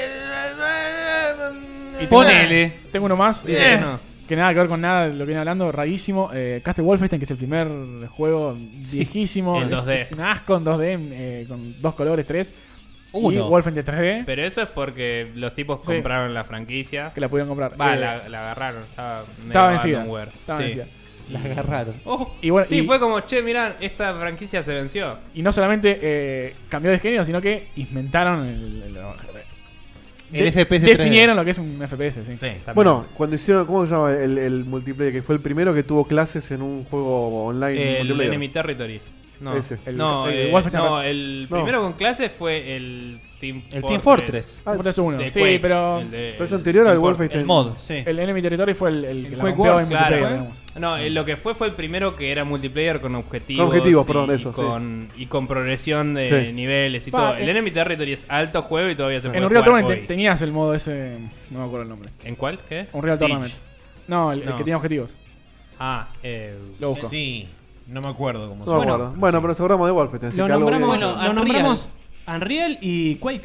Y
Ponele.
tengo- Tengo uno más.
Eh.
eh, Que nada que ver con nada de lo que viene hablando, rarísimo. Eh, Castle Wolfenstein, que es el primer juego viejísimo.
en
es,
2D.
es un asco en 2D, eh, con dos colores, tres. Y
Uno.
Wolfenstein 3D.
Pero eso es porque los tipos
Sí.
compraron la franquicia.
Que la pudieron comprar.
Va,
Eh,
la, la agarraron. Estaba, medio
Estaba vencida,
abandonware.
estaba
Sí.
vencida.
La agarraron.
Y bueno,
sí,
y-
fue como, che, mirá, esta franquicia se venció.
Y no solamente eh, cambió de género, sino que inventaron el, el-
El
de-
FPS 3D.
Definieron lo que es un FPS, sí.
Bueno, cuando hicieron, ¿cómo se llama el, el multiplayer? Que fue el primero que tuvo clases en un juego online.
El
multiplayer.
Enemy Territory. No,
Ese.
el, no,
El
eh,
Wolfenstein
no,
Red.
el
No.
primero con clases fue el Team
El
Fortress.
Team Fortress.
Ah, Fortress 1.
De
Sí,
Quake,
pero.
el de-
pero es
el
anterior
Team
al
Fortress.
Wolfenstein. El Enemy Territory fue el, el que la
Quake
rompió
Wars,
en
claro.
multiplayer, digamos.
No, eh, lo que fue fue el primero que era multiplayer con objetivos.
Con objetivos,
y,
perdón,
y
eso, sí.
con, y con progresión de
Sí.
niveles y
Pa, eh.
todo.
en-
el Enemy Territory es alto juego y todavía se puede
En Unreal
jugar
Tournament te-
hoy.
tenías el modo ese. No me acuerdo el nombre.
¿En cuál? ¿Qué?
Unreal
Siege.
Tournament. No, el, el
No.
que tenía objetivos.
Ah, eh,
Lo busco.
Sí, no me acuerdo cómo
No me acuerdo. bueno, pero nos hablamos de Wolfenstein. así
Lo
que algo
nombramos,
voy a decir.
lo nombramos Unreal y Quake.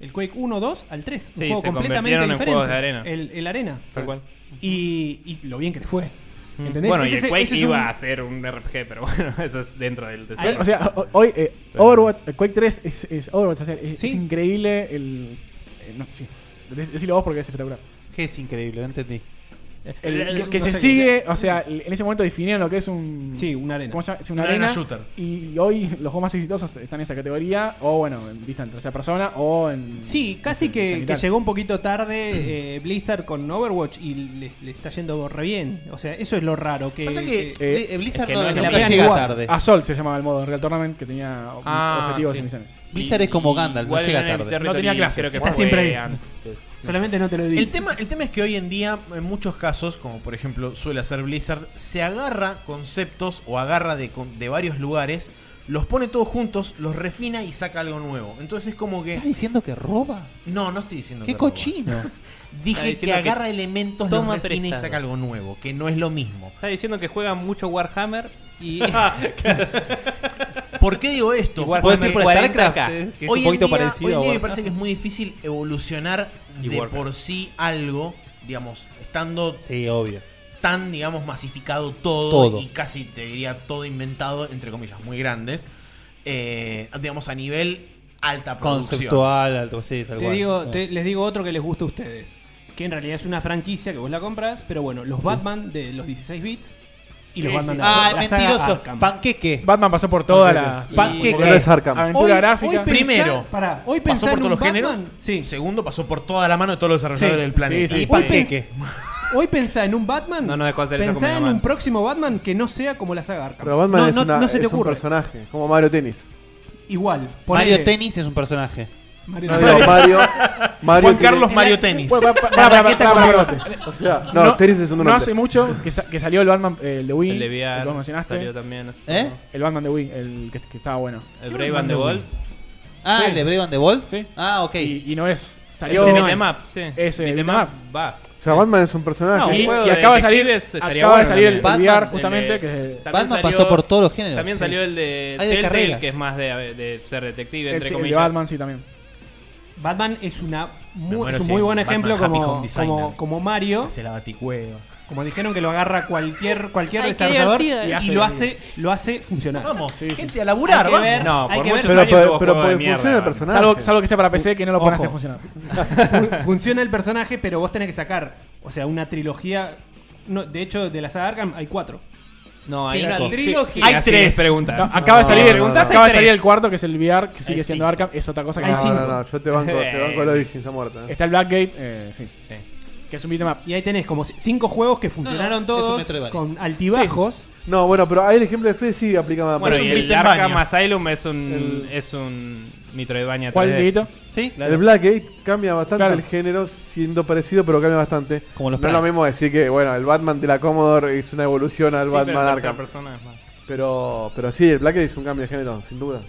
El Quake 1, 2 al 3. Un
Sí,
juego
se
completamente
convirtieron en
diferente.
juegos de arena.
El, el arena.
Tal cual. Mm.
Y, y lo bien que le fue. ¿Entendés?
Bueno,
Ese
y
es-
el Quake
ese es
iba
un-
a ser un RPG, pero bueno, eso es dentro del
Ahí-
desarrollo.
O sea, ho- hoy eh, Overwatch, eh, Quake 3 es, es Overwatch. o sea, es, es increíble el. eh, no, sí. Dec- Decilo vos porque es espectacular.
Que es increíble, no entendí.
El-
El-
que
el-
que
no
se
sé,
sigue, o sea, el- en ese momento definían lo que es un.
Sí, una arena.
¿Cómo se llama? Sí, una,
Una
arena.
arena shooter.
Y hoy los juegos más exitosos están en esa categoría, o bueno, en, vista en tercera persona, o en.
Sí, casi que, que llegó un poquito tarde eh, Blizzard con Overwatch y le, le está yendo re bien. O sea, eso es lo raro. Que,
Pasa que, eh, Blizzard
que
no-
la
nunca
pegan
llega
igual.
tarde.
Assault Ah, se llamaba el modo en Real Tournament que tenía ob-
Ah,
objetivos
sí.
y misiones.
Blizzard es como Gandalf, no
igual
llega
en el
tarde.
territorio
No tenía clases,
creo que
está
fue
siempre ahí.
antes.
Solamente no te lo digo.
El tema, el tema es que hoy en día, en muchos casos, como por ejemplo suele hacer Blizzard, se agarra conceptos o agarra de, con- de varios lugares, los pone todos juntos, los refina y saca algo nuevo. Entonces es como que...
¿Estás diciendo que roba?
No, no estoy diciendo
¡Qué
que roba.
cochino!
Está
Dije que
diciendo que
agarra elementos, los
toma
refina y
prestado.
saca algo nuevo, que no es lo mismo.
Está diciendo que juega mucho Warhammer y.
¿Por qué digo esto?
Igual
Porque
Warhammer por 40K. StarCraft, eh, que es
hoy
un
en
poquito
día-
parecido
Hoy
a
en día me
Warhammer.
parece que es muy difícil evolucionar
Y
de
Warcraft.
por sí algo, digamos, estando
sí, obvio.
tan, digamos, masificado todo,
Todo.
y casi te diría todo inventado, entre comillas, muy grandes, eh, digamos, a nivel alta producción.
Conceptual, algo así, tal
Te
cual.
digo,
Sí.
te- les digo otro que les gusta a ustedes. Que en realidad es una franquicia que vos la compras, pero bueno, los Batman de los 16 bits y los Batman de
Ah,
la
es
saga
mentiroso.
Arkham.
Panqueque.
Batman pasó por todas las.
Panqueque.
por todas las Aventura
Hoy-
gráfica.
hoy pensá- Primero,
pará, hoy
pasó
pensar en
por todos los
un
géneros.
Batman,
Segundo, pasó por toda la mano de todos los desarrolladores
Sí,
del planeta.
sí, sí.
y
Hoy
Panqueque.
Hoy pensá en un Batman. No, no dejó hacer
eso con mi
Pensá en
mamá.
un próximo Batman que no sea como la saga Arkham.
Pero Batman
no,
es,
no-
una-
no se te
es un
ocurre.
personaje, como Mario Tenis.
Igual.
Mario
ponele-
Tenis es un personaje.
Mario
No, digo, Mario- Mario Juan Tenis. Carlos
Mario
Tenis.
Bueno, pa- pa-
La
pa-
raqueta
pa-
con
pa-
bigote.
pa-
O sea, no, tenis es un
No
nombre.
hace mucho que, sa- que salió el Batman, eh, el de Wii.
El de VR,
que vos mencionaste.
salió también hace
¿Eh?
poco. El Batman de Wii, el que, que estaba bueno.
El Brave and the Bold.
Ah,
Sí.
el de Brave and the Bold.
Sí.
Ah, ok.
Y, y no es.
Es
Salió.
el beat'em up, sí.
Es el
Beat'em
beat'em up.
up, va.
O sea, Batman es un personaje.
No, un
Y-
juego
y
de
acaba de salir-
detectives estaría
acaba de
bueno
salir el- el
también.
VR justamente, que es el-
también
Batman pasó por todos los géneros, sí.
También salió el de
Hay de
Telltale,
carreras.
que es más de, de ser detective,
el,
entre
sí, el de
comillas.
Batman, sí, también.
Batman es, una muy-
muero
es un
si
muy
hay
buen
Batman
ejemplo
Happy
como,
Home Designer.
como, como Mario.
la baticueva.
Como dijeron que lo agarra cualquier, cualquier
Ay, qué
desarrollador y,
divertido es.
lo, hace, lo hace funcionar.
Vamos, gente, a
Hay
laburar,
que
vamos.
ver-
No,
hay
por
que ver
muchos años Pero-
hubo pero juegos de porque mierda, funciona el Batman. personaje.
Salvo, salvo que sea para PC que no lo pueden hacer
Ojo.
funcionar.
Fun- Funciona el personaje, pero vos tenés que sacar, o sea, una trilogía. No, de hecho, de la saga Arkham hay cuatro.
No,
hay una
trilogía,
Sí, así es, preguntas. No, acaba de salir,
no, no, no.
acaba de salir
Tres.
el cuarto, que es el VR, que sigue
Hay
siendo
cinco.
Arkham. Es otra cosa que
Hay
no-
cinco.
no, no,
yo te banco- te banco lo de Sin Muerta, eh.
Está el Blackgate, eh, sí. Que es un beat'em up.
Y ahí tenés como c- cinco juegos que funcionaron
no, es un
todos
Metroidvania.
con altibajos.
No, bueno, pero ahí el ejemplo de Fede sí aplica más.
Bueno,
para-
y el Arkham Asylum es un, es un Metroidvania 3D.
El Blackgate cambia bastante
Claro.
el género, siendo parecido, pero cambia bastante.
Como los
no es lo
Prime.
mismo decir que, bueno, el Batman de la Commodore es una evolución al
Sí, pero
Batman
en tercera
Arkham.
persona es más.
Pero, pero sí, el Blackgate es un cambio de género, sin duda.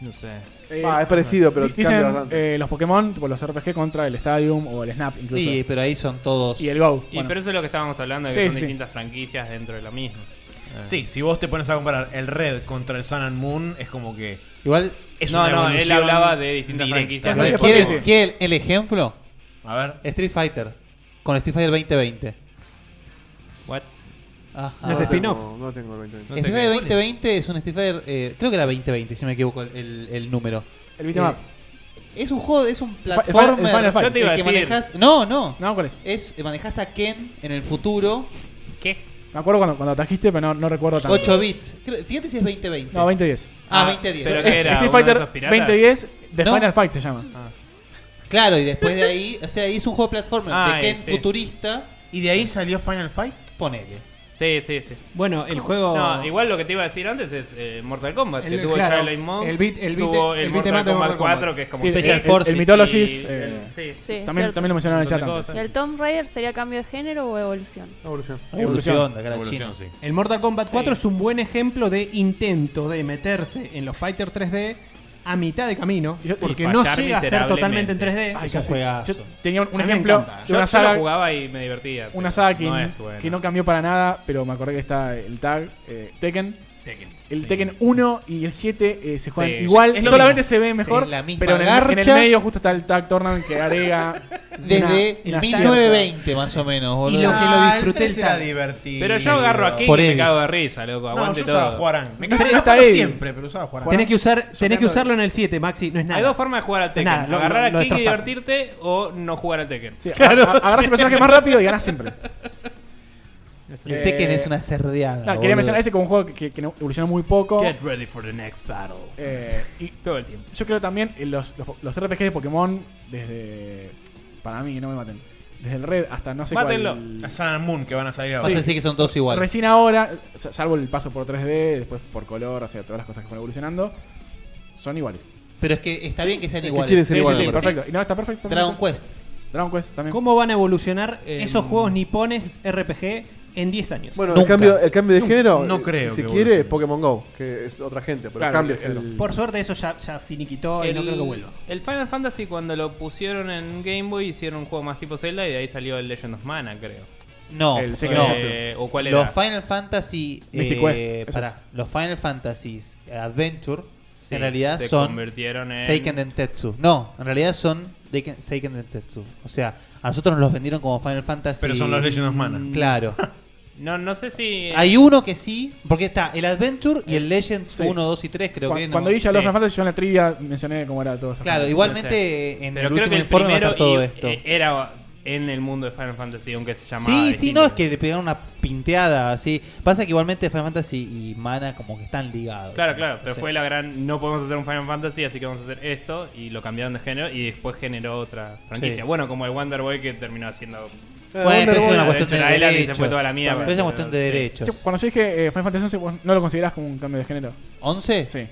No sé.
Ah, es parecido, pero
Di- Eh, Dicen
cambia bastante.
eh, los Pokémon, tipo los RPG contra el Stadium o el Snap, incluso.
Sí, pero ahí son todos.
Y el Go.
Y pero eso es lo que estábamos hablando, que
Sí,
son
sí.
distintas franquicias dentro de la misma. Eh.
Sí, si vos te pones a comparar el Red contra el Sun and Moon, es como que.
Igual-
Es
No,
una
no, él
evolución
hablaba de distintas franquicias.
Claro,
¿Quiere,
porque-
quiere el ejemplo?
A ver.
Street Fighter. Con Street Fighter 2020.
What?
Ah,
No es
ah.
spin-off.
No, no tengo el 2020.
Street Fighter 2020 es un Street Fighter. eh, creo que era 2020, si no me equivoco el, el- el número. Eh,
El beat'em up.
Es un juego, es un
Fa- el
platformer.
Final- el Final Fight. Yo te iba a
que
decir.
manejas. No, no.
No, ¿cuál es?
eh, manejas a Ken en el futuro.
¿Qué?
Me acuerdo cuando, cuando atajiste, pero no, no recuerdo tanto.
8 bits. Creo- Fíjate si es 2020.
No, 2010.
Ah, 2010.
Es- Street Fighter 2010, The
No.
Final Fight se llama.
Claro, y después de ahí, o sea, ahí es un juego de platformer
Ah,
de Ken
sí.
futurista.
¿Y de ahí salió Final Fight?
Ponele.
Sí, sí, sí.
Bueno, el juego.
No, igual lo que te iba a decir antes es eh, Mortal Kombat, que
El-
tuvo
claro,
el Shaolin Monks,
el beat- el beat-
tuvo el,
el beat
Mortal,
em up de
Kombat
Mortal
4,
Kombat.
que es como...
Sí, el-
Special
el-
Forces
El
y-
Mythologies.
y-
eh,
sí,
Sí,
también,
cierto.
también lo mencionaron en el chat.
Montón de
antes.
¿Y el Tomb Raider sería cambio de género o evolución?
Evolución.
Evolución, de acá a la
Evolución,
China.
sí.
El Mortal Kombat 4 es un buen ejemplo de intento de meterse en los Fighter 3D a mitad de camino, porque no
fallar
llega a ser totalmente en
miserablemente.
3D.
Ay,
Es un
casi.
juegazo.
Yo tenía un
A mí me
ejemplo
encanta.
de una
Yo- yo
saga.
lo jugaba y me divertía.
Una
pero
saga que
no
no,
es buena.
que no cambió para nada, pero me acordé que está el tag eh, Tekken.
Tekken.
El
Sí.
Tekken 1 y el 7 eh, se juegan
Sí.
igual,
Es lo
solamente
mismo.
se ve mejor,
Sí, la misma
pero en el, en el
garcha.
medio justo está el Tag Tournament que agrega
Desde
una- una
1920 más o menos,
Y
boludo.
lo que lo
disfruté
este
el
era
tanto. divertido.
Pero yo agarro aquí y
Por
me
él.
cago de risa, loco.
No,
Aguante
yo
todo.
usaba Juarán. Me cago en
Pero
la
está
pata
ahí.
siempre, pero usaba Juarán.
Tenés que, usar, tenés que
Sopeando-
usarlo en el 7, Maxi, no es nada.
Hay dos formas de jugar al Tekken.
Nada, lo-
agarrar
lo- lo
al King y
destrozaron.
divertirte o no jugar al Tekken.
Sí, Claro, a- a- agarras el personaje más rápido y ganas siempre.
El Tekken es una cerdeada,
no, quería
boludo.
mencionar ese como un juego que, que- que no- evolucionó muy poco.
Get ready for the next battle.
Eh, y
todo el tiempo.
Yo creo también eh, los, los, los RPG de Pokémon, desde. Para mí, no me maten. Desde el Red hasta no sé
Mátenlo.
cuál.
A Sun and Moon que van a salir
Sí.
ahora.
Vas a decir que son todos iguales.
Recién ahora, sa- salvo el paso por 3D, después por color, o sea, todas las cosas que fueron evolucionando, son iguales.
Pero es que está bien que sean
Es que
iguales.
quieren ser Sí, iguales, sí, sí, perfecto. perfecto. Y no, está perfecto,
Dragon
perfecto.
Quest.
Dragon Quest también.
¿Cómo van a evolucionar eh, esos juegos nipones RPG en 10 años?
Bueno, el cambio, el cambio de
Nunca.
género,
No
eh,
creo
si
que
quiere, Pokémon Go, que es otra gente, pero
Claro,
cambia el
el-
género.
Por suerte eso ya, ya finiquitó y no creo que vuelva.
el Final Fantasy cuando lo pusieron en Game Boy hicieron un juego más tipo Zelda y de ahí salió el Legend of Mana, creo.
No,
El Secret
no.
Sensu. ¿O cuál era?
Los Final Fantasy.
Mystic
eh,
Quest, esos.
pará, los Final Fantasy Adventure.
Sí,
en realidad
se
son.
convirtieron en-
Seiken Dentetsu. No, en realidad son Deiken- Seiken Dentetsu. O sea, a nosotros nos los vendieron como Final Fantasy.
Pero son los Legend of Mana.
Claro.
No, no sé si. eh,
Hay uno que sí, porque está el Adventure y el Legend 1, 2 y 3, creo
Eh, Cu-
que. no.
Cuando dije a los
Sí.
Final Fantasy, yo en la trivia mencioné cómo era todo eso.
Claro,
No sé.
igualmente en
Pero
el
creo
último
que
informe va a estar
primero
todo
y-
esto.
eh, Era en el mundo de Final Fantasy, aunque se llamaba.
Sí, sí,
distinto.
no, es que le pegaron una pinteada, así. Pasa que igualmente Final Fantasy y Mana como que están ligados.
Claro, claro, pero
Sí.
fue la gran. No podemos hacer un Final Fantasy, así que vamos a hacer esto. Y lo cambiaron de género y después generó otra
Sí.
franquicia. Bueno, como el Wonder Boy que terminó haciendo.
Bueno, pero eso es una cuestión de
Adventure Island Y se
derechos.
fue toda la mierda.
Pero es una cuestión de
Sí.
derechos.
Che, Cuando yo dije eh, Final Fantasy XI, vos no lo considerás como un cambio de género.
¿11?
Sí.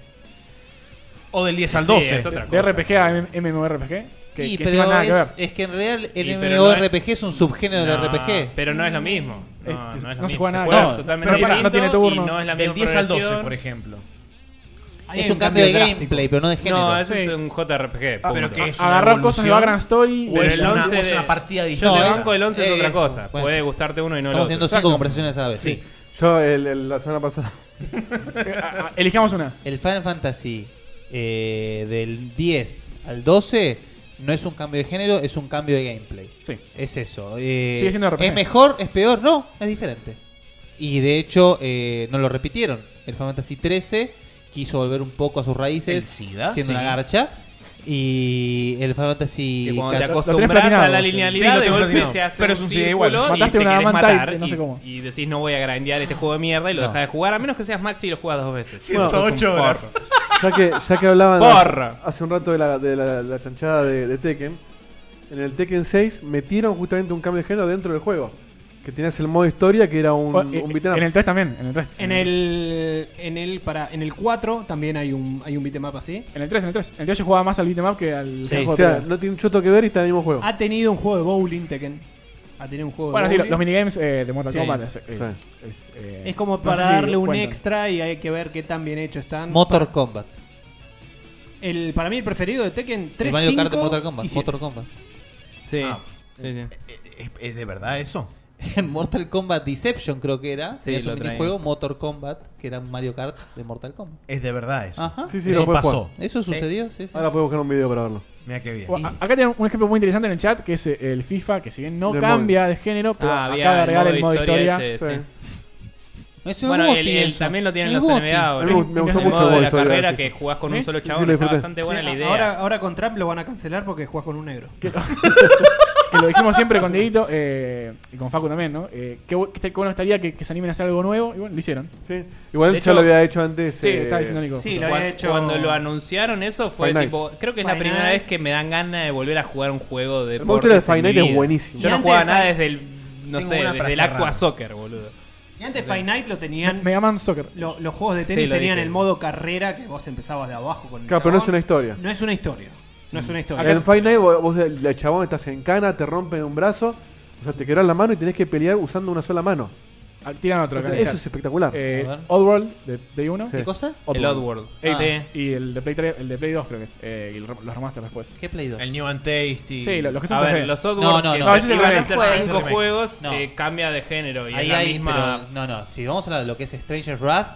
O del 10
al 12.
De- de RPG a M- MMORPG. Que,
Y,
que
pero
encima nada que ver.
es, es que en real el
Y, pero no es-
MMORPG es un subgénero
No,
del RPG.
Pero no es
Mm.
lo mismo. No, no es lo mismo. totalmente
pero pará,
distinto
no tiene turnos.
y No es la
Del
misma
10 al 12,
progresión.
por ejemplo.
Ahí Es hay un un cambio cambio de drástico. gameplay, pero no de género.
No, eso
Sí.
es un JRPG.
Ah, pero
punto.
que es una Agarrar cosas de evolución, Vagrant Story, o
Pero
es
el
una-
11
o es
de-
una partida
Yo
distinta.
te banco el 11 es
Eh,
otra cosa.
bueno.
Puede gustarte uno y no el
Estamos
otro.
teniendo cinco conversaciones a la vez. Sí.
Yo el- el- la semana pasada.
Ah, Elijamos una.
El Final Fantasy eh, del 10 al 12 no es un cambio de género, es un cambio de gameplay.
Sí.
Es eso. eh,
Sigue siendo RPG.
¿Es mejor? ¿Es peor? No, es diferente. Y de hecho, eh, no lo repitieron. El Final Fantasy 13 quiso volver un poco a sus
¿El
raíces,
SIDA?
siendo
Sí.
una garcha. Y el Final Fantasy.
Que cuando te
cat-
acostumbras a la linealidad, de golpe se hace
Pero es un SIDA igual.
círculo y
Mataste
te
una
querés
manta y-
matar
no sé
y-
cómo.
Y decís, no voy a grandear este juego de mierda y lo
No.
dejás de jugar, a menos que seas Maxi y lo juegas dos veces.
108
Sos un
horas.
porro.
Ya que, ya que hablaban
Porra.
hace un rato de la, de la, la chanchada de, de Tekken, en el Tekken 6 metieron justamente un cambio de género dentro del juego. Que tenías el modo historia que era un,
O, eh,
un beat 'em up.
en el 3 también. En el 3.
En el, en el, para, en el 4 también hay un, hay un beatmap así.
En el 3, en el 3. En el 3 yo jugaba más al beatmap que al
Sí.
juego
O sea,
previo.
no tiene un choto que ver y está en el mismo juego.
Ha tenido un juego de bowling Tekken. Ha tenido un juego
Bueno,
de
sí, los,
bowling.
los minigames eh, de Mortal
Sí.
Kombat. Es, eh,
Sí.
es, eh,
Es como
no
para
sé si
darle un
cuentan.
extra y hay que ver qué tan bien hecho están.
Motor
Pa-
Combat.
el, para mí el preferido de Tekken 3.
El Mario Kart de
5
Mortal Kombat.
y siete.
Mortal Kombat.
Sí.
¿Es, Ah, eh, es de verdad eso?
En Mortal Kombat Deception creo que era.
Sí,
Sí, es
lo
un
traen.
minijuego Motor Combat, que era un Mario Kart de Mortal Kombat.
Es de verdad eso.
Ajá.
Sí, sí, Eso lo puedes pasó. jugar.
Eso sucedió, sí, sí.
Ahora puedo buscar un video para verlo.
Mira qué bien.
O- a- Acá tienen un ejemplo muy interesante en el chat que es eh, el FIFA, que si bien no
Del
cambia de género, pero
Ah, había
acaba de agregar
el
el modo
modo
historia.
historia ese, sí.
Es
Bueno, el- el también lo tienen los NBA. ahora. El modo de la carrera que jugás con un solo chabón. Está bastante buena
Sí,
la
a-
idea.
Ahora, ahora con Trump lo van a cancelar porque jugás con un negro.
que lo dijimos siempre con Dieguito eh, y con Facu también, ¿no? Eh, qué, bu- qué bueno estaría que, que se animen a hacer algo nuevo. Y bueno, lo hicieron.
Sí. Igual ya lo había hecho antes,
Sí,
eh,
estaba diciendo Nico.
Sí,
justo.
lo había hecho.
Cuando lo anunciaron eso fue
Final.
tipo, creo que es la
Final.
primera vez que me dan ganas de volver a jugar un juego de
El monstruo de
deportes en
Final
mi
es
vida.
buenísimo.
Yo
Y
no
antes
jugaba
de
nada
Final-
desde el no
Tengo
sé,
una
desde
para
el
cerrar.
Aqua Soccer, boludo.
Y antes Five Night lo tenían.
Mega Man Soccer.
lo- los juegos de tenis
Sí, lo
tenían
dije.
el modo carrera que vos empezabas de abajo con el
Claro, pero no es
chabón.
una historia.
No es una historia. No
Mm.
es una historia.
En Five Night vos, vos, el el chabón estás en cana, te rompen un brazo, o sea, te quebran la mano y tenés que pelear usando una sola mano.
Ah, Tiran otro.
O sea,
acá en el
eso
chat.
es espectacular.
Eh,
A ver.
Oddworld de Play 1.
¿Qué cosa?
El Oddworld.
Eh,
Ah.
Y el de Play 3, el de Play 2 creo que es. eh, y el rem- los remasters después.
¿Qué Play 2?
El New and Tasty.
Sí, lo- los que son
a ver,
3D.
los
No,
Oddworld
no,
que
no. No, ese es el
van a
remake.
hacer
Ese es el
cinco
remake.
juegos
No.
eh, cambia de género y es
Ahí
la
hay,
misma
pero no, no. Si vamos a hablar de lo que es Stranger's Wrath,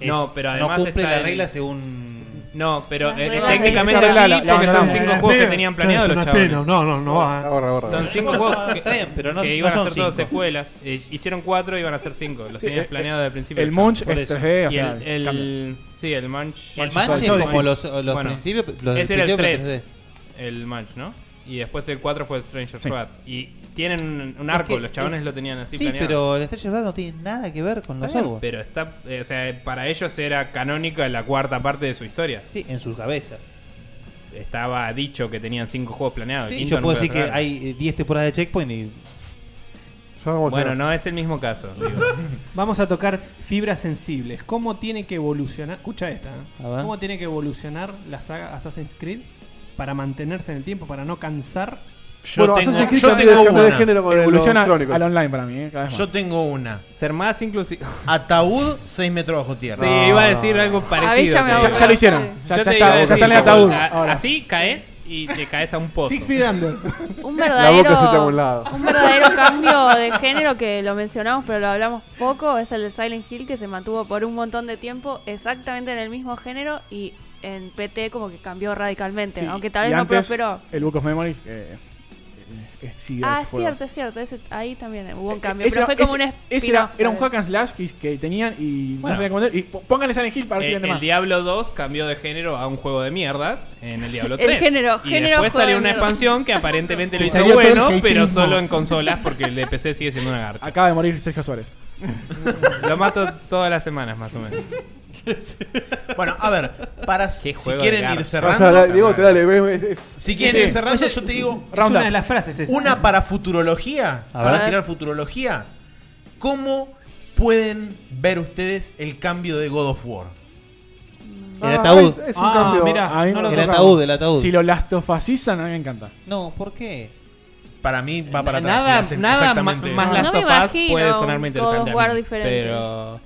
es-
No, pero además
no cumple
está
la
el-
regla según.
No, pero eh,
reglas
técnicamente
de-
sí,
La- la- la-
porque
la-
son
la-
cinco
la-
juegos que
la-
tenían
la-
planeados
es
los
una
chavales.
pena, no, no, no va, eh. Ahorra, ahorra,
Son
ahorra.
cinco
No,
juegos
no,
que,
está bien, pero no-
que
no
iban a
son
ser todos
cinco.
secuelas. Eh, hicieron cuatro, iban a ser cinco. Los
Sí,
tenías
eh,
planeados desde el principio.
el
los chavales.
Munch
Por
es
eso.
3D, o
Y
sea,
el, el- sí, el Munch.
El Munch es como
Sí.
los- los principios- los del
ese era el
principio, pero
3. El Munch, ¿no? Y después el 4 fue el Stranger
Sí.
Squad. Y tienen un- un
Es
arco,
que-
los chabones
es-
lo tenían así
Sí,
planeado.
pero el Stranger's Wrath no tiene nada que ver con los
Está bien,
Oddworld.
Pero está, eh, o sea, para ellos era canónica la cuarta parte de su historia.
Sí, en su cabeza.
Estaba dicho que tenían cinco juegos planeados. el
Sí,
quinto
yo
no
puedo
puede
decir que
sacar.
hay eh, 10 temporadas de Checkpoint y.
Bueno, no es el mismo caso. digo.
Vamos a tocar fibras sensibles. ¿Cómo tiene que evolucionar? Escucha esta. ¿eh?
A ver.
¿Cómo tiene que evolucionar la saga Assassin's Creed para mantenerse en el tiempo, para no cansar?
Yo Bueno, tengo- Assassin's Creed yo también tengo cambia de una. género con
Evoluciona
los crónicos.
al online para mí, eh, cada vez más.
Yo tengo una.
Ser más inclusivo.
Ataúd 6 metros bajo tierra.
Sí, iba a decir algo parecido.
pero-
pero-
Ya, ya lo Ah, hicieron. Ya,
Yo
ya
te
está,
iba a
ya
decir,
está en el
como,
ataúd.
a-
ahora.
Así caes y te caes a un pozo.
Six feet under.
Un
La
verdadero,
boca se te va a un lado.
un verdadero cambio de género que lo mencionamos pero lo hablamos poco es el de Silent Hill que se mantuvo por un montón de tiempo exactamente en el mismo género y en PT como que cambió radicalmente,
Sí,
aunque tal
y
vez no
antes,
prosperó.
El Book of Memories, eh, eh, eh, sí, era
Ah,
ese
es
juego.
cierto, es cierto. ese- ahí también hubo un
Eh,
cambio.
ese
pero
era-
fue como
ese-
un
ese era,
spin-off,
era un
¿sabes?
hack and slash que, que tenían y
Bueno.
no sabían cómo hacer. Y po- pónganle Silent Hill para ver si
Eh,
vende
el
más.
Diablo 2 cambió de género a un juego de mierda en el Diablo
El
3.
género,
y
género
después
juego
salió
de
una
mierda.
expansión que aparentemente lo
Te
hizo
salió todo el
bueno, pero
hateismo.
solo en consolas porque el de PC sigue siendo una garcha.
Acaba de morir Sergio Suárez.
Lo mato todas las semanas más o menos.
Bueno, a ver, para si
juego de
quieren
garra.
Eh, ir
Rafa,
cerrando.
dale, Diego, te dale, ve, ve, ve.
Si quieren
Sí.
ir cerrando, yo te digo.
Es una de las
frases esa.
Una para futurología.
A
Para
ver.
tirar futurología. ¿Cómo pueden ver ustedes el cambio de God of War?
El ataúd.
Ah, mirá,
mira,
no lo
el
tocaba.
ataúd, el ataúd.
Si lo lastofacizan, a mí me encanta.
No, ¿por qué?
Para mí va para atrás.
nada
sí, hacen
nada ma-
exactamente
más
eso.
Last
No me
of Us
imagino
puede sonarme
un God
interesante.
of War
a mí,
diferente.
Pero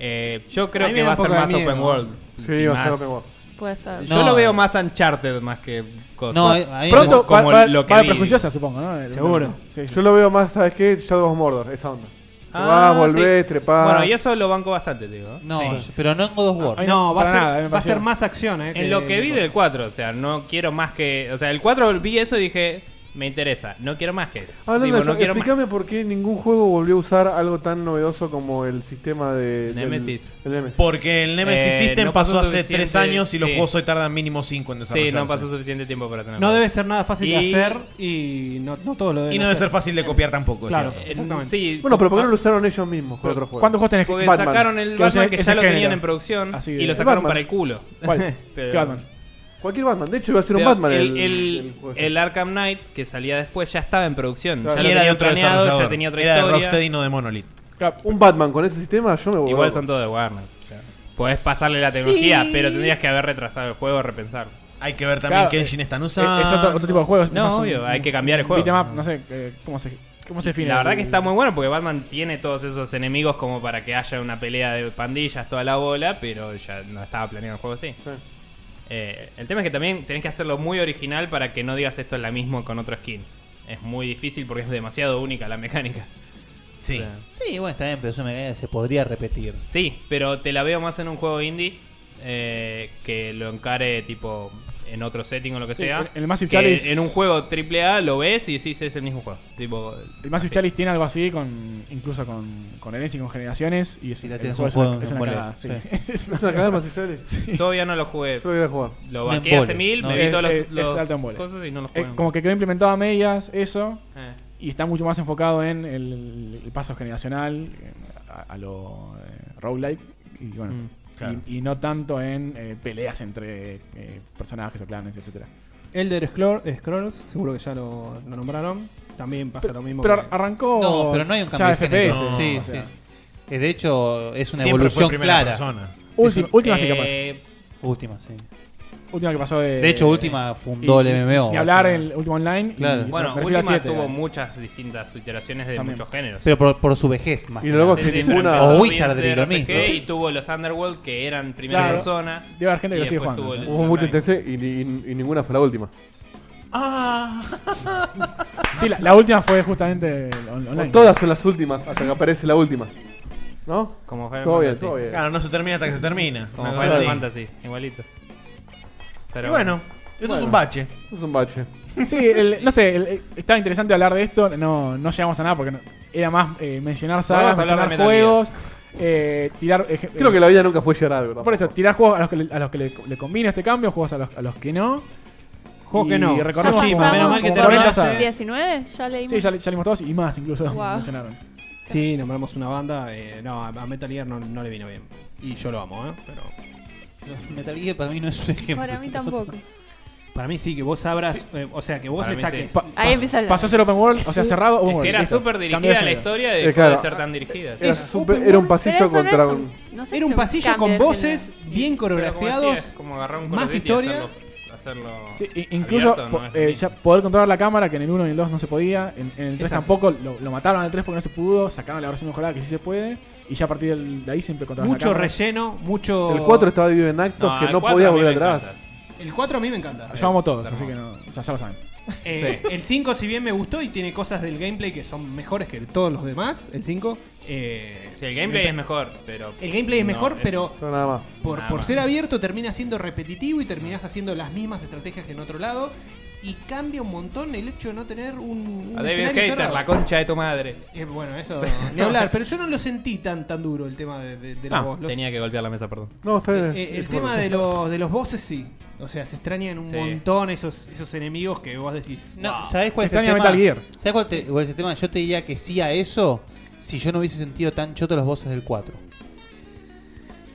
eh, yo
A
creo
mí
que
me da
va a
un
ser
poco de
más
miedo.
open world.
Sí, va
sin
a ser
más-
open world. Puede ser.
Yo
No.
lo veo más Uncharted más que cosas.
No, eh,
a mí Pronto me- va- va- va de prejuiciosa, supongo, ¿no? El- Seguro. Sí, sí.
Yo lo veo más, ¿sabes qué? Shadow of Mordor, esa onda. Te
Ah,
vas, volvés,
sí.
trepás.
Bueno, y eso lo banco bastante, te digo.
No, pero no en God of War.
Ay,
No, va a
para
ser-
nada,
eh,
va
me
a
pareció.
ser más acción, eh, que-
En lo que vi del 4, o sea, no quiero más que. O sea, el 4 vi eso y dije, me interesa, no quiero más que eso.
Hablando
Digo,
de eso,
no quiero más.
Ah, explícame por qué ningún juego volvió a usar algo tan novedoso como el sistema de... del-
Nemesis.
el Nemesis.
Porque el Nemesis
Eh,
System
no pasó
pasó hace
suficiente-
tres años y los
sí.
juegos hoy tardan mínimo cinco en
Sí,
desarrollarse.
no pasó suficiente tiempo para tener.
No debe ser nada fácil de
Y-
hacer y no, no todo lo deben
Y no debe
hacer.
ser fácil de copiar tampoco. es
Claro,
cierto.
exactamente.
Sí,
Bueno, pero ¿por qué no lo usaron ellos mismos con otros juegos?
¿Cuántos juegos tenés?
Porque
Batman.
sacaron el
Que
Batman
ese-
que
ese
ya lo
género.
tenían en producción
Así
y
de-
lo sacaron
Batman.
para el culo.
¿Cuál?
Pero-
¿Qué Batman?
Cualquier Batman. De hecho, iba a ser un Batman
el, el-
el juego.
el Arkham Knight que salía después ya estaba en producción.
Claro.
Ya
Y
lo
era de
tenía
otro
planeado,
desarrollador.
ya tenía otra
Era de
historia.
Rocksteady, no de Monolith.
Un Batman con ese sistema, yo me voy.
Igual son todos de Warner. Podés pasarle la
Sí.
tecnología, pero tendrías que haber retrasado el juego, repensarlo.
Hay que ver
Claro, eh, eh, Es otro, otro tipo de juegos.
No,
más un-
obvio, hay que cambiar el juego.
beat 'em up, no sé eh, cómo se, cómo se define.
La verdad
el-
que está muy bueno porque Batman tiene todos esos enemigos como para que haya una pelea de pandillas, toda la bola, pero ya no estaba planeado el juego así. Eh, el tema es que también tenés que hacerlo muy original para que no digas esto es la misma con otro skin. Es muy difícil porque es demasiado única la mecánica.
Sí.
Sí, bueno, está bien, pero eso me eh, se podría repetir.
Sí, pero te la veo más en un juego indie eh, que lo encare tipo en otro setting o lo que
Sí,
sea.
el- el Massive
que
Challenge-
En un juego AAA lo ves y decís es el mismo juego. Tipo,
El Massive Challenge tiene algo así, con incluso con, con herencia y con generaciones. Y es, el
tienes
juego
un
es una-
juego
es
en
una
un
cagada. Sí.
boleo. Sí.
Es una
¿Es una
cagada el
cagada.
Massive Challenge?
Sí.
Todavía no lo jugué.
Yo lo voy a jugar.
Lo
Un
banqué hace
embole.
mil,
No,
me
es-
vi todos los,
es- es
los
alto embole.
cosas y no los
Eh,
jugué.
como que quedó implementado a medias eso.
Eh.
Y está mucho más enfocado en el, el paso generacional, eh, a, a lo eh, roguelike. Y bueno.
Mm,
y-
claro.
y, no tanto en eh, peleas entre eh, personajes o clanes, etcétera.
Elder Scroll- Scrolls, seguro que ya lo, lo nombraron. También pasa lo mismo.
pero
que-
arrancó-
No, pero no hay un
Ya
cambio de
FPS,
género.
no,
sí,
o sea.
sí. Eh, De hecho, es una
Siempre fue
evolución
primera
clara.
persona.
Es
Última-
un-
última sí que Eh,
Última, sí.
Última que pasó de.
De hecho, última fundó
y-
el MMO,
Y hablar
o sea.
en último online. y
Claro.
me
Bueno,
refiero
Última
al siete,
tuvo
eh.
muchas distintas iteraciones de
También.
muchos géneros.
Pero por, por su vejez, más
Y lo loco es que
Sí, sí,
ninguna-
empezó
O
bien
Wizardry,
ser
lo
RPG
mismo.
Y tuvo los Underworld que eran primera
Claro.
persona.
Debe haber gente que
y
lo sigue
después
jugando,
tuvo
¿sí?
el-
Hubo mucho TC y, ni- y ninguna fue la última.
Sí, la, la última fue justamente on-
O
online.
todas son las últimas hasta que aparece la última. ¿No?
Como
Todo
Final
bien,
Fantasy.
todo bien.
Claro, no se termina hasta que se termina.
Como
Una cosa
Final
así.
Fantasy, igualito. Pero
Y bueno, eso es un bache.
Eso es un bache.
Sí, el- no sé, el- el- estaba interesante hablar de esto. No, no llegamos a nada porque no- era más eh, mencionar sagas,
Vamos a hablar de
mencionar
Metal Gear.
juegos, eh, tirar. eh,
Creo
eh,
que la vida nunca fue llorar, ¿verdad?
Por eso, tirar juegos a los que, le, a los que le, le conviene este cambio, juegos a los, a los que no.
Juegos que no.
Y recordemos
Ya
como-
pasamos
como
menos mal que
40
terminaste.
sagas.
19, ya leímos.
Sí, ya, le- ya leímos todos y más incluso.
Wow.
mencionaron.
Sí, nombramos una banda. eh, no, a- a Metal Gear no, no le vino bien. Y yo lo amo, ¿eh? Pero.
Metal Gear para mí no es un ejemplo.
Para mí tampoco.
Para mí sí, que vos abras. eh, o sea, que vos
Para
le
mí
saques.
sí. Pa-
Ahí empieza el-
Pasó a ser open world, o sea, cerrado. Open world,
Si era
listo.
súper
Cambio de
dirigida la
género.
historia,
Eh,
dejó
claro.
de ser tan dirigida.
Era, super- era un pasillo contra un.
Era un pasillo con voces, bien coreografiados,
Es como agarrar un Call
más
of Duty y
historia.
hacerlo-
Eh,
hacerlo
Sí, i- incluso
abierto,
po-
no es
eh, ya poder controlar la cámara, que en el 1 y el 2 no se podía. En, en el 3
Exacto.
tampoco, lo, lo mataron al 3 porque no se pudo. Sacaron la versión mejorada que sí se puede. Y ya a partir del- de ahí siempre controlaba
Mucho relleno, mucho.
El 4 estaba dividido en actos
No,
que
el
no
4
podía
a mí
volver
me
atrás.
El 4 a mí me encanta.
Yo amo todos, así que no, ya, ya lo saben.
Eh, El 5, si bien me gustó y tiene cosas del gameplay que son mejores que todos los demás, el 5. eh,
Sí, el gameplay es mejor, pero.
El gameplay es
no,
mejor, pero
nada más.
por,
Nada
por
más.
ser abierto termina siendo repetitivo y terminás haciendo las mismas estrategias que en otro lado. y cambia un montón el hecho de no tener un. un
A David
escenario
Hater,
cerrado.
la concha de tu madre.
Eh, bueno, eso ni hablar, pero yo no lo sentí tan tan duro el tema de, de- de los
Ah,
voz- los-
tenía que golpear la mesa, perdón.
No,
está bien.
Eh, el
Sí,
tema
por-
de los, de los voces sí. O sea, se extrañan un
Sí.
montón esos, esos enemigos que vos decís.
No,
"Wow".
¿Sabes cuál es el tema? ¿Sabes cuál, te- cuál es el tema? Yo te diría que sí a eso si yo no hubiese sentido tan choto los voces del 4.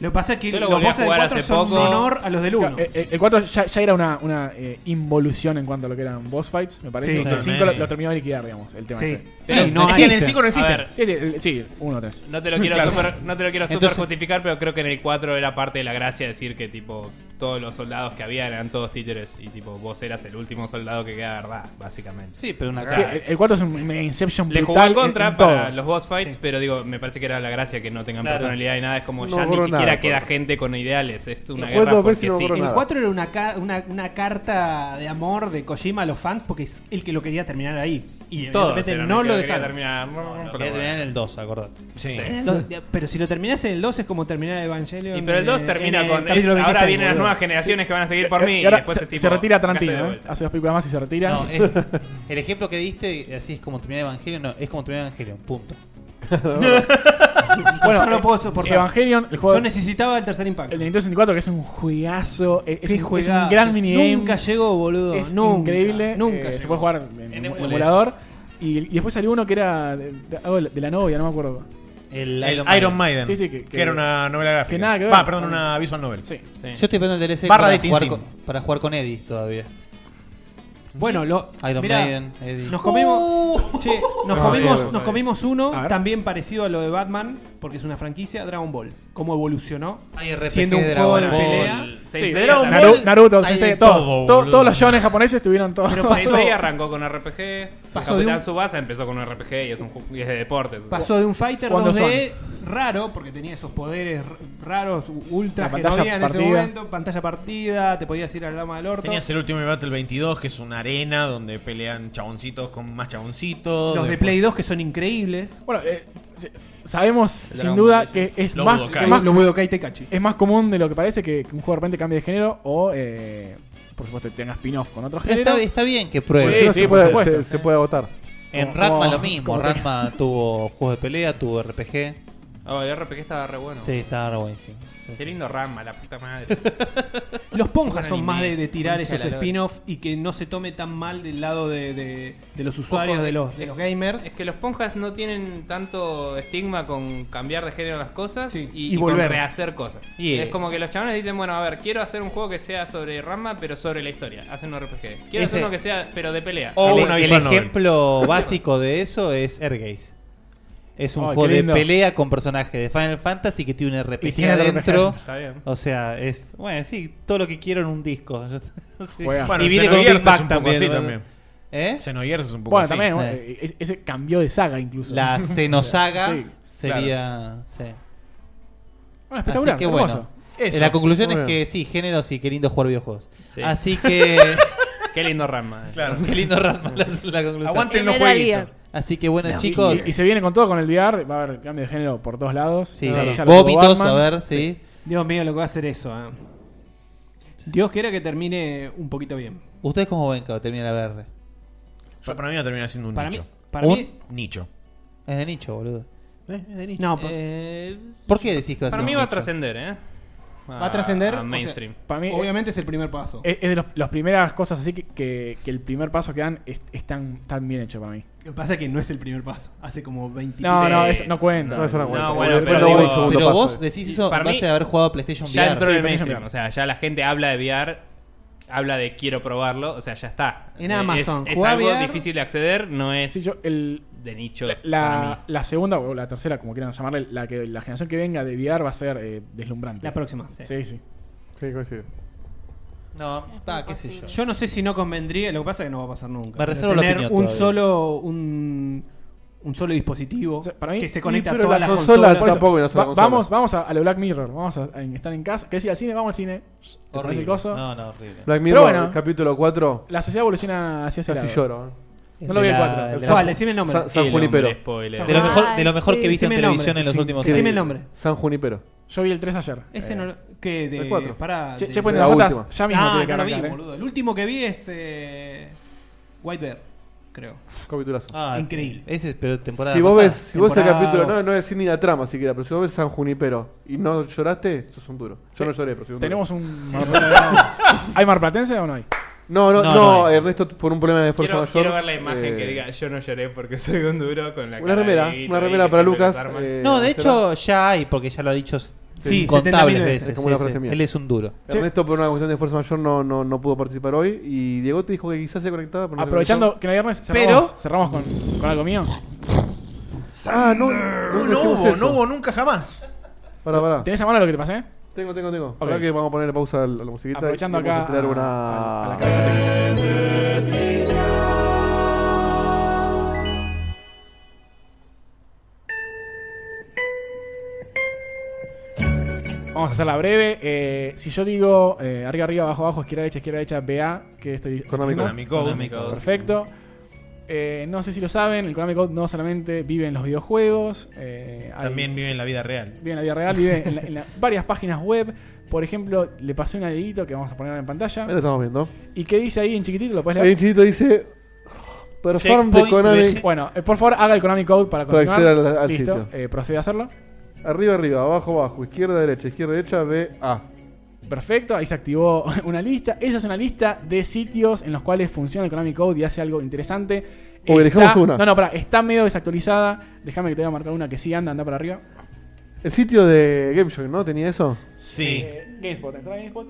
Lo que pasa es que
Yo
los
lo volví a
voces del
jugar
4
hace
son
poco.
menor a los del 1.
Eh, eh, El 4 ya, ya era una, una, eh, involución en cuanto a lo que eran boss fights, me parece.
Sí,
el
totalmente.
5 lo, lo terminó de liquidar, digamos, el tema
Sí.
ese.
Sí, no
Es que en el
existe.
5 no existe.
A ver.
Sí, sí, el- sí, 1 3.
No te lo quiero
Claro.
super, no te lo quiero super
Entonces-
justificar, pero creo que en el 4 era parte de la gracia decir que tipo todos los soldados que había eran todos títeres y tipo vos eras el último soldado que queda verdad, básicamente.
Sí, pero una
O
Sí,
sea,
el- El 4 es un mega Inception
Ah. le jugó
brutal
en contra
en- en
para
todo.
los boss fights, pero digo, me parece que era la gracia que no tengan
Claro.
personalidad y nada, es como
No
ya ni
logró
siquiera
nada,
queda
claro.
gente con ideales, es
Lo
una guerra
puedo ver
porque
si no
sí.
logró
El 4 era una, ca- una, una carta de amor de Kojima a los fans porque es el que lo quería terminar ahí. Y
Todos
evidentemente
eran
no
el que
lo
lo quería
dejaron.
terminar. No, no, pero bueno.
en el 2, acordate.
Sí.
Entonces, Pero si lo terminás en el 2 es como terminar Evangelion.
Y pero el 2
eh,
termina
en el
con.
capítulo
ahora
26,
vienen las
boludo.
nuevas generaciones que van a seguir por
Y-
mí.
Y ahora
y después
se,
es tipo,
se retira
acá estoy de
Tarantino, ¿eh?
vuelta.
Hace dos películas más y se retira.
No, es- el ejemplo que diste, así es como terminar Evangelion, no, es como terminar Evangelion, punto.
bueno, eh,
Yo no lo puedo soportar.
Evangelion, el juego.
Yo necesitaba el tercer impacto.
El Nintendo 64, que es un juegazo. Es, es
Qué
un- es un,
juegazo.
gran minigame.
Nunca llegó, boludo.
Es
Nunca,
increíble.
nunca
Eh, se
llegó.
puede jugar en,
En
un
emules.
emulador. Y, y después salió uno que era de, de- algo de la novia, no me acuerdo.
El
Iron Maiden.
Sí, sí, que,
Que era una novela gráfica.
Que nada que ver.
Va, perdón, una visual novel.
Sí.
Yo estoy esperando el DLC
Barra
para,
de
jugar
Tinsin.
con, para jugar con Eddie todavía.
Bueno, lo,
Iron
mirá,
Maiden, Eddie.
Nos comimos,
Uh.
che, nos
No,
comimos,
bien,
nos
bien.
comimos uno también parecido a lo de Batman, porque es una franquicia, Dragon Ball. ¿Cómo evolucionó?
Hay RPG
siendo un
de
juego de
Dragon Ball,
pelea.
Sí,
Sí, de
Naru-
Dragon Ball
Naruto, Naruto
hay de
Sensei,
todo,
todo, todo-
boludo.
todos los shones japoneses tuvieron todo.
Pero pasó, arrancó con RPG.
pasó
Capitán
de un-
Tsubasa empezó con un RPG y es, un, ju- y es de deportes.
Pasó de un fighter
¿Cuándo
2D raro, porque tenía esos poderes r- raros, u- ultra
La
que no
pantalla
había en ese
partida.
momento, pantalla partida, te podías ir al lama del orto.
Tenías el último Battle 22, que es una arena donde pelean chaboncitos con más chaboncitos.
los de
Después-
Play 2 que son increíbles.
Bueno,
eh,
Sabemos,
El
sin
Dragon
duda,
Ball
que
Legends.
es
Los
más,
Budokai.
es más-
Los Budokai Tenkaichi.
es más común de lo que parece que, que un juego de repente cambie de género o, eh, por supuesto, tenga spin-off con otro
Pero
género.
está- está bien que pruebe.
Sí,
Sí,
sí,
se
por
puede-
supuesto.
se- se puede
agotar.
En
Como-
Ranma
Oh,
como-
lo mismo,
como te-
Ranma tuvo juegos de pelea, tuvo RPG.
Oh, el RPG estaba re bueno.
Sí, estaba re buenísimo.
Qué lindo Rama, la puta madre.
Los Ponjas son
Anime,
más de, de tirar
concha
esos
la lora.
spin-off y que no se tome tan mal del lado de, de- de los usuarios,
eh,
de los, de los gamers.
Es que los ponjas no tienen tanto estigma con cambiar de género las cosas y,
y
y con
volver.
rehacer cosas.
Y, eh,
Es como que los chavales dicen, bueno, a ver, quiero hacer un juego que sea sobre Rama, pero sobre la historia. Hacen un RPG. Quiero hacer
Ese-
uno que sea, pero de pelea.
el, el ejemplo
Ah,
básico de eso es Ergaze. Es un
Ay,
juego de
qué lindo.
pelea con personajes de Final Fantasy que tiene un RPG
tiene RPG,
adentro.
está bien.
O sea, es bueno, sí, todo lo que quiero en un disco. Sí.
Juegas.
y
Bueno,
viene con un
Xenogears es
pack
un poco
también.
así
¿no?
también.
¿Eh?
Xenogears es un
Bueno, también, bueno, eh, ese- ese cambió de saga incluso.
La Xenosaga
Sí, claro.
sería. sí.
Bueno, espectacular,
Así que
hermoso.
bueno. eh,
Eso.
La conclusión
Muy
es
bien.
que sí, géneros y qué lindo jugar videojuegos.
Sí.
Así que.
Qué lindo Ranma.
Claro. Qué lindo Ranma, la, la conclusión. Así que bueno,
No,
chicos.
Y, y se viene con todo con el VR, va a haber cambio de género por todos lados.
Sí,
Ya lo
sí.
tuvo
Vómitos,
Batman.
a ver, sí.
Dios mío, lo que va a hacer eso. eh. Dios quiera que termine un poquito bien.
¿Ustedes cómo ven que termina la VR?
Yo para mí va a terminar siendo un
Para
nicho.
mí- para ¿Un? mí-
Nicho.
Es de nicho, boludo. Eh,
No, por-
¿Por qué decís que va a
Para
ser
mí
un
va a
nicho?
trascender, ¿eh?
va a trascender.
a
o
mainstream.
sea,
Para mí,
obviamente es el primer paso.
Es, es de los- las primeras cosas así que, que- que el primer paso que dan es, es tan, tan bien hecho para mí.
Lo que pasa es que no es el primer paso. Hace como 20
No, no, eso no cuenta.
No,
No, eso no cuenta.
no, bueno,
Pero
pero,
luego
digo-
el segundo Pero paso. vos
decís eso en base de haber jugado a PlayStation
ya
VR.
entró en
Sí,
el
PlayStation
mainstream. O sea, ya la gente habla de VR, habla de quiero probarlo, o sea, ya está.
En
Eh,
Amazon,
Es, es
jugá
algo
VR.
difícil de acceder, no es
Sí, yo, el-
de nicho. para mí.
La, la segunda o la tercera, como quieran llamarle, la que la generación que venga de VR va a ser eh, deslumbrante.
La próxima, sí.
Sí, sí. Sí, coincido.
No, está, Ah, qué sé yo.
Yo no sé si no convendría, lo que pasa es que no va a pasar nunca.
Me
Pero
reservo la
tener
opinión
un
todavía.
solo un, un solo dispositivo que se conecta a
pero
todas
la
las
consola
consolas.
tampoco,
Va-
Va- vamos, vamos a, a lo Black Mirror. Vamos a, a estar en casa. ¿Querés ir al cine? Vamos al cine. ¿Te parece el coso?
No, no, horrible.
Pero
Black Mirror,
bueno,
capítulo 4.
la sociedad evoluciona hacia ese
Casi
lado.
lloro, ¿eh?
No lo vi el 4.
El
El
de-
cuatro.
San- San, San Junipero.
De lo mejor, de lo mejor que viste en televisión en los últimos
Decime
años.
San Junipero. Eh,
Yo vi el 3 ayer.
Ese no lo- que de-
el 4.
pará,
Che,
de-
che, pues,
La
nos
última.
atas, ya mismo
Ah,
tiene que
no lo
arrancar,
vi,
eh.
boludo. El último que vi es eh, White Bear, creo.
Ah,
Increíble.
Ese es pero temporada
Sí,
Si vos
pasada.
ves, si vos ves el
Temporada
capítulo,
dos.
no, no es ni la trama siquiera, pero si vos ves San Junipero y no lloraste, sos un duro. Yo no lloré, pero soy un
Tenemos
duro.
un. ¿Hay marplatense o no hay?
No, no, no,
hay.
Ernesto, por un problema de fuerza
Quiero,
mayor.
quiero ver la imagen
eh,
que diga yo no lloré porque soy un duro con la
Una
cara de
remera,
Dieguito
una
ahí
remera
que
para
siempre
Lucas,
los arma.
eh,
No, de hecho ya hay, porque ya lo ha dicho incontables veces.
Es como la
sí,
frase
sí.
mía.
Él es un duro.
Ernesto, por una cuestión de fuerza mayor, no, no, no pudo participar hoy. Y Diego te dijo que quizás se conectaba. pero no se
Aprovechando
conectó.
que no hay viernes, cerramos, cerramos con, con algo mío.
Ah, no.
No, no hubo, no hubo nunca jamás.
Pará, pará.
¿Tenés a mano lo que te pasé? ¿eh?
Tengo, tengo, tengo.
Ok.
Ahora que vamos a ponerle pausa a la a la musiquita.
Aprovechando
y vamos
acá
a tirar
a-
una.
a la cabeza Vamos a hacerla breve. Eh, si yo digo eh, arriba, arriba, abajo, abajo, izquierda, derecha, izquierda, derecha, BA, que estoy
Konami
haciendo?
Code. Konami Code. Konami Code.
Perfecto. Eh, no sé si lo saben, el Konami Code no solamente vive en los videojuegos. eh, hay-
También vive en la vida real.
Vive en la vida real, vive en, la- en la- varias páginas web. Por ejemplo, le pasé un adiguito que vamos a poner en pantalla.
Ahí lo estamos viendo.
¿Y qué dice ahí en chiquitito? ¿Lo puedes leer?
Ahí chiquito dice. Perform the Konami.
Bueno, eh, por favor, haga el Konami Code para
Para
continuar.
acceder al- al
Listo,
sitio.
eh, procede a hacerlo.
Arriba, arriba, abajo, abajo, izquierda, derecha, izquierda, derecha, B, A.
Perfecto, ahí se activó una lista. Esa es una lista de sitios en los cuales funciona el Konami Code y hace algo interesante.
Uy, dejamos una.
No, no, pará, está medio desactualizada. Déjame que te voy a marcar una que sí anda, anda para arriba.
El sitio de GameShock, ¿no? ¿Tenía eso?
Sí.
Eh, GameSpot, ¿entra en GameSpot?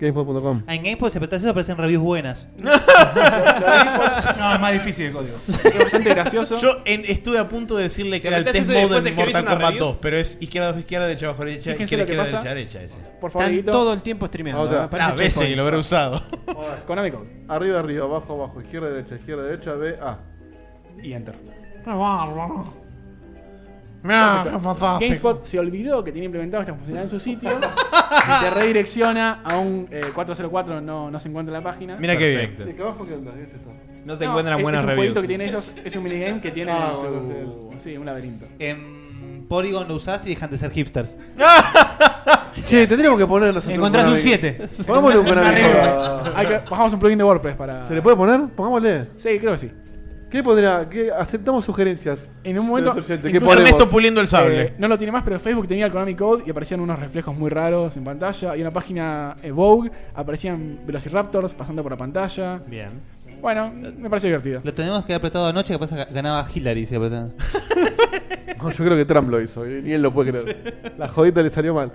GameSpot.com.
Ah, En GameSpot se eso aparecen reviews buenas.
No, es más difícil el código.
Es bastante gracioso.
Yo en- estuve a punto de decirle que era el
apretás
test
eso y
mode
después
de
escribís
Mortal
una
Kombat
review.
2, pero es izquierda, abajo, izquierda, derecha, abajo, derecha,
Fíjense
izquierda,
lo que
izquierda,
pasa.
derecha, derecha. Ese.
Por favor,
Están
Dieguito.
todo el tiempo streameando.
Otra.
¿eh? Parece
Ah, veces
Checkpoint.
que lo habrá usado.
Konami Code.
Arriba, arriba, abajo, abajo, izquierda, derecha, izquierda, derecha, B, A.
Y enter.
Ah, qué fantástico.
GameSpot se olvidó que tiene implementado esta funcionalidad en su sitio y te redirecciona a un eh, 404, no, no se encuentra en la página.
Mira qué bien.
Perfecto.
¿Y acá abajo qué onda? ¿Qué es esto?
No se encuentran
es-
buenas
es un
reviews.
jueguito que tienen ellos, es un minigame que tiene
Ah,
su-
bueno,
sí, un laberinto.
En Porygon lo usás y dejan de ser hipsters.
Che, Eh, tendríamos que ponernos.
Encontrás un siete.
Pongámosle un Konami.
Arriba. Hay que- bajamos un plugin de WordPress para.
¿Se le puede poner? Pongámosle.
Sí, creo que sí.
¿Qué pondría? ¿Qué- Aceptamos sugerencias.
En un momento.
de los oyentes. ¿Qué
incluso-
ponemos?
Eh, no lo tiene más, pero Facebook tenía el Konami Code y aparecían unos reflejos muy raros en pantalla. Y una página eh, Vogue aparecían Velociraptors pasando por la pantalla.
Bien.
Bueno, me parece divertido.
Lo tenemos que haber apretado anoche, que pasa que ganaba Hillary si apretaba.
No, yo creo que Trump lo hizo, y ni él lo puede creer. La jodita le salió mal.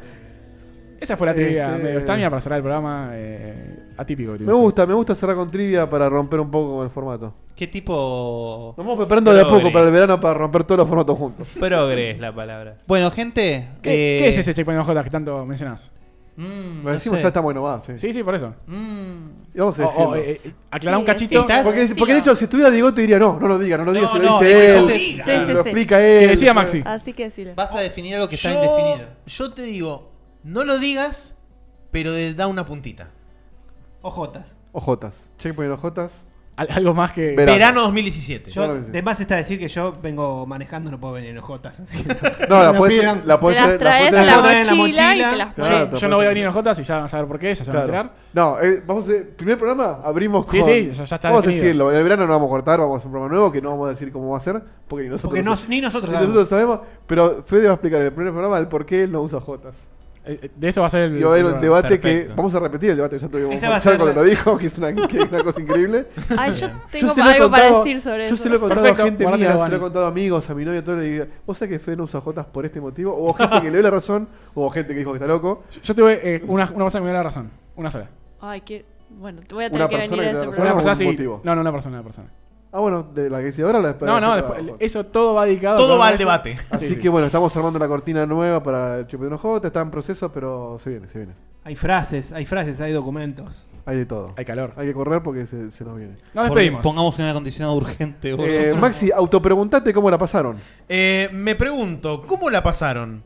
Esa fue la trivia
Este-
medio extraña para cerrar el programa eh, atípico. que
Me
tuvimos hoy.
gusta, me gusta cerrar con trivia para romper un poco con el formato.
¿Qué tipo...?
Nos vamos preparando de a
Progre.
poco para el verano para romper todos los formatos juntos.
Progre es la palabra.
Bueno, gente...
¿Qué,
eh,
qué es ese checkpoint OJ que tanto mencionás?
mm,
Lo
no
decimos
sé.
ya está bueno, va. Sí.
Sí, sí, por eso.
Y vamos a
O- o,
decirlo.
eh, eh, aclará
Sí,
un cachito.
decilo.
porque, porque de hecho, si estuviera Diego te diría, no, no lo diga, no lo diga,
No,
se lo
no,
dice
digo,
él.
sí,
sí,
se
sí,
lo
sí.
explica
Que
él.
decía Maxi.
Así que decirle.
Vas a definir algo que está
Yo,
indefinido.
yo te digo, no lo digas, pero de- da una puntita.
Ojotas.
Ojotas. Checkpoint ojotas.
Al- algo más que.
Verano.
Verano 2017.
Yo,
Claro que sí.
de más está decir que yo vengo manejando, no puedo venir en ojotas. así que-
No, la
me
podés,
pidan.
la podés
Te las
traer- la podés
traes a
traer-
la
traer en la
mochila y
mochila.
te las
Claro,
Yo-
te
yo,
puedes
no voy a
traer.
venir en OJ y ya van a saber por qué, ya se van a
Claro.
enterar.
No, eh, vamos a hacer- primer programa abrimos
Sí,
con
sí, ya- ya está
Vamos
definido.
a decirlo, en el verano no vamos a cortar, vamos a hacer un programa nuevo que no vamos a decir cómo va a ser, porque ni nosotros
Porque no- ni nosotros
ni
sabemos.
nosotros sabemos, pero Fede va a explicar en el primer programa el por qué él no usa Jotas.
Eh, eh, De eso va a ser el.
Y va a haber un
el-
debate
perfecto.
que vamos a repetir el debate que ya tuvimos
Esa
con
va a
Char
ser
cuando
la-
lo dijo, que es una, que es una cosa increíble.
Ay, yo tengo
se lo he
algo para
contado-
decir sobre
yo
eso.
se lo he contado
Perfecto,
a gente
guárdatelo,
mía, se lo he
Dani.
contado a amigos, a mi novia, todo le digo, ¿vos sabés que Fede no usa Jotas por este motivo? O gente que le dio la razón, o gente que dijo que está loco.
Yo, yo tuve eh, una, una cosa que me dio la razón. Una sola.
Ay, que. Bueno, te voy a tener
Una
que
persona
venir
que
a ese
te la
Una
programa.
razón.
persona
un
sí.
motivo.
No, no, una persona, una persona.
Ah, bueno, de la que dice ahora o la de-
No, no,
la-
después- eso todo va dedicado.
Todo
al
va al
programa
debate.
ese.
Así
Sí, sí.
que bueno, estamos armando la cortina nueva para el Chupetón J, está en proceso, pero se viene, se viene.
Hay frases, hay frases, hay documentos.
Hay de todo.
Hay calor.
Hay que correr porque se, se nos viene.
Nos
Porque
despedimos.
Pongamos un aire acondicionado urgente. boludo.
Eh, Maxi, autopreguntate cómo la pasaron.
Eh, me pregunto, ¿cómo la pasaron?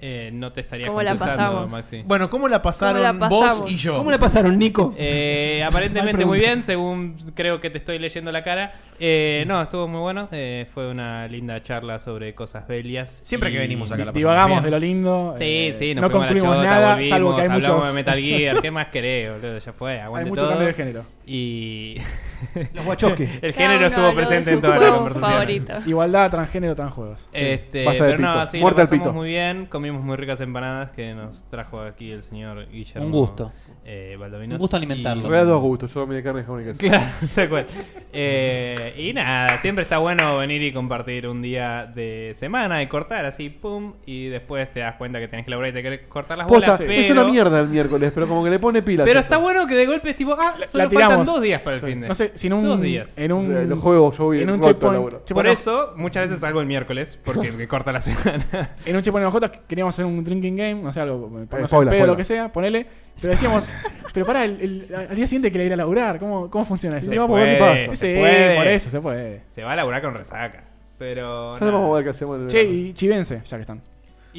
Eh, no te estaría
¿Cómo la
contestando,
pasamos?
Maxi.
Bueno, ¿cómo la pasaron
¿Cómo la
vos
pasamos?
y yo?
¿Cómo le pasaron, Nico?
Eh,
Mal
aparentemente
pregunta.
muy bien, según creo que te estoy leyendo la cara. Eh, no, estuvo muy bueno. eh, fue una linda charla sobre cosas bellas.
Siempre
y-
que venimos acá la pasamos
Divagamos
bien.
de lo lindo.
Sí,
eh,
sí, nos
no
fuimos a la
concluimos
chota,
nada,
volvimos,
salvo que hay
hablamos
muchos.
de Metal Gear, ¿qué más querés, boludo? Ya fue, aguante
mucho
todo.
cambio de género.
Y.
Los Wachowski.
El género estuvo presente en toda la conversación.
Igualdad, transgénero, transjuegos.
Este,
Basta de
pero no,
pitos.
sí,
Muerte
lo
al
pasamos
pito.
muy bien, comimos muy ricas empanadas que nos trajo aquí el señor Guillermo.
Un gusto.
Eh, Valdovinos.
Un gusto alimentarlo.
Y-
Me da dos gustos, yo comí de carne, jamón y queso.
Claro, tal cual. Eh, y nada, siempre está bueno venir y compartir un día de semana y cortar así, pum, y después te das cuenta que tenés que laburar y te querés cortar las
Posta,
bolas.
Es
pero-
una mierda el miércoles, pero como que le pone pilas.
Pero
esto.
está bueno que de golpe es tipo, ah, solo
la tiramos.
faltan dos días para el
Sí.
fin de.
No sé, sin un-
Dos días.
en un-
Eh, Los juegos, yo voy
en un
roto al
checkpoint-
laburo.
checkpoint
Por
no.
eso, muchas veces salgo el miércoles, porque me corta la semana.
En un Checkpoint OJ queríamos hacer un drinking game, no sé, algo,
Eh,
ponernos al
spoiler,
pedo,
spoiler.
lo que sea, ponele. Pero decíamos, pero pará, el, el- al día siguiente quería ir a laburar, ¿cómo, cómo funciona eso?
Se puede,
Sí,
se puede.
por eso se puede.
Se va a laburar con resaca. Pero.
Ya vamos a ver qué hacemos. en el
Che,
verano.
y chivense, ya que están.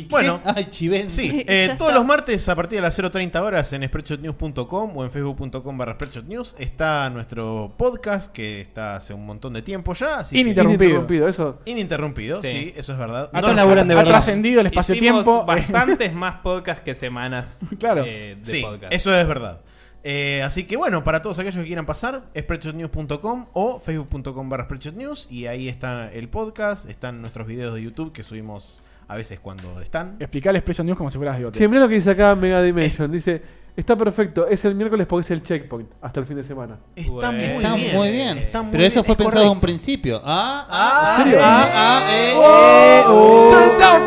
Bueno,
Ay, chiven.
sí,
Sí,
eh,
ya
todos
está.
los martes a partir de las 0.30 horas en spreadshotnews.com o en facebook.com barra spreadshotnews está nuestro podcast que está hace un montón de tiempo ya. así que-
Ininterrumpido.
Interrumpido, eso.
Ininterrumpido, sí.
Sí.
eso es verdad.
Acá
nos-
laburan de Ha verdad. trascendido el espacio-tiempo.
Hicimos bastantes más podcasts que semanas
Claro.
eh, de
Sí,
podcast.
eso es verdad. Eh, así que bueno, para todos aquellos que quieran pasar, spreadshotnews.com o facebook.com barra spreadshotnews y ahí está el podcast, están nuestros videos de YouTube que subimos a veces cuando están.
Explicarle Expression News como si fueras de
Che, mirá lo que dice acá Mega Dimension. Dice: Está perfecto, es el miércoles porque es el checkpoint. Hasta el fin de semana.
Está muy
Está
bien. eh.
muy bien.
Está muy
Pero eso
bien,
fue
es
pensado en
correcto.
un principio. Ah,
Ah,
ah,
eh,
ah, ah, eh, eh,
oh.
oh.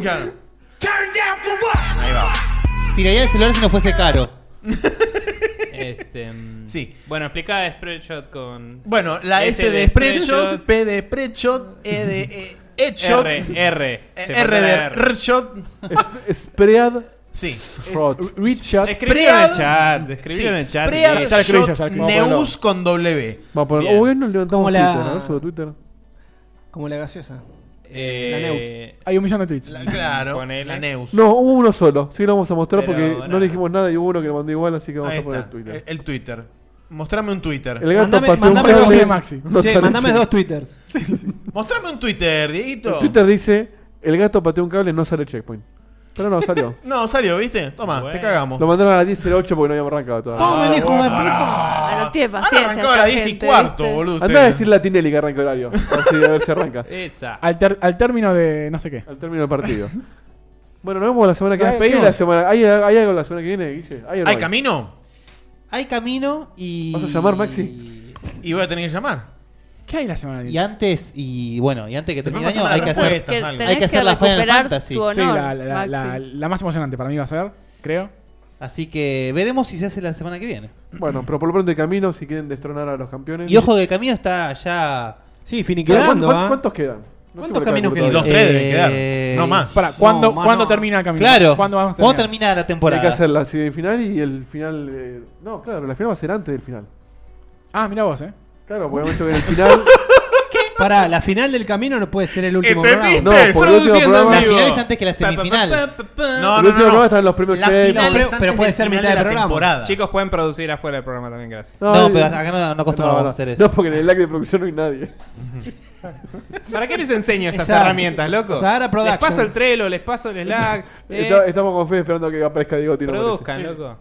Ya no.
Ahí va. eh. Tiraría el celular si no fuese caro.
Este, mm,
Sí.
Bueno, explica Spreadshot con.
Bueno, la S, de spreadshot, P de spreadshot, E de eh, headshot,
R, R.
eh,
Te
R
falta
de
la R.
rshot.
Es- Spread
Sí.
Rot.
Richard.
Escribilo en el chat. Escribilo en el chat.
spread
Sí,
ya lo escribí yo,
shot
ya lo escribí.
Neus con W.
Vamos a poner.
Bien.
Oh, hoy nos levantamos
Como la-
Twitter. A ver, subo Twitter.
Como la gaseosa.
Eh,
Hay un millón de tweets.
La- claro,
Ponele.
la Neus.
No, hubo uno solo. Sí, lo vamos a mostrar
Pero
porque
ahora-
no le dijimos nada y hubo uno que lo mandó igual, así que vamos
Ahí
a poner
está,
Twitter.
el, el Twitter. Mostrame un Twitter.
El gato
Mandame-
pateó un
mandame
cable.
dos de
Maxi.
No
che,
sale
mandame
el
dos twitters.
Mostrame un Twitter, Dieguito.
checkpoint. Twitter dice: El gato pateó un cable, no sale checkpoint. Pero no, salió.
No, salió, ¿viste? Toma,
Bueno.
te cagamos.
Lo mandaron a las 10.08 porque no habíamos arrancado todavía.
Tomen, hijo de puta.
Ah, no tiene paciencia.
Ahora arrancó a las
esta
10 y
gente,
cuarto,
¿viste?
boludo.
Andá a
ustedes.
decirle a Tinelli que arranca horario. Así a ver si arranca.
Esa.
Al, ter- al término de no sé qué.
Al término del partido. Bueno, nos vemos la semana que
¿Nos
viene. ¿Qué
despedimos?
la semana? ¿Hay, hay algo la semana que viene, Guille? ¿Hay, o no
¿Hay
hay?
camino?
Hay camino y.
¿Vas a llamar, Maxi?
Y voy a tener que llamar.
¿Qué hay la semana que
Y
viene?
antes, y bueno, y antes que
Después
termine el año,
pasame
hay
la
que hacer.
respuesta.
Que
Hay
tenés
que hacer la Final
recuperar
Fantasy.
tu
Sí,
honor,
la, la- la- la-
Maxi.
la más emocionante para mí va a ser, creo.
Así que veremos si se hace la semana que viene.
Bueno, pero por lo pronto hay camino si quieren destronar a los campeones.
Y ojo que camino está ya.
Sí,
Pero ¿cuántos-
finiquitando.
cuántos,
¿ah?
cuántos quedan? No
¿Cuántos
sé por qué
caminos quedan?
calculo
Los
todavía.
tres
Eh,
deben quedar. No más.
Para, ¿cuándo,
más
¿cuándo
no.
termina el camino?
Claro.
¿Cuándo vamos a
¿Cuándo
terminar?
termina la
Hay que
temporada?
hacer la semifinal y el final. eh, no, claro, la final va a ser antes del final.
Ah, mira vos, eh.
Claro, porque hemos dicho que en el final.
Pará, la final del camino no puede ser el último
¿Entendiste?
round.
No, por el último
Produciendo en
programa.
La
vivo.
final es antes que la semifinal.
No,
el
no,
último
no,
programa
no.
están los premios
La
Checkpoint.
final
No,
es
pero-
antes
pero puede
del
ser
final
mitad de
de la
programa.
temporada.
Chicos, pueden producir afuera del programa también, gracias.
No,
y-
pero acá no, no acostumbramos
eh, no,
a hacer
no.
eso.
No, porque en el lag de producción no hay nadie.
¿Para qué les enseño estas
Exacto.
herramientas, loco?
Sahara
les
Production.
paso el Trello, les paso el Slack. eh,
Está- Estamos con fe esperando que aparezca Diego Tino.
produzcan, loco.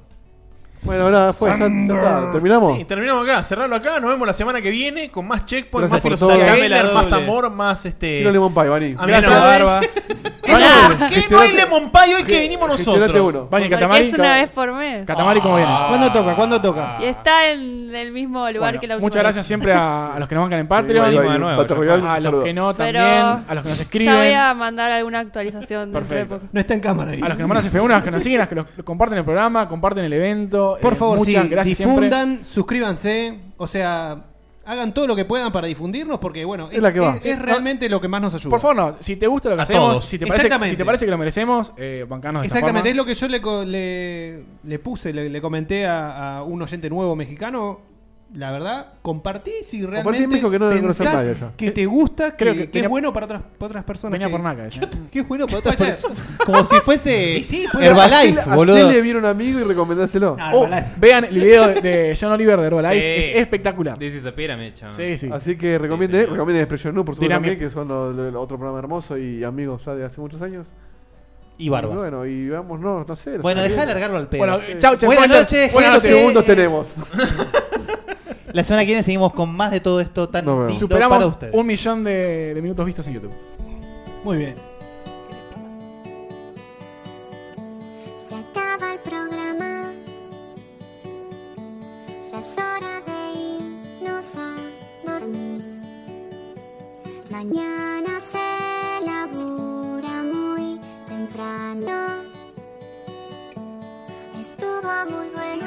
Bueno, nada, fue. Ya, ya está. ¿Terminamos?
Sí, terminamos acá, cerrarlo acá, nos vemos la semana que viene con más checkpoint,
Gracias
más
por
filosofía
todo.
gamer,
Dame la
más
doble.
amor, más este.
Tiro limón pie, Bani.
A mí no,
Barba.
Eso, ¿por qué no hay
Gestionate-
lemon pie hoy que vinimos
Gestionate
nosotros?
uno.
Vani,
Porque
Catamari.
es una
ca-
vez por mes.
Catamari, ¿cómo viene?
¿Cuándo toca? ¿Cuándo toca?
Y está en el mismo Ah. lugar
Bueno,
que la última
muchas gracias
vez.
siempre a, a los que nos bancan en Patreon.
Ahí va, ahí va,
de nuevo,
Battle
ya
A
Royale,
los
saludo.
que no también,
Pero
a los que nos
Ya voy
escriben, a
a mandar alguna actualización dentro de
Perfecto.
poco.
No está en cámara.
los que nos mandan F1, a los que nos siguen, a los que los- lo comparten el programa, comparten el evento.
Por
Eh,
favor,
muchas
sí,
gracias siempre.
difundan, suscríbanse, o sea, hagan todo lo que puedan para difundirnos porque bueno, es,
Es la que va.
es- es realmente lo que más nos ayuda.
Por favor, no, si te gusta lo que
A
hacemos,
todos.
si te, parece,
Exactamente.
si te parece que lo merecemos, eh, bancanos de esa
Exactamente, es
forma.
lo que yo le, co- le, le puse, le, le comenté a, a un oyente nuevo mexicano. la verdad, compartís y
Aparte,
realmente
me dijo que no era
pensás
grosso radio ya.
que te gusta,
Creo
que,
que
que
tenía-
es bueno para otras, para otras personas.
Venía
que-
por naca,
que- que es bueno para
otras
personas.
Como si fuese
Y sí,
Pero Herbalife,
hacele-
boludo.
Hacele bien a un amigo y recomendáselo.
Oh, vean el video de, de John Oliver de Herbalife.
Sí.
Es espectacular.
This is a pyramid, chaval.
Sí, Ah. sí.
Así que recomiende, recomiende Expresión No, por supuesto
Dinámica.
también, que son los- los- otro programa hermoso y amigos ya de hace muchos años.
Y barbas.
bueno, y vamos, no, no sé.
Bueno, dejá de largarlo
largarlo
al pedo.
pelo
Bueno, chau, Buenas checkpointers. noches, Buenas
¿Cuántos
gente. noches.
segundos tenemos?
La semana que viene seguimos con más de todo esto tan
Nos vemos.
lindo para
Superamos
ustedes.
un millón de, de minutos vistos en YouTube.
Muy bien.
Se acaba el programa. Ya es hora de irnos a dormir. Mañana se labura muy temprano. Estuvo muy bueno.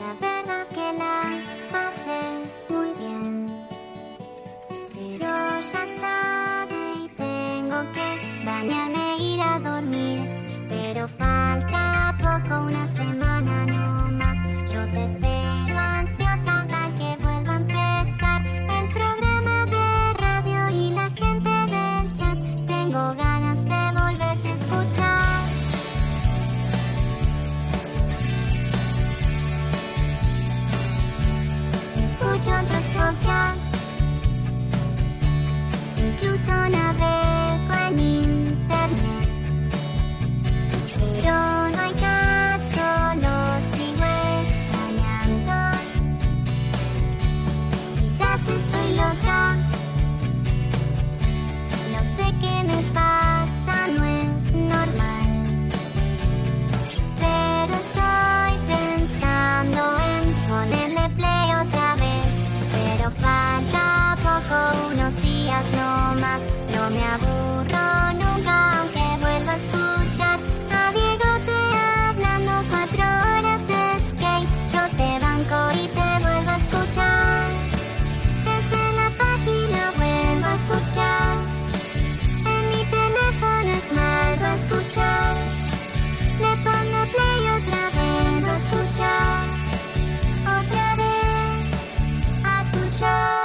La verdad que la pasé muy bien. Pero ya es tarde y tengo que bañarme e ir a dormir. Pero falta poco, una semana no más. Yo te espero ansiosa hasta que vuelva a empezar el programa de radio y la gente del chat. Tengo ganas de volverte a escuchar. Escucho otros podcasts. Incluso navego en internet. Pero no hay caso, lo sigo extrañando. Quizás estoy loca. No sé qué me pasa, no es normal. Pero estoy pensando en ponerle play otra vez. Pero falta poco, unos días no más. No me aburro nunca, aunque vuelva a escuchar a Diego te hablando cuatro horas de skate. Yo te banco y te vuelvo a escuchar. Desde la página vuelvo a escuchar. En mi teléfono es vuelvo a escuchar. Le pongo play otra vez a escuchar. Otra vez a escuchar.